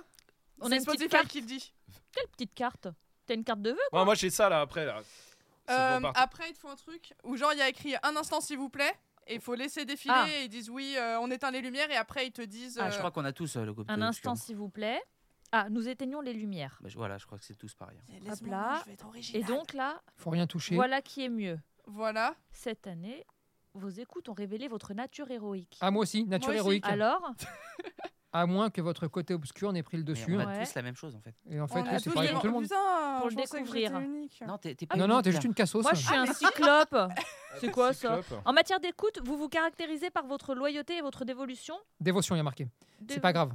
C: On a
D: C'est
C: une petite
D: Spotify
C: carte.
D: qui le dit.
C: Quelle petite carte T'as une carte de vœux
A: Ouais, moi j'ai ça là après là. C'est
D: Euh,
A: bon, parti.
D: après, il te faut un truc où genre il y a écrit un instant s'il vous plaît et il faut laisser défiler
C: Ah.
D: et ils disent oui, euh, on éteint les lumières et après ils te disent
B: Ah, je
D: euh,
B: crois qu'on a tous euh, le côté
C: Un
B: obscur.
C: instant, s'il vous plaît. Ah, nous éteignons les lumières.
B: Bah, je- voilà, je crois que c'est tous pareil. hein.
D: Eh, Laisse-moi,
C: Hop là.
D: je vais être
C: Et
D: original.
C: donc là,
H: Faut rien toucher.
C: voilà qui est mieux.
D: voilà.
C: Cette année, vos écoutes ont révélé votre nature héroïque.
H: Ah, moi aussi, nature
D: Moi aussi.
H: héroïque.
C: Alors,
H: À moins que votre côté obscur n'ait pris le
B: Mais
H: dessus.
B: on
C: Ouais.
B: a tous la même chose en fait.
H: Et en fait,
D: On
H: ouais,
D: a
H: c'est
D: tous
H: pareil
D: des-
H: pour tout le monde.
D: Putain,
C: Pour le
D: je pensais que
C: découvrir.
D: j'étais unique.
B: Non, t'es t'es pas.
D: Ah
H: Non, non,
B: unique,
H: t'es
B: là.
H: juste une cassos. hein.
C: moi, je suis un cyclope. ah, C'est quoi ça
A: Cyclope.
C: En matière d'écoute, vous vous caractérisez par votre loyauté et votre dévolution.
H: Dévotion, il y a marqué.
C: Dévo-
H: C'est pas grave.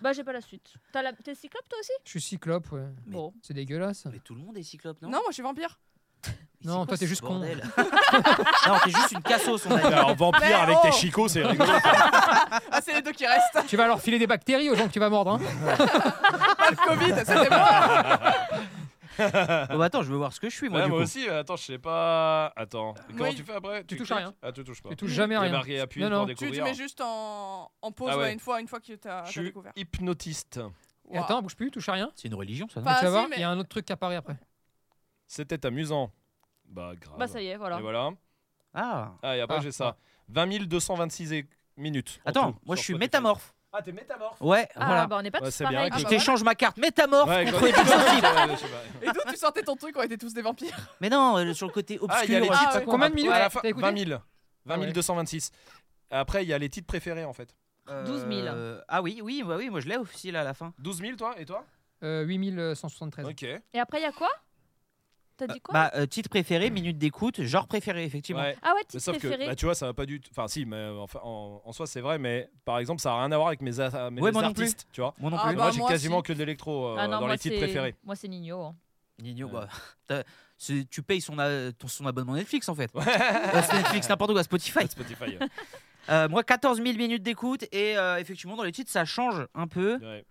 C: Bah, j'ai pas la suite. T'as la... T'es cyclope toi aussi
H: Je suis cyclope, ouais.
B: Mais-
C: Bon.
H: C'est dégueulasse.
B: Mais tout le monde est cyclope, non
D: Non, moi je suis vampire.
B: Mais
H: Non,
B: c'est
H: toi,
B: quoi
H: t'es
B: ce
H: juste con.
B: bordel non, t'es juste une cassos, on
C: Ah.
B: a dit.
A: Alors, vampire avec
D: oh
A: tes chicots, c'est rigolo.
D: Ah, c'est les deux qui restent.
H: Tu vas leur filer des bactéries aux gens que tu vas mordre. hein.
D: Pas le Covid, c'était moi.
B: Bon, bah, attends, je veux voir ce que je suis, moi,
A: Ouais,
B: du coup.
A: moi aussi, euh, attends, je sais pas. Attends, comment
D: Oui.
A: tu fais après
H: Tu touches
A: cliques
H: à rien.
A: Ah, tu touches pas.
H: Tu touches jamais à
A: Il y a
H: rien.
A: marqué appuyer
H: Non, non.
A: pour
D: Tu te
A: découvrir.
D: mets juste en, en pause
A: Ah
D: ouais,
A: ouais.
D: une fois une fois que
C: Ah,
D: t'as
A: Je
D: t'as
A: suis
D: découvert.
A: hypnotiste.
H: Et attends, bouge plus, touche à rien.
B: C'est une religion, ça, non
D: Pas- Ah,
H: tu vas
D: si,
H: voir, il
D: mais-
H: y a un autre truc qui apparaît après.
A: C'était amusant. Bah, grave.
C: Bah, ça y est, voilà.
A: Et voilà.
B: Ah
A: Ah, et après,
H: Ah.
A: j'ai ça. 20 226 é- minutes. en
B: Attends,
A: tout,
B: moi, je
A: sur
B: suis
A: Spotify.
B: métamorphe.
A: Ah, t'es métamorphe
B: Ouais,
C: Ah,
B: voilà.
C: bah, on n'est pas
A: Ouais,
C: tous
A: c'est bien,
C: pareils.
A: écoute.
B: Je
D: bah
B: t'échange ma carte métamorphe contre les Pixophile.
D: Et d'où tu sortais ton truc quand était tous des vampires
B: Mais non, euh, sur le côté obscur.
A: Ah, il y a les
B: euh,
A: titres.
D: Ah, ouais.
A: qu'on
H: Combien de
A: a-
H: minutes
A: à la fin,
H: T'as écouté
A: 20 000. 20
H: Ah ouais.
A: 226. Après, il y a les titres préférés en fait.
C: 12 000.
B: Euh, Ah oui, oui, bah oui, moi je l'ai aussi là à la fin.
A: 12 000 toi et toi
H: Euh, 8173.
A: Ok.
C: Et après, il y a quoi T'as dit quoi
B: bah, euh, titre préféré, minute d'écoute, genre préféré, effectivement.
A: Ouais.
C: Ah ouais,
A: Mais
C: titre
A: sauf que
C: préféré.
A: bah, tu vois ça va pas du tout. Enfin si mais euh, enfin, en, en soi c'est vrai mais par exemple ça a rien à voir avec mes, a- mes
B: Ouais, moi non plus.
A: artistes tu vois.
B: Moi non
D: Ah
B: plus.
A: Et
D: bah,
A: moi j'ai
D: moi
A: quasiment
D: aussi.
A: que de l'électro euh,
C: Ah non,
A: dans
C: moi,
A: les titres
C: c'est-
A: préférés.
C: Moi, c'est Nino. hein.
B: Nino,
A: Ouais.
B: bah, t'as- c'est- tu payes son, a- ton- son abonnement Netflix en fait. Euh, c'est Netflix, n'importe quoi, Spotify.
A: Spotify.
B: Euh, moi, 14 000 minutes d'écoute et euh, effectivement, dans les titres, ça change un peu.
A: ouais.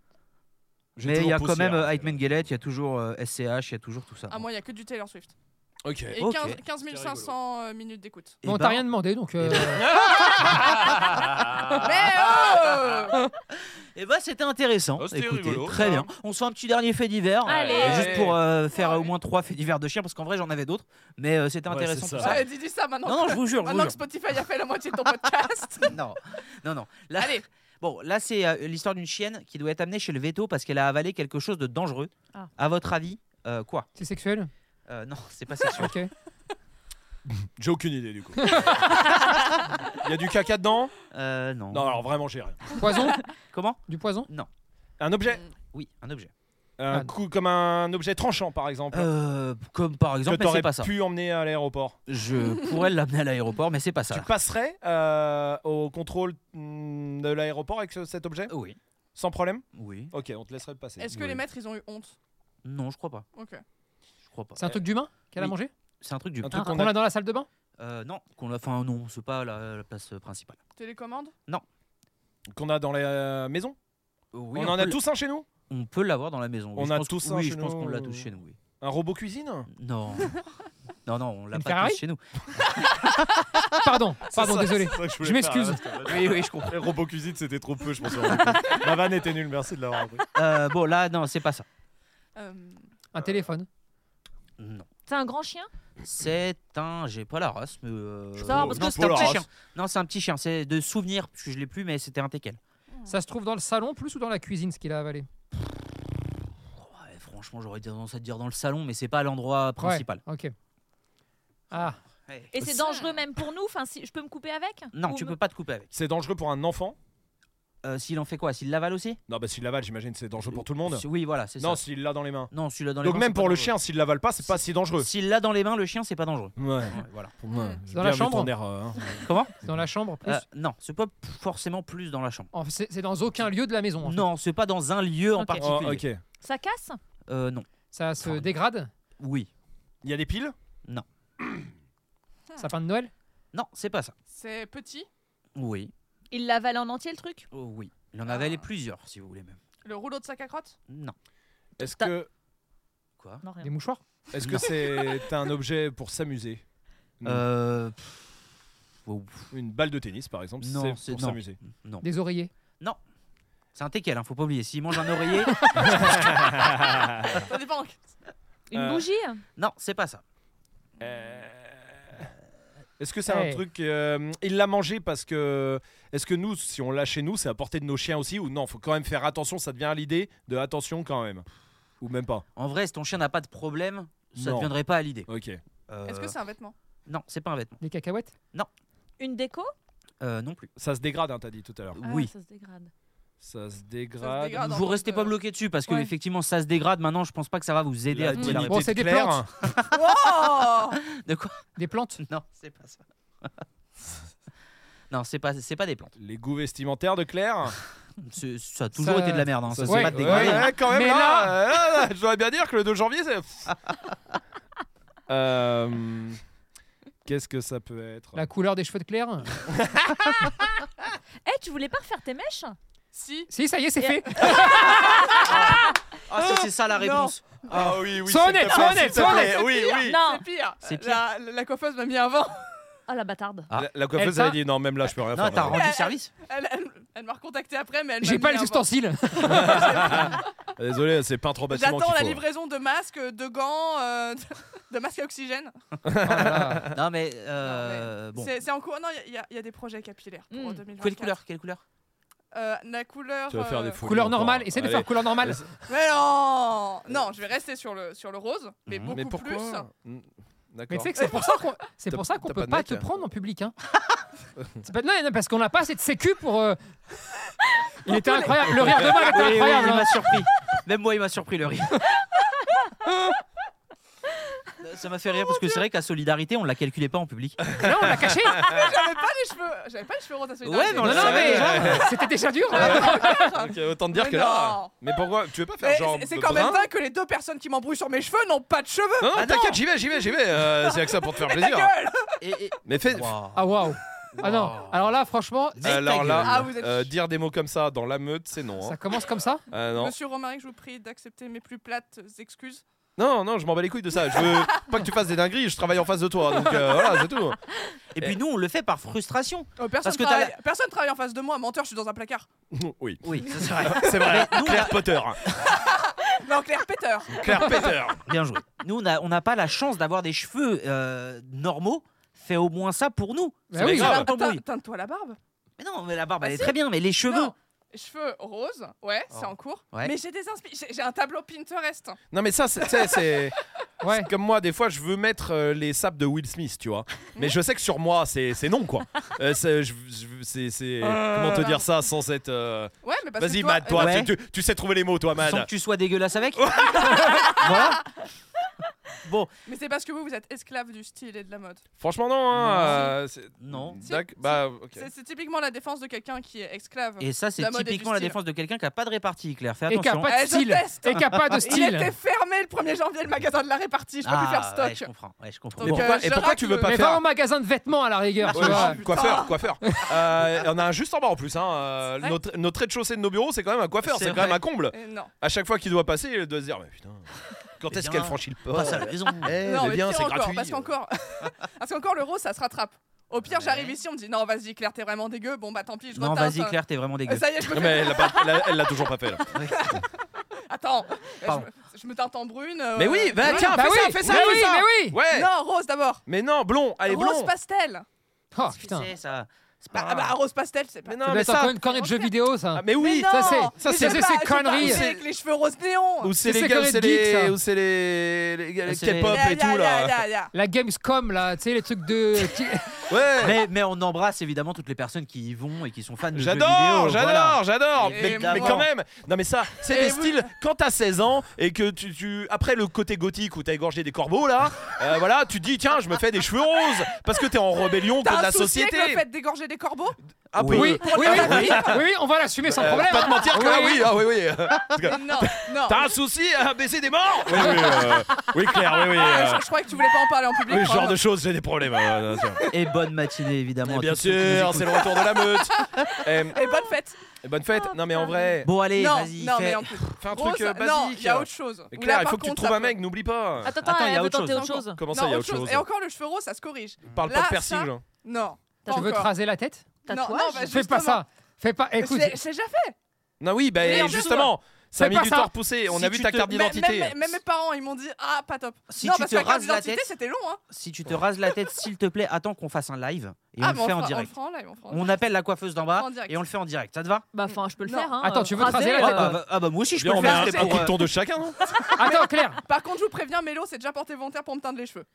A: J'ai
B: Mais il y a
A: toujours hein.
B: quand même
A: poussière,
B: euh, Hitman Galette, il y a toujours euh, SCH, il y a toujours tout ça.
D: Ah moi il y a que du Taylor Swift.
A: Ok.
D: Et
B: Ok.
D: 15, 15 500 euh, minutes d'écoute.
B: Eh
H: Bon,
B: ben,
H: t'as rien demandé donc. euh,
A: Ah.
D: Mais oh
B: eh ben, c'était intéressant.
A: Oh, c'était
B: Écoutez,
A: rigolo,
B: très
A: ça.
B: bien. On se fait un petit dernier fait divers.
C: Allez.
B: euh, Juste pour euh, faire
D: Ouais.
B: au moins trois faits divers de chiens, parce qu'en vrai, j'en avais d'autres. Mais euh, c'était
A: Ouais,
B: intéressant
A: c'est
B: tout
A: ça. Ah,
B: ça.
D: Ouais, dis, dis ça maintenant.
B: Non, non, je vous jure. je vous
D: Maintenant que
B: jure.
D: Spotify a fait la moitié de ton podcast.
B: non, non, non. Là, Bon, là, c'est euh, l'histoire d'une chienne qui doit être amenée chez le veto parce qu'elle a avalé quelque chose de dangereux.
C: Ah.
B: À votre avis, euh, quoi
H: C'est sexuel
B: Euh, Non, c'est pas sexuel.
H: Ok.
A: J'ai aucune idée du coup. Il y a du caca dedans
B: Euh, non.
A: Non alors vraiment j'ai rien.
H: Poison
B: Comment
H: Du poison
A: Un objet
D: Mm.
B: Oui, un objet.
A: un
H: Ah.
A: coup comme un objet tranchant par exemple.
B: Euh, comme par
A: que
B: exemple, mais
A: t'aurais
B: c'est pas ça.
A: pu emmener à l'aéroport.
B: Je pourrais l'amener à l'aéroport, mais c'est pas
A: Tu
B: ça.
A: passerais euh, au contrôle mm, de l'aéroport avec ce- cet objet
B: Oui,
A: Sans problème
B: oui.
A: Ok, on te laisserait passer.
D: Est-ce que les maîtres ils ont eu honte
B: Non, je crois pas.
D: Ok.
B: Je crois pas.
H: C'est un truc d'humain qu'elle a
B: Oui.
H: mangé
B: C'est un truc du.
A: Un truc
C: Ah,
A: qu'on
H: On
A: a...
H: l'a dans la salle de bain
B: Euh, non, qu'on l'a. Enfin, non, c'est pas la, la place euh, principale.
D: Télécommande
A: qu'on a dans la maison
B: Euh, oui,
A: On, en a
B: peut-
A: tous un chez nous
B: On peut l'avoir dans la maison. oui,
A: On
B: je
A: a
B: pense que-
A: tous un
B: Oui,
A: chez
B: je pense qu'on
A: nous.
B: l'a tous chez nous. Oui.
A: Un robot cuisine
B: Non. Non, non, on l'a
H: Une
B: pas
H: Ferrari
B: tous chez nous.
D: Ah,
H: Pardon, pardon,
A: ça,
H: désolé. Je m'excuse.
B: Oui, oui, je comprends.
A: Le robot cuisine, c'était trop peu, je pensais. Ma vanne était nulle, merci de l'avoir appris.
B: Euh, bon, là, non, c'est pas ça.
D: Euh,
H: Un téléphone.
B: Non.
C: C'est un grand chien
B: C'est un. J'ai pas la race, mais. euh,
C: Ça va, parce
B: non,
C: que
B: c'est
A: c'est
B: un petit
A: pas la
B: chien. Non, c'est un petit chien. C'est de souvenir, parce que je l'ai plus, mais c'était un teckel.
H: Ça se trouve dans le salon plus ou dans la cuisine ce qu'il a avalé
B: Ouais, Eh, franchement, j'aurais tendance à te dire dans le salon, mais c'est pas l'endroit principal.
H: Ouais, ok. Ah,
B: Ouais.
C: Et c'est
D: Ça.
C: dangereux même pour nous Enfin, si je peux me couper avec
B: Non,
C: Ou
B: tu
C: me-
B: peux pas te couper avec.
A: C'est dangereux pour un enfant
B: Euh, s'il en fait quoi S'il l'avale aussi
A: Non, bah s'il l'avale, j'imagine c'est dangereux pour tout le monde.
B: Si- Oui, voilà, c'est ça.
A: Non, s'il l'a dans les mains.
B: Non, s'il l'a dans les
A: Donc
B: mains.
A: même
B: c'est pas
A: pour le
B: dangereux.
A: chien, s'il l'avale pas, c'est pas si dangereux.
B: S'il l'a dans les mains, le chien, c'est pas dangereux.
A: Ouais.
B: Ouais, voilà.
A: Pour moi, j'ai
H: Dans la
A: bien vu ton
H: chambre
A: air, euh, hein.
B: Comment
H: c'est dans la chambre plus
B: Euh, Non, c'est pas p- forcément plus dans la chambre.
H: En fait, C'est c'est dans aucun lieu de la maison. en fait.
B: Non, c'est pas dans un lieu en
C: Ok.
A: Oh,
B: particulier.
A: ok.
C: Ça casse
B: Euh, non.
H: Ça se
B: Enfin,
H: dégrade
B: Oui.
A: Il y a des piles
D: Ah.
H: Sa fin de Noël
B: Non, c'est pas ça.
D: C'est petit,
B: Oui.
C: Il l'avale en entier le truc
B: Oh, oui. Il en
D: Ah.
B: avalé plusieurs, si vous voulez même.
D: le rouleau de sac à crotte
B: Non.
A: Est-ce
B: Ta-
A: que
B: Quoi
C: Non, rien.
H: Des mouchoirs
A: Est-ce que c'est un objet pour s'amuser Non.
B: Euh. pff, Wow.
I: Une balle de tennis, par exemple,
B: Non, c'est-
I: c'est pour
B: non.
I: s'amuser.
B: Non.
H: Des oreillers.
B: C'est un teckel, hein, faut pas oublier. S'il mange un oreiller.
D: Ça dépend.
C: Une
I: Euh,
C: bougie
B: non, c'est pas ça.
A: Est-ce que c'est
H: Hey.
A: un truc. euh, il l'a mangé parce que. Est-ce que nous, si on l'a chez nous, c'est à portée de nos chiens aussi Ou non, faut quand même faire attention, ça devient l'idée de attention quand même. Ou même pas.
B: En vrai, si ton chien n'a pas de problème, ça ne
A: Non.
B: viendrait pas à l'idée. Euh,
A: Ok. Euh.
D: Est-ce que c'est un vêtement
B: Non, c'est pas un vêtement.
H: Des cacahuètes.
C: Une déco
B: Euh, non plus.
A: Ça se dégrade, hein, t'as dit tout à l'heure.
C: Ah,
B: oui.
C: Ça se dégrade.
A: Ça se
D: Ça se
A: dégrade.
D: dégrade.
B: Vous restez pas bloqué dessus parce que
D: euh, Ouais.
B: effectivement ça se dégrade. Maintenant, je pense pas que ça va vous aider à
A: La
B: trouver la
A: dignité
H: Bon, c'est
A: de
H: des
A: Claire. hein.
H: plantes.
D: Oh
B: réponse. De quoi
H: Des plantes.
B: Non, c'est pas ça. non, c'est pas c'est pas des plantes.
A: Les goûts vestimentaires de Claire.
B: C'est- Ça a toujours
H: Ça-
B: été de la merde. hein. Ça,
H: ouais,
B: c'est pas
H: ouais,
B: dégradé.
A: ouais, quand même
H: Mais
A: là, euh, là, je dois bien dire que le 2 janvier, c'est. Euh, Qu'est-ce que ça peut être
H: La couleur des cheveux de Claire.
C: Eh, tu voulais pas refaire tes mèches
D: Si.
H: si, ça y est, c'est
C: Yeah.
H: fait.
B: Ah, ça, c'est ça la réponse.
A: Ah oui, oui. s'il
H: Sois
A: te
H: honnête,
A: plaît,
H: sois
A: s'il
H: honnête,
A: te
H: sois
A: plaît,
D: honnête.
A: Oui, oui.
C: Non
D: C'est pire.
B: C'est pire.
D: La, la coiffeuse m'a mis un vent.
C: Ah la bâtarde.
B: Ah.
A: La, la coiffeuse,
H: Elle
A: elle a dit non, même là, je peux rien
B: Non, euh,
A: faire.
B: t'as
A: madame.
B: rendu service.
D: Elle, elle- elle m'a recontacté après, mais elle m'a
H: J'ai
D: mis
H: pas
D: un
H: les
D: vent.
H: ustensiles.
A: Désolé, Bah, c'est peintre en bâtiment.
D: J'attends
A: qu'il
D: la
A: faut.
D: livraison de masques, de gants, euh, de, de masques à oxygène.
A: Ah,
B: Non, mais, euh, bon.
D: C'est c'est en cours. Non, il y a- il y, a- il y a des projets capillaires pour
C: Mm.
D: 2024.
B: Quelle couleur Quelle couleur
D: Euh, La couleur.
A: Tu vas faire
D: euh,
A: des folies.
H: Couleur
A: encore.
H: normale. Essaye de
A: Allez.
H: faire couleur normale.
D: Mais non
A: Euh.
D: Non, je vais rester sur le, sur le rose, mais
B: Mhm.
D: beaucoup
A: Mais pourquoi
D: plus.
A: Mm,
H: Mais
A: D'accord.
H: tu sais que c'est pour ça qu'on c'est
A: T'as-
H: pour ça qu'on
A: t'as
H: peut
A: pas de
H: pas
A: mec,
H: te
A: hein.
H: prendre en public hein. C'est pas- non, non, parce qu'on n'a pas assez de sécu pour euh, Il était incroyable, le rire de Val était
B: Oui, oui,
H: incroyable.
B: il
H: hein.
B: m'a surpris. Même moi, il m'a surpris le rire. Ça m'a fait rire parce que c'est vrai qu'à Solidarité, on la calculait pas en public.
H: Non, on l'a caché.
D: J'avais pas les cheveux, j'avais pas les cheveux roses à
B: Ouais, mais
H: Non,
B: on
H: non,
B: l'a savait,
H: mais genre, c'était déjà dur.
A: Ok, autant te dire
D: Mais
A: que là.
D: non.
A: Mais pourquoi Tu veux pas faire
D: Mais
A: genre.
D: c'est- C'est
A: de
D: quand même
A: brun
D: dingue que les deux personnes qui m'embrouillent sur mes cheveux n'ont pas de cheveux.
A: Non, non,
B: Ah, non.
A: t'inquiète, j'y vais, j'y vais, j'y vais. euh, c'est que ça pour te faire
D: Ta
A: plaisir.
D: gueule
B: Et, et-
A: Mais fais.
B: Waouh.
H: Ah waouh. Ah non. Alors là franchement,
B: Mais ta
A: Alors là,
B: gueule.
D: Ah, vous êtes
A: euh,
D: chi-
A: dire des mots comme ça dans la meute, c'est non.
H: ça
A: hein.
H: commence comme ça
A: Ah, non.
D: Monsieur Romaric, je vous prie d'accepter mes plus plates excuses.
A: non, non, je m'en bats les couilles de ça. Je veux pas que tu fasses des dingueries, je travaille en face de toi. Donc euh, voilà, c'est tout.
B: Et puis nous, on le fait par frustration.
D: Oh, personne,
B: Parce que t'as
D: travaille, personne travaille en face de moi, menteur, je suis dans un placard.
A: Oui,
B: Oui, ça c'est vrai.
A: c'est vrai.
B: Mais nous, on
A: Claire Potter.
D: Non, Claire Peter.
A: Claire Peter.
B: a- bien joué. Nous, on n'a on n'a pas la chance d'avoir des cheveux euh, normaux. Fais au moins ça pour nous.
H: Bah
A: C'est
H: oui.
A: pas grave.
D: Teint-
B: t'embrouilles.
D: Teinte-toi la barbe.
B: Mais non, mais la barbe,
D: Ah,
B: elle est
D: si.
B: très bien. Mais les cheveux.
D: Non, Cheveux roses, ouais, c'est
B: Oh.
D: en cours.
B: Ouais.
D: Mais j'ai des inspi- j'ai- J'ai un tableau Pinterest.
A: Non, mais ça, c'est- tu sais, c'est.
H: Ouais.
A: Comme moi, des fois, je veux mettre euh, les sapes de Will Smith, tu vois. Mais je sais que sur moi, c'est c'est non, quoi. Euh, c'est. je- je- c'est- c'est- Comment te dire ça sans cette. euh,
D: Ouais, mais Euh. parce
A: Vas-y,
D: que toi, euh,
A: Mad, toi,
B: Ouais.
A: tu, tu- tu sais trouver les mots, toi, Mad.
B: Sans que tu sois dégueulasse avec. voilà.
D: euh, Mais c'est parce que vous, vous êtes esclave du style et de la mode.
A: Franchement, non. Hein,
B: Non.
A: euh, c'est-
B: Non.
A: D'ac-
D: Si.
A: Bah, ok.
D: C'est- C'est typiquement la défense de quelqu'un qui est esclave.
B: Et ça, c'est
D: La mode et du
B: typiquement la
D: style.
B: défense de quelqu'un qui a pas de répartie, Claire. Fais
H: Et qui a
B: attention.
H: pas de
D: Eh, je
H: style.
D: teste.
H: Et qui a pas de
D: Il était
H: style.
D: fermé le 1er janvier, le magasin de la répartie. Je peux plus faire
B: Ah,
D: stock.
B: ouais, je comprends. Ouais, je comprends.
D: Donc,
A: Mais
B: Bon.
A: pourquoi-
D: euh,
A: et
D: je
A: pourquoi
D: racle
A: tu veux
D: le-
A: pas
H: Mais
A: faire Bah,
H: va au magasin de vêtements à la rigueur, tu
A: Ouais,
H: vois.
D: putain.
A: coiffeur, coiffeur. Euh, on a un juste en bas en plus. Hein. Euh,
D: Ouais.
A: Notre, notre rez-de-chaussée de nos bureaux, c'est quand même un coiffeur,
B: C'est
A: c'est
B: vrai.
A: quand même un comble.
D: Eh, non.
A: À chaque fois qu'il doit passer, il doit se dire Mais putain, quand
B: Eh
A: est-ce
B: bien,
A: qu'elle franchit le pas
D: euh,
B: Passe à la maison.
D: non, Eh, mais
A: bien,
D: pire
A: c'est
D: encore,
A: gratuit.
D: Parce qu'encore, parce qu'encore le rose, ça se rattrape. Au pire,
B: Ouais.
D: j'arrive ici, on me dit non, vas-y, Claire, t'es vraiment dégueu. Bon, bah tant pis, je
B: Non,
D: reteins,
B: vas-y,
D: ça.
B: Claire, t'es vraiment
D: Euh,
B: dégueu.
D: Ça y est, je me
A: Non, mais elle l'a pas- elle a- elle l'a toujours pas fait là.
D: Attends, euh,
B: Pardon.
D: je, me- je me teinte en brune. euh,
A: Mais oui, bah,
D: voilà.
A: tiens,
H: Bah
A: fais
H: oui,
A: ça, fais ça,
H: mais
A: fais
H: oui,
A: ça.
H: mais oui.
A: Ouais,
D: Non, rose d'abord.
A: mais non, blond, allez,
D: Rose
A: blond.
D: pastel.
H: Oh
B: Qu'est-ce que
H: putain.
B: c'est, ça C'est
D: Ah, bah rose pastel, c'est pas.
A: Mais
H: Ça
A: non,
H: doit
A: mais
H: être encore
A: ça.
H: une cornée de jeux vidéo ça.
A: Ah, Mais oui,
D: non,
H: ça, c'est-
A: ça,
D: mais
A: c'est-
D: je
H: c'est
D: sais
H: ces
D: pas, je sais pas,
H: conneries.
D: c'est Avec les cheveux roses néons.
A: Ou c'est
H: c'est
A: les gars,
H: que
A: c'est
H: les geeks, ça.
A: les. Ou c'est les. les gars,
B: Ah,
A: les
B: c'est les-
A: K-pop
D: Ya,
A: et
D: ya,
A: tout
D: ya,
A: là.
D: ya, ya.
H: La Gamescom là, tu sais les trucs de
A: Ouais.
B: Mais, mais on embrasse évidemment toutes les personnes qui y vont et qui sont fans de jeux vidéo.
A: J'adore,
B: voilà.
A: j'adore, j'adore.
D: Et
A: Mais,
B: moi.
A: mais quand même, non mais ça, c'est
D: Et
A: des
D: oui.
A: styles. Quand t'as 16 ans et que tu, tu après le côté gothique où t'as égorgé des corbeaux là, euh, voilà, tu te dis tiens, je me fais des cheveux roses parce que t'es en rébellion
D: T'as
A: contre
D: un
A: la
D: souci avec
A: société.
D: le fait d'égorger des corbeaux
A: Un peu.
H: Oui, oui, oui, oui, oui, on va l'assumer sans
A: Ah, Euh,
H: problème.
A: Pas te mentir que là,
H: Oui.
A: oui, ah oui, oui.
D: Mais Non, non.
A: T'as un souci à baisser des morts Oui, oui, euh, oui, Claire, oui, oui. euh,
D: Je, je croyais que tu voulais pas en parler en public.
A: oui, ce genre
D: pardon.
A: de choses, j'ai des problèmes. euh, bien sûr.
B: Et bonne matinée évidemment.
A: Mais
B: à
A: bien
B: tous ceux qui nous
A: sûr,
B: écoutent.
A: c'est le retour de la meute.
D: Et bonne fête.
A: Eh, bonne fête.
C: Oh,
A: Non, mais en
C: putain.
A: vrai,
B: Bon allez,
D: non,
B: vas-y.
D: non,
B: fais-
D: mais en plus.
A: Eh, fais un
D: Rose,
A: truc euh,
D: non,
A: basique.
D: il y a autre chose.
A: Mais
D: Ou
A: Claire,
D: là,
A: il
D: par
A: faut que tu
D: contre,
A: trouves
D: ça
A: un
D: peut-
A: mec, n'oublie pas.
C: Attends,
B: Attends,
C: attends,
B: il y
C: elle
B: a
C: veut
B: autre
C: tenter
B: chose.
C: autre chose.
A: Comment
D: Non,
A: ça, il y a
D: autre
A: autre chose
D: Et encore le cheveu rose, ça se corrige.
A: Parle
D: Là,
A: pas de piercing.
D: ça-
A: hein.
D: Non.
C: Pas
H: Tu veux te
D: encore.
H: raser la tête
C: Tatouage
D: non, bah,
H: Fais pas
D: justement.
H: ça. Fais pas.
D: Mais
H: Écoute,
D: C'est c'est déjà fait.
A: Non, oui, bah,
D: Mais
A: et
D: en fait,
A: justement, ça a
H: fais
A: mis
H: pas
A: du
H: ça.
A: temps à repousser. On
B: Si
A: a vu
B: tu
A: ta
B: te-
A: carte
D: Mais-
A: d'identité.
D: Même, même mes parents, ils m'ont dit Ah, pas top.
B: Si
D: non,
B: tu
D: parce
B: te
D: que la carte
B: rases la
D: d'identité,
B: tête,
D: c'était long. Hein.
B: si tu te rases la tête, s'il te plaît, attends qu'on fasse un live et
D: ah,
B: on
D: mais
B: le fait
D: fera-
B: en
D: On
B: direct.
D: le fera en live. On le fera en
B: On appelle la coiffeuse d'en bas
D: En direct.
B: et on le fait en direct. Ça te va
C: Bah, enfin, je peux le
D: Non.
C: faire. Hein.
H: Attends, tu veux te raser la
B: Ouais,
H: tête
B: bah, bah, Ah bah moi aussi je
A: Viens,
B: peux
A: on
B: le
A: met
B: faire.
A: un,
B: c'était
A: un
B: pour,
A: coup
B: euh,
A: de ton de chacun, non
H: attends, Claire.
D: direct. Par contre, je vous préviens, Mélo, c'est déjà porté volontaire pour me teindre les cheveux.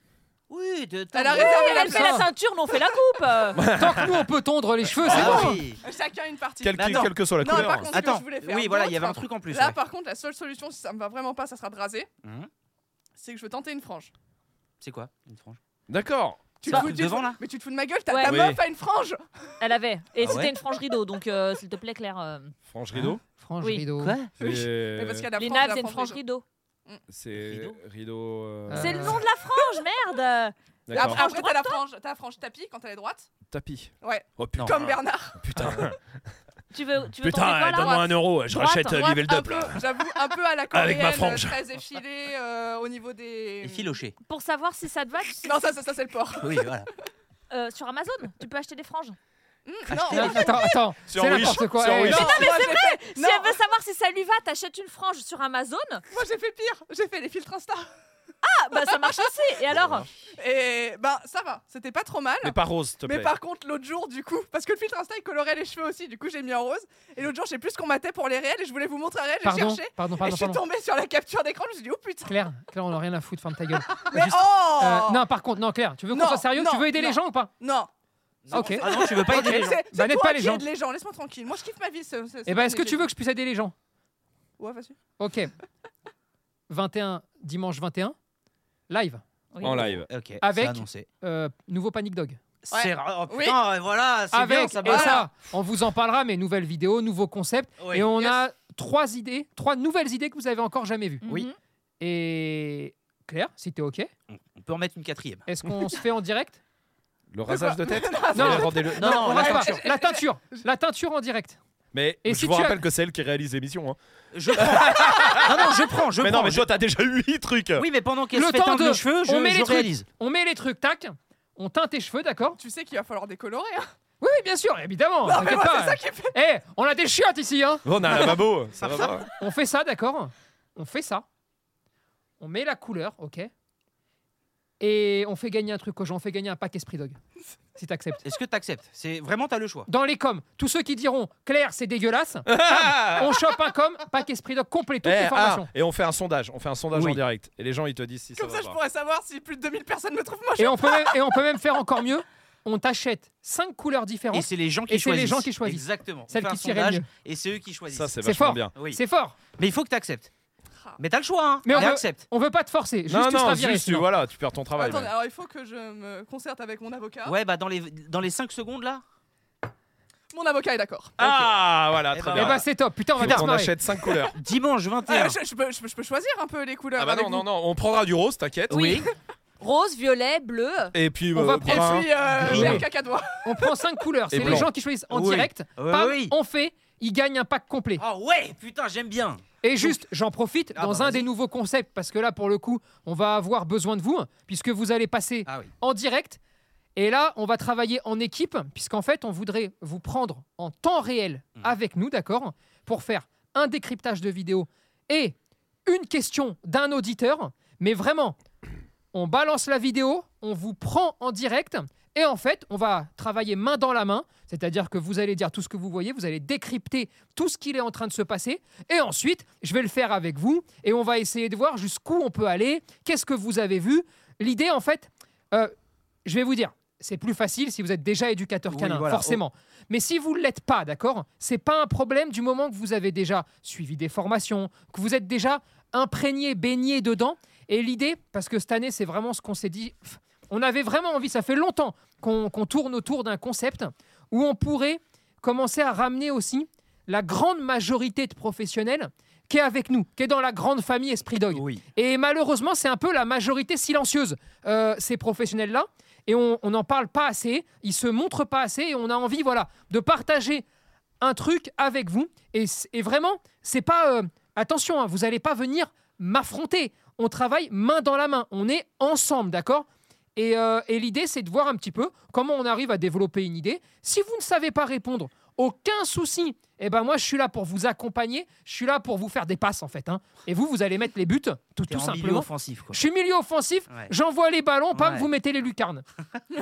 B: Oui, de-
D: Elle a
B: de-
D: réservé
C: Elle fait la ceinture, nous on fait la coupe.
H: Tant que nous on peut tondre les cheveux, c'est
B: Ah
H: bon.
B: oui.
D: Chacun une partie.
A: quelle,
B: Mais attends.
A: quelle que soit la
D: Non,
A: couleur.
D: par contre, ce que
B: Attends,
D: je voulais faire
B: oui, voilà, il y
D: d'autre,
B: avait un truc en plus.
D: Là,
B: ouais.
D: par contre, la seule solution, si ça me va vraiment pas, ça sera de raser.
B: Mhm.
D: C'est que je veux tenter une frange.
B: C'est quoi une frange
A: D'accord.
D: Tu
B: Bah,
D: te fous tu te
B: devant,
D: fous-
B: là
D: Mais tu te fous de ma gueule, t'as
C: Ouais.
D: ta
A: Oui.
D: meuf à une frange
C: Elle avait. Et
B: Ah
C: c'était
B: ouais
C: une frange rideau, donc euh, s'il te plaît, Claire. euh,
A: Franche rideau.
H: Frange
C: Oui.
H: rideau.
B: Quoi
D: Oui.
A: C'est-
D: Mais parce qu'il y a la
C: Les
D: frange,
C: naves,
D: la
C: c'est une frange rideau.
A: C'est
B: Rideau.
A: rideau. euh,
C: C'est le nom de la frange, merde.
D: Après,
A: D'accord.
D: après, t'as la frange, t'as la frange tapis quand elle est droite.
A: Tapis.
D: Ouais.
A: Oh putain.
D: Comme Bernard.
A: Putain.
C: Tu veux, tu veux
I: Putain,
C: tenter quoi,
I: eh,
C: là
I: donne-moi un euro, je
C: Droite,
I: rachète euh,
D: Droite,
I: Level
D: un
I: Up là.
D: peu, J'avoue, un peu à la coréenne, euh,
I: Avec ma frange.
D: très effilée euh, au niveau des. hum.
B: Effiloché.
C: Pour savoir si ça te va, tu sais-
D: Non, ça, ça, ça, c'est le porc.
B: Oui, voilà.
C: euh, sur Amazon, tu peux acheter des franges.
D: Hmm,
B: Acheter
D: non,
B: la-
H: Attends, attends.
A: Sur
H: C'est
A: Wish,
H: n'importe quoi.
A: sur
H: Eh,
A: Wish.
D: non, moi, j'ai fait,
C: Si
D: non,
C: elle veut savoir si ça lui va, t'achètes une frange sur Amazon.
D: moi, j'ai fait pire. J'ai fait les filtres Insta.
C: Ah, bah ça marche aussi. Et alors
D: Et ben, ça va. C'était pas trop mal.
A: Mais pas rose, s'il te
D: Mais
A: plaît.
D: par contre, l'autre jour, du coup, parce que le filtre Insta il colorait les cheveux aussi, du coup j'ai mis en rose. Et l'autre jour, je sais plus ce qu'on matait pour les réels et je voulais vous montrer un réel, j'ai
H: Pardon,
D: cherché.
H: pardon,
D: Et je
H: pardon,
D: suis
H: pardon.
D: tombée sur la capture d'écran, je me suis dit, oh putain!
H: Claire, Claire, on n'a rien à foutre, ferme ta gueule.
D: Mais
H: Juste-
D: oh!
H: Euh, non, par contre, non, Claire, tu veux qu'on
D: Non,
H: soit sérieux
D: non,
H: Tu veux aider les
D: non.
H: gens ou pas
D: Non!
H: Ok.
B: Ah non, tu veux pas aider les gens.
D: C'est
H: Bah,
D: c'est
H: n'aide
D: toi
H: pas les
D: qui
H: gens.
D: aide les gens, laisse-moi tranquille. Moi je kiffe ma vie. ce- ce-
H: Eh
D: ce
H: ben, est-ce que
D: métier.
H: tu veux que je puisse aider les gens
D: Ouais, vas-y.
H: Ok. 21, dimanche 21, live.
C: Oui.
A: En live.
B: Ok, c'est
H: Avec-
B: annoncé.
H: Euh, nouveau Panic Dog.
B: C'est ra- oh,
D: Oui.
B: putain, et voilà, c'est
H: Avec
B: bien, ça
H: et
B: va.
H: ça, on vous en parlera, mais nouvelles vidéos, nouveaux concepts.
B: Oui.
H: et on
D: Yes.
H: a trois idées, trois nouvelles idées que vous avez encore jamais vues.
C: Mhm.
B: Oui.
H: Et Claire, si t'es ok,
B: On peut en mettre une quatrième.
H: est-ce qu'on se fait en direct
A: Le rasage de tête
H: Non.
A: Mais rendez-le-
B: Non, non,
H: on
B: la
H: lâche pas.
B: ceinture.
H: La teinture, la teinture en direct.
A: Mais
H: Et
A: je
H: si
A: vous
H: tu as-
A: rappelle que c'est elle qui réalise l'émission. hein.
B: Je prends. non, non, je prends, je
A: Mais
B: prends.
A: non, mais toi, t'as déjà eu 8 trucs.
B: Oui, mais pendant qu'elle
H: Le
B: se fait
H: temps
B: teindre
H: de-
B: les cheveux, je,
H: on met
B: je
H: les trucs.
B: réalise.
H: On met les trucs, tac. On teint tes cheveux, d'accord
D: Tu sais qu'il va falloir décolorer. hein.
H: Oui, oui, bien sûr, évidemment.
D: Non, mais
H: t'inquiète
D: moi
H: pas.
D: c'est ça qui fait.
H: Eh, on a des chiottes ici, hein
A: On a un babo, ça va pas.
H: On fait ça, d'accord On fait ça. On met la couleur, ok Et on fait gagner un truc aux gens. On fait gagner un pack Esprit Dog. Si t'acceptes.
B: Est-ce que t'acceptes C'est vraiment t'as le choix.
H: Dans les coms, tous ceux qui diront Claire, c'est dégueulasse, bam, on chope un com, pack Esprit Dog complet, toutes
A: Eh,
H: les
A: ah,
H: formations.
A: et on fait un sondage, on fait un sondage
B: Oui.
A: en direct. Et les gens ils te disent si
D: Comme
A: ça, va
D: ça, je
A: pas.
D: pourrais savoir si plus de 2000 personnes me trouvent moche.
H: Et on, peut même, et on peut même faire encore mieux. On t'achète cinq couleurs
B: Et
H: différentes.
B: c'est les gens qui
H: Et c'est les
B: choisissent.
H: gens qui choisissent.
B: Exactement. On
H: Celles
B: fait
H: qui
B: un
H: tirent le
B: sondage
H: mieux.
B: Et c'est eux qui choisissent.
A: Ça c'est
H: C'est
A: vachement
H: fort.
A: bien.
B: Oui.
H: C'est fort.
B: Mais il faut que t'acceptes.
D: Ah.
B: Mais t'as le choix, hein.
H: Mais on
B: Mais
H: veut-
B: accepte.
H: On veut pas te forcer. Juste
A: non
H: tu
A: non,
H: seras viré,
A: juste tu,
H: sinon.
A: voilà, tu perds ton travail.
D: Attendez,
A: mais-
D: alors il faut que je me concerte avec mon avocat.
B: Ouais, bah dans les, dans les 5 secondes là.
D: Mon avocat est d'accord.
A: Ah voilà,
B: Eh
A: très
B: ben,
H: Eh
A: bien.
H: ben c'est top. Putain, on va
A: Donc,
H: bien se
A: on
H: marrer.
A: achète 5 couleurs.
B: Dimanche
D: Ah,
B: 21.
D: je, je peux, je peux- je peux choisir un peu les couleurs.
A: Ah bah
D: avec
A: non non
D: vous.
A: non, on prendra du rose, t'inquiète.
B: Oui.
C: Rose, violet, bleu.
A: Et puis
H: On va
A: euh,
H: prendre-
A: brun.
D: Et puis, euh,
H: Brun.
D: j'ai un caca doigt.
H: On prend cinq couleurs. C'est les
A: blanc.
H: gens qui choisissent en
B: Oui.
H: direct.
B: Ouais,
H: Pam,
B: oui.
H: on fait. Ils gagnent un pack complet.
B: Ah ouais, putain, j'aime bien.
H: Et juste, j'en profite
B: Ah
H: dans
B: bah
H: un
B: vas-y.
H: des nouveaux concepts, parce que là, pour le coup, on va avoir besoin de vous, hein, puisque vous allez passer
B: Ah oui.
H: en direct. Et là, on va travailler en équipe, puisqu'en fait, on voudrait vous prendre en temps réel
B: Mhm.
H: avec nous, d'accord Pour faire un décryptage de vidéo et une question d'un auditeur. Mais vraiment, on balance la vidéo, on vous prend en direct. Et en fait, on va travailler main dans la main, c'est-à-dire que vous allez dire tout ce que vous voyez, vous allez décrypter tout ce qu'il est en train de se passer, et ensuite, je vais le faire avec vous, et on va essayer de voir jusqu'où on peut aller, qu'est-ce que vous avez vu. L'idée, en fait, euh, je vais vous dire, c'est plus facile si vous êtes déjà éducateur
B: Oui,
H: canin,
B: voilà.
H: forcément. Mais si vous ne l'êtes pas, d'accord, c'est pas un problème du moment que vous avez déjà suivi des formations, que vous êtes déjà imprégné, baigné dedans. Et l'idée, parce que cette année, c'est vraiment ce qu'on s'est dit, pff, on avait vraiment envie, ça fait longtemps qu'on qu'on tourne autour d'un concept où on pourrait commencer à ramener aussi la grande majorité de professionnels qui est avec nous, qui est dans la grande famille Esprit Dog.
B: Oui.
H: Et malheureusement, c'est un peu la majorité silencieuse, euh, ces professionnels-là. Et on on n'en parle pas assez, ils se montrent pas assez, et on a envie voilà, de partager un truc avec vous. Et, c- et vraiment, c'est pas. euh, attention, hein, vous n'allez pas venir m'affronter. On travaille main dans la main, on est ensemble, d'accord Et, euh, et l'idée, c'est de voir un petit peu comment on arrive à développer une idée. Si vous ne savez pas répondre, aucun souci. Eh ben moi, je suis là pour vous accompagner. Je suis là pour vous faire des passes en fait. hein. Et vous, vous allez mettre les buts, tout,
B: T'es
H: tout
B: en milieu
H: simplement.
B: offensif. Quoi.
H: Je suis milieu offensif.
B: Ouais.
H: J'envoie les ballons, pam,
B: Ouais.
H: vous mettez les lucarnes.
B: On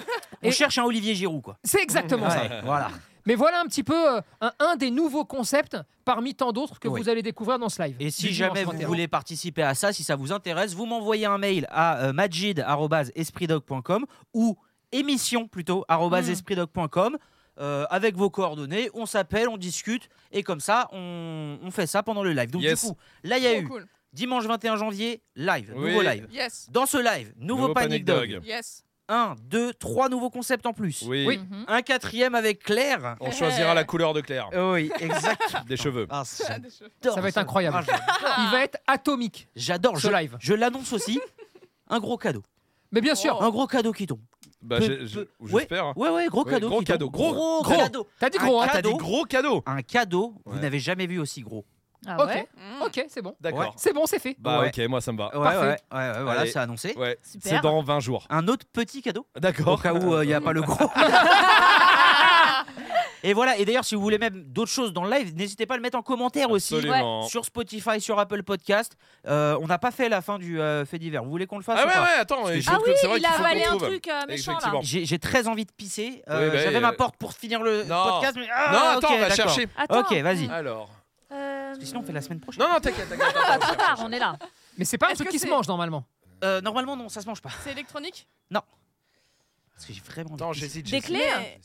H: Et-
B: cherche un Olivier Giroud, quoi.
H: C'est exactement ça.
B: Ouais, voilà.
H: Mais voilà un petit peu euh, un, un des nouveaux concepts parmi tant d'autres que
B: Oui.
H: vous allez découvrir dans ce live.
B: Et si
H: Du dimanche
B: jamais vous
H: 31.
B: voulez participer à ça, si ça vous intéresse, vous m'envoyez un mail à euh, majid@espritdog.com ou émission plutôt arobase
H: Mm.
B: espritdog.com, euh, avec vos coordonnées, on s'appelle, on discute et comme ça on, on fait ça pendant le live. Donc
A: Yes.
B: du coup, là il y a
D: Trop
B: eu
D: cool.
B: dimanche 21 janvier live,
A: Oui.
B: nouveau live.
D: Yes,
B: Dans ce live, nouveau,
A: Nouveau Panic
B: panic dog.
A: Dog.
D: yes.
B: Un, deux, trois nouveaux concepts en plus.
A: Oui.
H: Oui.
C: Mhm.
B: Un quatrième avec Claire.
A: On choisira la couleur de Claire,
B: Oui, exact.
A: des cheveux.
B: Ah, c'est-
D: Ah, des cheveux.
B: j'adore
H: Ça va être incroyable.
B: Ah, j'adore.
H: Il va être atomique
B: J'adore.
H: ce
B: Je,
H: live.
B: je l'annonce aussi. Un gros cadeau.
H: Mais bien sûr,
D: Oh.
B: Un gros cadeau qui tombe.
A: Bah,
B: Peu-
A: j'ai- j'ai-
B: peu-
A: ou j'espère.
B: Ouais, ouais, gros
A: Ouais,
B: cadeau.
A: gros
B: qui tombe.
A: cadeau,
B: Gros,
A: gros,
H: gros.
B: cadeau.
H: t'as dit
B: Un
H: gros. hein.
A: Ah, t'as
B: cadeau.
A: des gros cadeaux
B: Un cadeau, vous
A: Ouais.
B: n'avez jamais vu aussi gros.
C: Ah
H: Ok,
C: ouais
D: Mm.
H: ok, c'est bon.
A: D'accord.
B: Ouais.
H: C'est bon, c'est fait.
A: Bah,
B: Ouais.
A: ok, moi ça me va.
B: Ouais, ouais,
H: Parfait.
B: ouais, ouais, voilà,
A: Allez.
B: c'est annoncé.
A: Ouais,
C: Super.
A: c'est dans 20 jours.
B: Un autre petit cadeau, au
A: D'accord.
B: cas où il n'y a pas le gros. et voilà, et d'ailleurs, si vous voulez même d'autres choses dans le live, n'hésitez pas à le mettre en commentaire aussi.
A: Absolument.
B: Sur Spotify, sur Apple Podcast. Euh, on n'a pas fait la fin du euh, fait divers. Vous voulez qu'on le fasse
A: Ah
B: ou
A: ouais,
B: pas
A: ouais, attends.
B: Ah
A: je
C: Ah
A: trouve que
C: oui,
A: c'est vrai
C: il
A: qu'il
C: a
A: faut qu'on
C: avalé un
A: trouve.
C: truc euh, méchant là.
A: Effectivement.
B: J'ai j'ai très envie de pisser. Euh,
A: Oui, bah,
B: J'avais
A: euh,
B: ma porte pour finir le
A: non.
B: podcast. mais- Ah,
A: Non, attends,
B: ok,
A: on va
B: d'accord.
A: chercher.
C: Attends,
B: Ok, vas-y.
A: Alors.
C: euh,
B: Sinon, on fait la semaine prochaine.
A: Non, non, t'inquiète, t'inquiète.
C: Ah, trop tard, on est là.
H: Mais c'est pas un
D: Est-ce
H: truc
D: que
H: qui se
D: c'est-
H: mange normalement.
B: Euh, normalement, non, ça se mange pas.
D: C'est électronique
B: Parce que j'ai vraiment.
A: Attends,
B: envie de
A: j'hésite.
C: Des
A: j'hésite.
C: clés hein.
D: Mais-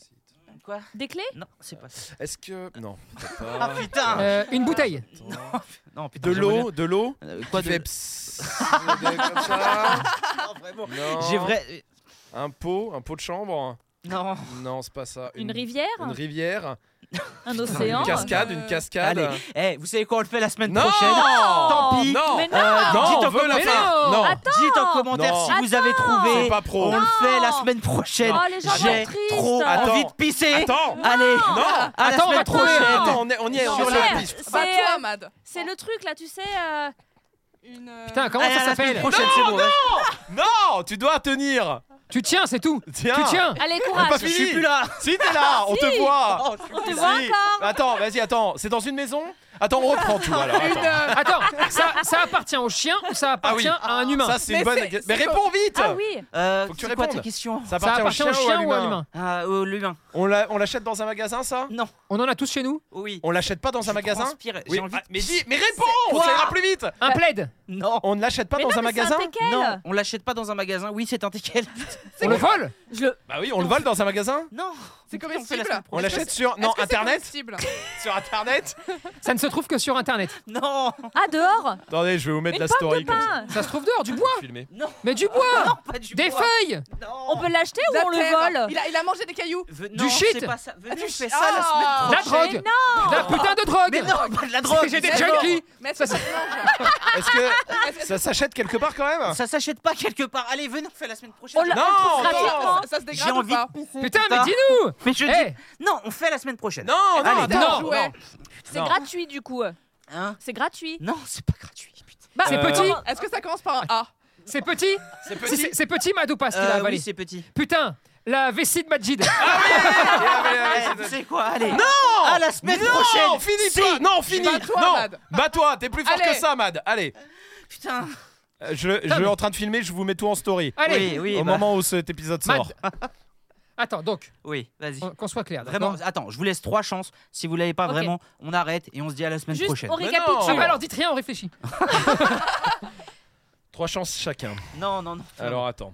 B: Quoi
C: Des clés
B: Non, c'est pas ça.
A: Est-ce que. Non. peut-être
B: Ah
A: pas.
B: putain
H: Euh, une bouteille.
A: Ah.
B: Non, non, putain,
A: De
B: j'aimerais
A: l'eau, de l'eau.
B: bien- Euh, Quoi
A: qui
B: de
A: fait psss, des- comme ça.
B: Non, vraiment.
A: Non.
B: J'ai vrai. euh,
A: Un pot, un pot de chambre.
B: Non.
A: Non, c'est pas ça.
C: Une rivière
A: Une rivière.
C: Un
A: Une
C: océan
A: cascade,
D: Euh,
A: une cascade.
B: Allez, eh, vous savez quoi, on le fait la semaine
A: Non
B: prochaine. Tant pis.
A: Non.
C: Mais non
B: Euh,
A: Non,
B: dites,
A: on
B: en
A: veut la
H: mais
A: fin.
H: non.
A: Non.
C: Attends,
B: dites en commentaire
A: Non.
B: si vous avez
A: C'est
B: trouvé.
A: pas pro.
B: On le fait la semaine prochaine.
C: Oh, les gens vont
B: J'ai
C: être tristes.
B: trop
A: Attends.
B: envie de pisser.
A: Attends.
B: Allez,
A: Non.
B: à la
H: Attends, on
B: semaine
H: va trouver.
B: prochaine.
A: Attends, on est, on y est,
D: Non,
A: on est sur
D: mais-
A: la piste.
D: Bah
C: C'est
D: toi, Mad.
C: c'est le truc là, tu sais. euh,
D: Une. euh,
H: Putain, comment
B: Allez, à
H: ça
B: Ah, la semaine
H: s'appelle
B: prochaine, c'est bon. ouais.
A: Non, tu dois tenir.
H: Tu tiens, c'est tout.
A: Tiens.
H: Tu tiens.
C: Allez,
A: pas
C: courage.
A: fini.
B: Je suis plus là.
A: Si t'es là, on te voit.
B: Oh, je suis
C: On te
A: Si.
C: voit encore
A: Attends, vas-y, attends. C'est dans une maison Attends, on reprend tout alors.
D: Une.
A: attends.
D: euh,
H: Attends, ça, ça appartient au chien ou ça appartient
A: Ah
H: à un humain
A: Ça, c'est
D: Mais
A: une bonne.
D: c'est-
A: Mais
D: c'est
A: réponds vite
C: Ah oui
B: Euh,
A: Faut que tu
B: c'est quoi ta
A: répondes.
B: question
A: Ça
H: Ça
A: appartient,
H: appartient au chien ou à l'humain
B: Ah, euh, l'humain.
A: On l'a- on l'achète dans un magasin, ça
H: On en a tous chez nous
B: Oui.
A: On l'achète pas dans un
B: Je
A: magasin
B: transpire,
A: Oui.
B: J'ai envie.
A: Ah,
B: de-
A: mais dis, mais réponds
B: Quoi
A: Ça ira plus vite
H: Un plaid
B: Non.
A: On ne l'achète pas
C: Mais
A: dans
C: non,
A: un
C: mais c'est
A: magasin
C: teckel.
B: Non, on l'achète pas dans un magasin. Oui, c'est un teckel.
H: On le vole
A: Bah oui, on le vole dans un magasin
B: Non.
D: C'est
B: On fait la
D: comestible
B: semaine
A: On l'achète sur.
D: Est-ce
A: Non,
D: que c'est
A: internet
D: comestible
A: Sur internet
H: Ça ne se trouve que sur internet.
B: Non.
C: Ah, dehors
A: Attendez, je vais vous mettre
C: Une
A: la
C: pomme
A: story.
C: de
A: comme ça.
C: pain
H: Ça se trouve dehors, du bois
A: Filmé.
H: Mais du bois
B: Non, pas du
H: Des
B: bois.
H: feuilles
B: Non.
C: On peut l'acheter ou
D: La
C: on
D: terre.
C: le vole
D: il a, il a mangé des cailloux.
B: Ve-
H: Du
B: non,
H: shit.
B: c'est pas ça. Venez,
D: du
B: on fait
D: shit.
B: ça la semaine
D: Ah.
H: La
B: prochaine.
H: drogue La putain de drogue
B: Mais non, pas de la drogue.
H: J'ai des
B: mais non.
H: junkies
D: Mais est-ce que
H: Ça,
D: ça se mange
A: Est-ce que ça s'achète quelque part quand même
B: Ça s'achète pas quelque part. Allez, venez, on fait la semaine prochaine.
C: On l'a-
A: Non,
C: on
A: non,
C: trouve gratuitement.
D: Ça- Ça se
B: J'ai
D: dégrade ou
B: envie
D: pas
B: de pisser.
H: Putain, mais dis-nous
B: Mais je
H: Eh,
B: dis. Non, on fait la semaine prochaine.
A: Non, Ah, non,
B: Allez,
A: attends.
D: Putain,
H: non,
D: jouet.
C: C'est
A: Non.
C: gratuit du coup.
B: Hein
C: C'est gratuit.
B: Non, c'est pas gratuit. putain.
H: C'est
A: Euh,
H: petit
D: Est-ce que ça commence par un A
H: C'est petit
A: C'est
H: Si
A: petit. Ah,
H: C'est c'est petit, Madou, pas ce qu'il a
B: Euh, oui,
H: avalé.
B: c'est petit.
H: Putain, la vessie de Majid
B: Eh,
A: Non,
B: vous savez quoi Allez. Non. À la semaine prochaine.
A: finis
B: Si.
A: toi. Non, finis.
D: Bats-toi,
A: non,
D: Mad.
A: bats-toi. T'es plus fort
D: Allez.
A: que ça, Mad. Allez,
B: Putain.
A: Euh, je, je
H: Tom.
A: suis en train de filmer. Je vous mets tout en story.
B: Oui,
H: Allez
B: oui.
A: Au
B: bah,
A: moment où cet épisode
H: Mad.
A: sort.
H: Attends, donc,
B: Oui, vas-y.
A: Oh,
H: on- qu'on soit clair.
B: Vraiment,
H: d'accord
B: attends, je vous laisse trois chances. Si vous l'avez pas
C: Ok.
B: vraiment, on arrête et on se dit à la semaine
C: Juste,
B: prochaine.
C: on
A: Mais
H: Ah
B: Oh.
C: récapitule.
H: bah alors, dites rien, on réfléchit.
A: Trois chances chacun.
B: Non, non, non.
A: Alors attends.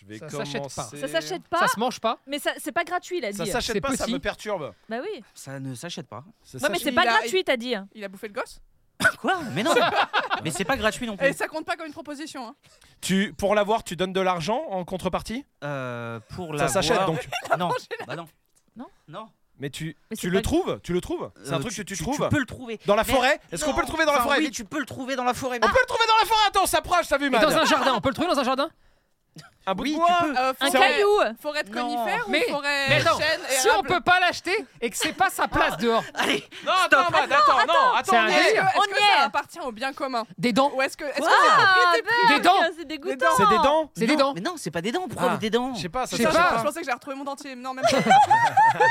A: Je vais
H: Ça
A: commencer.
H: s'achète pas.
C: Ça s'achète pas,
H: Ça se mange pas
C: mais ça- c'est pas gratuit, il a dit.
A: Ça
H: C'est
A: s'achète pas. Ça
H: petit.
A: me perturbe.
C: Bah oui.
B: Ça ne s'achète pas.
A: Ça
C: Non, mais
A: s'achète-
C: c'est
D: il
C: pas
D: a-
C: gratuit, t'as dit.
D: Il a bouffé le gosse
B: Quoi Mais non. mais c'est pas gratuit non
D: Et
B: plus.
D: ça compte pas comme une proposition. Hein.
A: Tu pour l'avoir, tu donnes de l'argent en contrepartie.
B: Euh, pour la
A: Ça s'achète
B: voir-
A: donc.
B: Non. Bah non.
C: Non.
B: Non.
A: Mais tu,
C: Mais
A: tu
C: c'est
A: le
C: pas-
A: trouves, tu le trouves. C'est un
B: Euh,
A: truc que tu,
B: Tu
A: trouves.
B: peux le trouver.
A: Dans la
B: Mais-
A: forêt Est-ce qu'on
B: Non.
A: peut le trouver dans la
B: Enfin,
A: forêt Oh, Ah,
B: Oui,
A: Vite.
B: tu peux le trouver dans la forêt. mais-
A: On peut le trouver dans la forêt Attends, on s'approche, t'as vu,
H: Mais
A: Mad
H: dans un jardin, on peut le trouver dans un jardin
A: Un bout
B: Oui,
A: de
B: tu
A: bois
B: peux.
D: Euh,
C: Un
D: forêt-
C: caillou
D: Forêt de
B: Non.
D: conifères
H: Mais-
D: ou forêt
H: mais non.
D: chêne et
H: Si on peut pas l'acheter et que c'est pas sa place dehors,
B: Allez,
A: Non, attends,
B: Stop.
A: bah, attends, non,
H: c'est
A: attends.
H: un
D: Est-ce que,
H: délire.
D: est-ce
C: On
D: que
C: y
D: ça
C: est.
D: appartient au bien commun
H: Des dents,
D: Ou est-ce que. Est-ce que
C: Ah,
H: Des dents.
C: merde, C'est dégoûtant.
A: C'est des dents
H: c'est des dents.
B: mais non, c'est pas des dents. Pourquoi
A: Ah.
B: vous des dents
A: Je sais pas, ça
H: Je sais
A: se
D: Putain,
A: fait
H: pas.
D: Je pensais que j'ai retrouvé mon dentier. Non, même pas.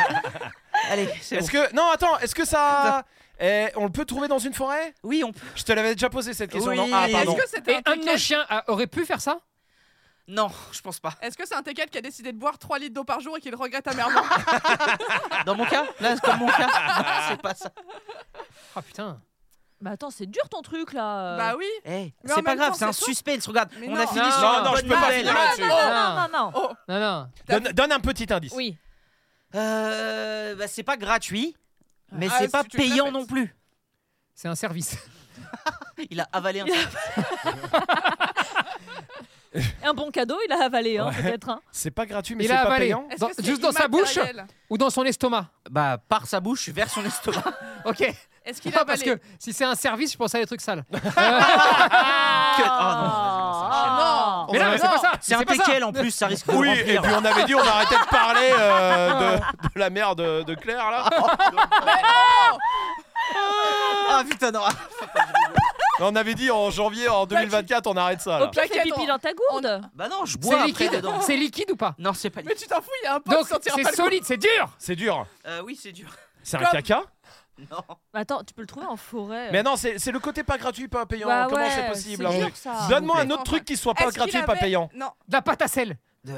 B: Allez, c'est bon.
A: Est-ce que non attends est-ce que ça Eh, on le peut trouver dans une forêt
B: Oui, on peut.
A: Je te l'avais déjà posé cette question
B: Oui.
A: non ah
D: Est-ce
A: pardon
D: que c'était
H: Et
D: un
H: un de nos
D: teckel-
H: chiens a- aurait pu faire ça
B: Non, je pense pas.
D: Est-ce que c'est un Tekel qui a décidé de boire 3 litres d'eau par jour et qu'il regrette amèrement
B: Dans mon cas, là, c'est comme mon cas, c'est pas ça.
H: Ah putain.
C: Bah attends, c'est dur ton truc là.
H: Euh,
D: Bah oui
B: Eh,
D: Mais en
B: c'est pas
D: même
B: grave,
D: temps,
B: c'est un
D: c'est toi.
B: suspense. Regarde,
D: Mais
B: on
D: non.
B: a fini
H: Non,
B: sur une
A: non, je
B: bonne
A: peux pas
B: nouvelle.
A: finir
C: non,
A: là-dessus.
C: non, non, non, non.
D: Oh
H: Non, non.
A: Donne, donne un petit indice.
C: Oui.
B: Euh, bah, c'est pas gratuit, mais
D: Ah,
B: c'est
D: si
B: pas
D: tu le
B: payant
D: répètes.
B: non plus.
H: C'est un service.
B: Il a avalé un.
C: Un bon cadeau, il a avalé, hein,
A: Ouais.
C: peut-être. hein.
A: C'est pas gratuit mais
H: Il
A: c'est
H: a
A: pas
H: avalé.
A: payant.
D: Est-ce
H: Dans-
D: que c'est
H: juste dans sa bouche
D: immatériel
H: Ou dans son estomac.
B: Bah, par sa bouche vers son estomac.
H: Ok.
D: Est-ce qu'il a
H: Non, Ah, parce
D: avalé
H: que si c'est un service, je pense à des trucs sales.
B: Que-
A: oh,
B: Ah,
H: Mais non, mais c'est pas ça.
B: C'est un
H: pas ça.
B: teckel en plus, ça risque de
A: Oui, et
B: remplir.
A: puis on avait dit on arrêtait de parler euh, de, de la mère de, de Claire là.
B: Ah putain, non.
A: On avait dit en janvier en 2024 on arrête ça.
C: Au
A: Là.
C: pire,
D: Plaquette,
C: fais pipi
D: on-
C: dans ta gourde.
B: Bah non, je bois
H: C'est
B: après
H: liquide.
B: dedans.
H: C'est liquide ou pas
B: Non, c'est pas
D: Mais tu t'en fous, il y a un pote
H: Donc
D: qui sortira pas
H: c'est
D: le
H: solide, c'est dur.
A: C'est dur.
B: Euh, oui, c'est dur.
A: C'est un
D: Comme-
A: caca.
B: Non.
C: Attends, tu peux le trouver en forêt.
A: Mais non c'est c'est le côté pas gratuit pas payant.
C: Bah
A: Comment
C: ouais,
A: c'est possible
C: c'est
A: hein
C: dur, ça.
A: Donne-moi un
D: plaît.
A: autre truc qui soit
D: coup.
A: pas
D: Est-ce qu'il
A: gratuit pas
D: avait-
A: payant.
D: Non.
H: De la pâte à sel.
B: De-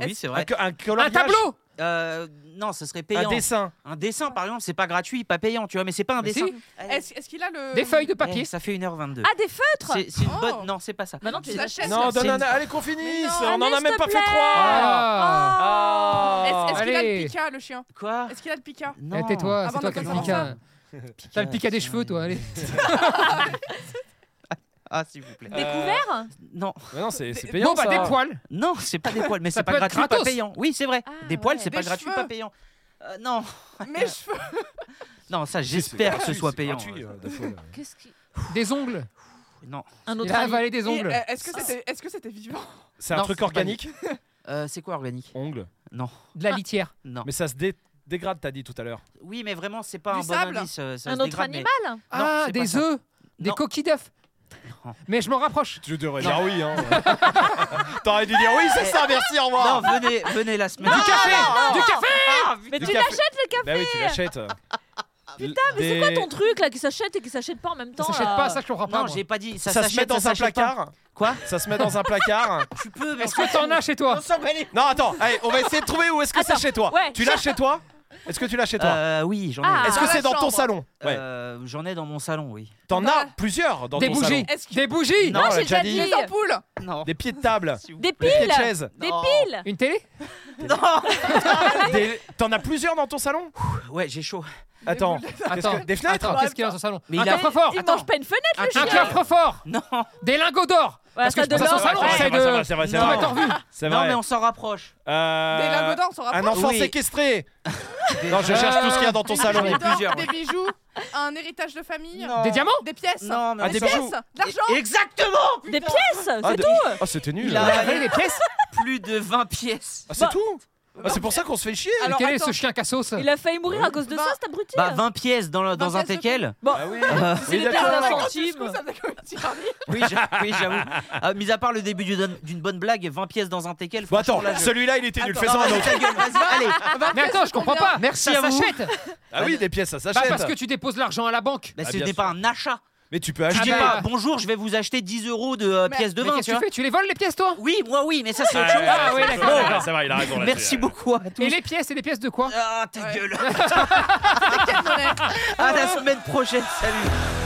B: oui, c'est
A: Un,
B: vrai.
A: co- un
H: Un
A: coloriage.
H: tableau.
B: Euh, non, ça serait
A: Un
B: payant.
A: dessin.
B: Un dessin, par exemple, c'est pas gratuit, pas payant, tu vois, mais c'est pas un
H: Mais
B: dessin.
H: si.
B: Allez.
D: Est-ce est-ce qu'il a le.
H: Des feuilles de papier.
B: Eh, ça fait 1h22.
C: Ah, des feutres
B: c'est c'est une
D: Oh.
B: bonne. Non, c'est pas ça.
C: Bah non, tu les
D: La
C: achètes.
D: chaise,
A: Non,
D: là.
A: donne
B: c'est
A: un.
B: une-
A: Allez, qu'on finisse.
D: Mais
A: on en
C: Allez,
A: a même
C: s'il
A: pas
C: te
A: fait
C: plaît.
A: trois.
H: Ah.
A: Ah.
D: Est-ce est-ce qu'il a le
H: Allez.
D: pica, le chien
B: Quoi
D: Est-ce qu'il a le pica
B: Non.
H: Eh, Tais-toi, c'est
D: Avant
H: toi
D: de
H: qui as le
D: commencer.
H: pica. T'as le pica des cheveux, toi. Allez.
B: Ah, s'il vous plaît.
C: Des couverts
B: Non,
A: Mais non, c'est c'est payant
H: Bon, bah
A: ça.
H: des poils.
B: non, c'est pas des poils, mais
H: Ça
B: c'est
H: peut
B: pas
H: être
B: gratuit,
H: gratos.
B: pas payant. Oui, c'est vrai.
C: Ah,
B: des poils,
C: ouais.
B: c'est pas
D: Des
B: gratuit,
D: cheveux.
B: pas payant. Euh, non,
D: Mes cheveux
B: non, ça
A: Si, c'est
B: j'espère que ce
A: gratuit,
B: soit
A: c'est
B: payant.
A: gratuit, euh, Dafoe, là.
C: Qu'est-ce qui.
H: Des ongles.
B: Non,
C: Un
H: Il
C: autre
H: a
C: avis.
H: avalé des
D: Et,
H: ongles.
D: euh, Est-ce que c'était est-ce que c'était vivant
A: C'est un
B: Non,
A: truc
B: c'est pas
A: organique.
B: Euh, c'est quoi organique
A: Ongle.
B: Non,
H: De la litière.
B: non.
A: Mais ça se dé- dégrade, t'as dit tout à l'heure.
B: Oui, mais vraiment, c'est pas
D: Du
B: un bon
D: sable
B: indice. euh, ça
C: Un
B: se
C: autre
B: dégrade, mais-
C: animal
H: Ah,
B: c'est pas
H: des
B: ça.
H: œufs. Des
B: Non.
H: coquilles d'œufs.
B: Non.
H: Mais je m'en rapproche.
A: Tu devrais dire oui. Hein. T'aurais dû dire oui, c'est ça, merci, au revoir.
B: Non, venez, venez la semaine.
H: Du café. Du café.
B: Ah,
C: Mais
A: Du
C: tu
A: café.
C: l'achètes le café
A: Bah oui, tu l'achètes. Putain,
C: Mais c'est quoi ton truc là qui s'achète et qui s'achète pas en même temps
H: Ça s'achète
C: là
H: pas, ça je comprends pas.
B: Non,
H: moi.
B: j'ai pas dit. Ça,
A: Ça, se met
B: s'achète,
A: dans
B: ça
A: un
B: s'achète pas.
A: placard.
B: Quoi
A: Ça se met dans un placard.
B: Tu peux, mais
H: Est-ce que t'en as chez toi
B: On s'en bat les-
A: Non, attends, allez, on va essayer de trouver où est-ce que c'est
C: Attends,
A: chez toi.
C: ouais.
A: Tu l'as chez toi Est-ce que tu l'as chez toi
B: Euh, oui, j'en ai.
C: Ah.
A: Est-ce
D: Dans
A: que
D: la
A: c'est dans ton
D: chambre.
A: salon Ouais.
B: Euh, J'en ai dans mon salon, oui.
A: T'en
D: dans
A: as
D: la-
A: plusieurs dans
H: Des
A: ton
H: bougies.
A: salon.
D: Est-ce que-
H: Des bougies.
A: Non,
C: Non,
A: on l'a
C: j'ai
A: déjà
C: déjà
A: dit.
C: dit.
D: Les ampoules
B: Non.
A: Des pieds de table.
C: Des
A: Des pieds de
C: piles
A: chaise.
C: Des
B: Non.
C: piles
H: Une télé
B: Non.
A: Des- T'en as plusieurs dans ton salon
B: Ouais, j'ai chaud.
A: Attends.
D: boules.
A: qu'est-ce que-
H: Attends.
A: Des fenêtres
H: Attends, Qu'est-ce qu'il y a dans son salon
B: Mais
H: Un
B: il a-
H: coffre-fort.
C: Il mange pas une fenêtre
B: Un
C: le
H: Un
C: chien
H: coffre-fort.
B: Non.
H: Des lingots d'or.
C: Ouais,
H: Parce que
C: ça
H: je pense à son
C: donne-
H: salon.
C: Ouais,
H: j'essaie
A: c'est
H: de-
A: vrai, c'est vrai, c'est
H: de
B: Non.
A: vrai.
H: mettre en vue.
A: C'est
B: Non,
A: vrai.
B: mais on s'en rapproche.
A: Euh,
D: Des lingots d'or, hein, on s'en
A: Un
D: rapproche
A: enfant
B: Oui.
A: séquestré.
B: Des-
A: Non, je cherche tout ce qu'il y a dans ton
D: Des
A: salon.
D: lingots d'or,
B: plusieurs,
D: Des
B: ouais.
D: bijoux Un héritage de famille
B: Non.
H: Des diamants
D: Des pièces
B: Non, mais
A: Ah,
B: on
A: des
B: s'en-
D: pièces
A: bijoux.
D: De l'argent
B: Exactement.
C: Des pièces
A: Ah,
C: C'est
A: de- Oh, c'était nul.
B: Il a-
H: Vous avez des pièces
B: Plus de 20 pièces.
A: Ah, c'est tout Ah, C'est pour ça qu'on se fait chier.
D: Alors,
H: Quel est
D: attends,
H: ce chien cassos
C: Il a failli mourir à cause de
D: Bah-
C: ça, cet abruti
B: Bah 20 pièces dans, le- dans
D: 20
B: un
D: pièces de-
B: teckel.
A: Ah oui.
B: Euh,
C: C'est les
A: Oui,
C: pièces
A: d'accord.
C: d'un
D: Ah, quand tu le
C: centime
D: secoues, ça fait comme une tyrannie.
B: oui, j'a- oui, j'avoue. Euh, mis à part le début d'une d'une bonne blague, 20 pièces dans un teckel.
A: Bon,
B: franchement,
A: attends,
B: là, je-
A: celui-là, il était nul.
D: Attends,
A: Fais-en un autre.
B: Ta gueule, vas-y, allez.
H: Ah bah, Mais attends, je comprends pas.
B: Merci
H: ça
B: à vous.
H: s'achète.
A: Ah oui, des pièces, ça
H: Bah,
A: s'achète.
H: parce que tu déposes l'argent à la banque.
B: Bah,
A: Ah,
B: ce
A: bien
B: n'est
A: sûr. Ah,
B: pas un achat.
A: Mais tu peux
B: Tu dis
A: acheter.
B: pas bonjour, je vais vous acheter 10 euros de euh,
D: Mais-
B: pièces de
H: Mais
B: vin,
H: qu'est-ce
B: tu
H: que
B: vois.
H: tu fais Tu les voles les pièces toi
B: Oui, moi oui, mais ça c'est autre chose.
H: Ah oui,
A: C'est
H: d'accord.
A: vrai, c'est vrai, il a raison. là-dessus.
B: Merci beaucoup à tous.
H: Et les pièces et les pièces de quoi
B: Ah ta
D: Ouais.
B: gueule. à la semaine prochaine, salut.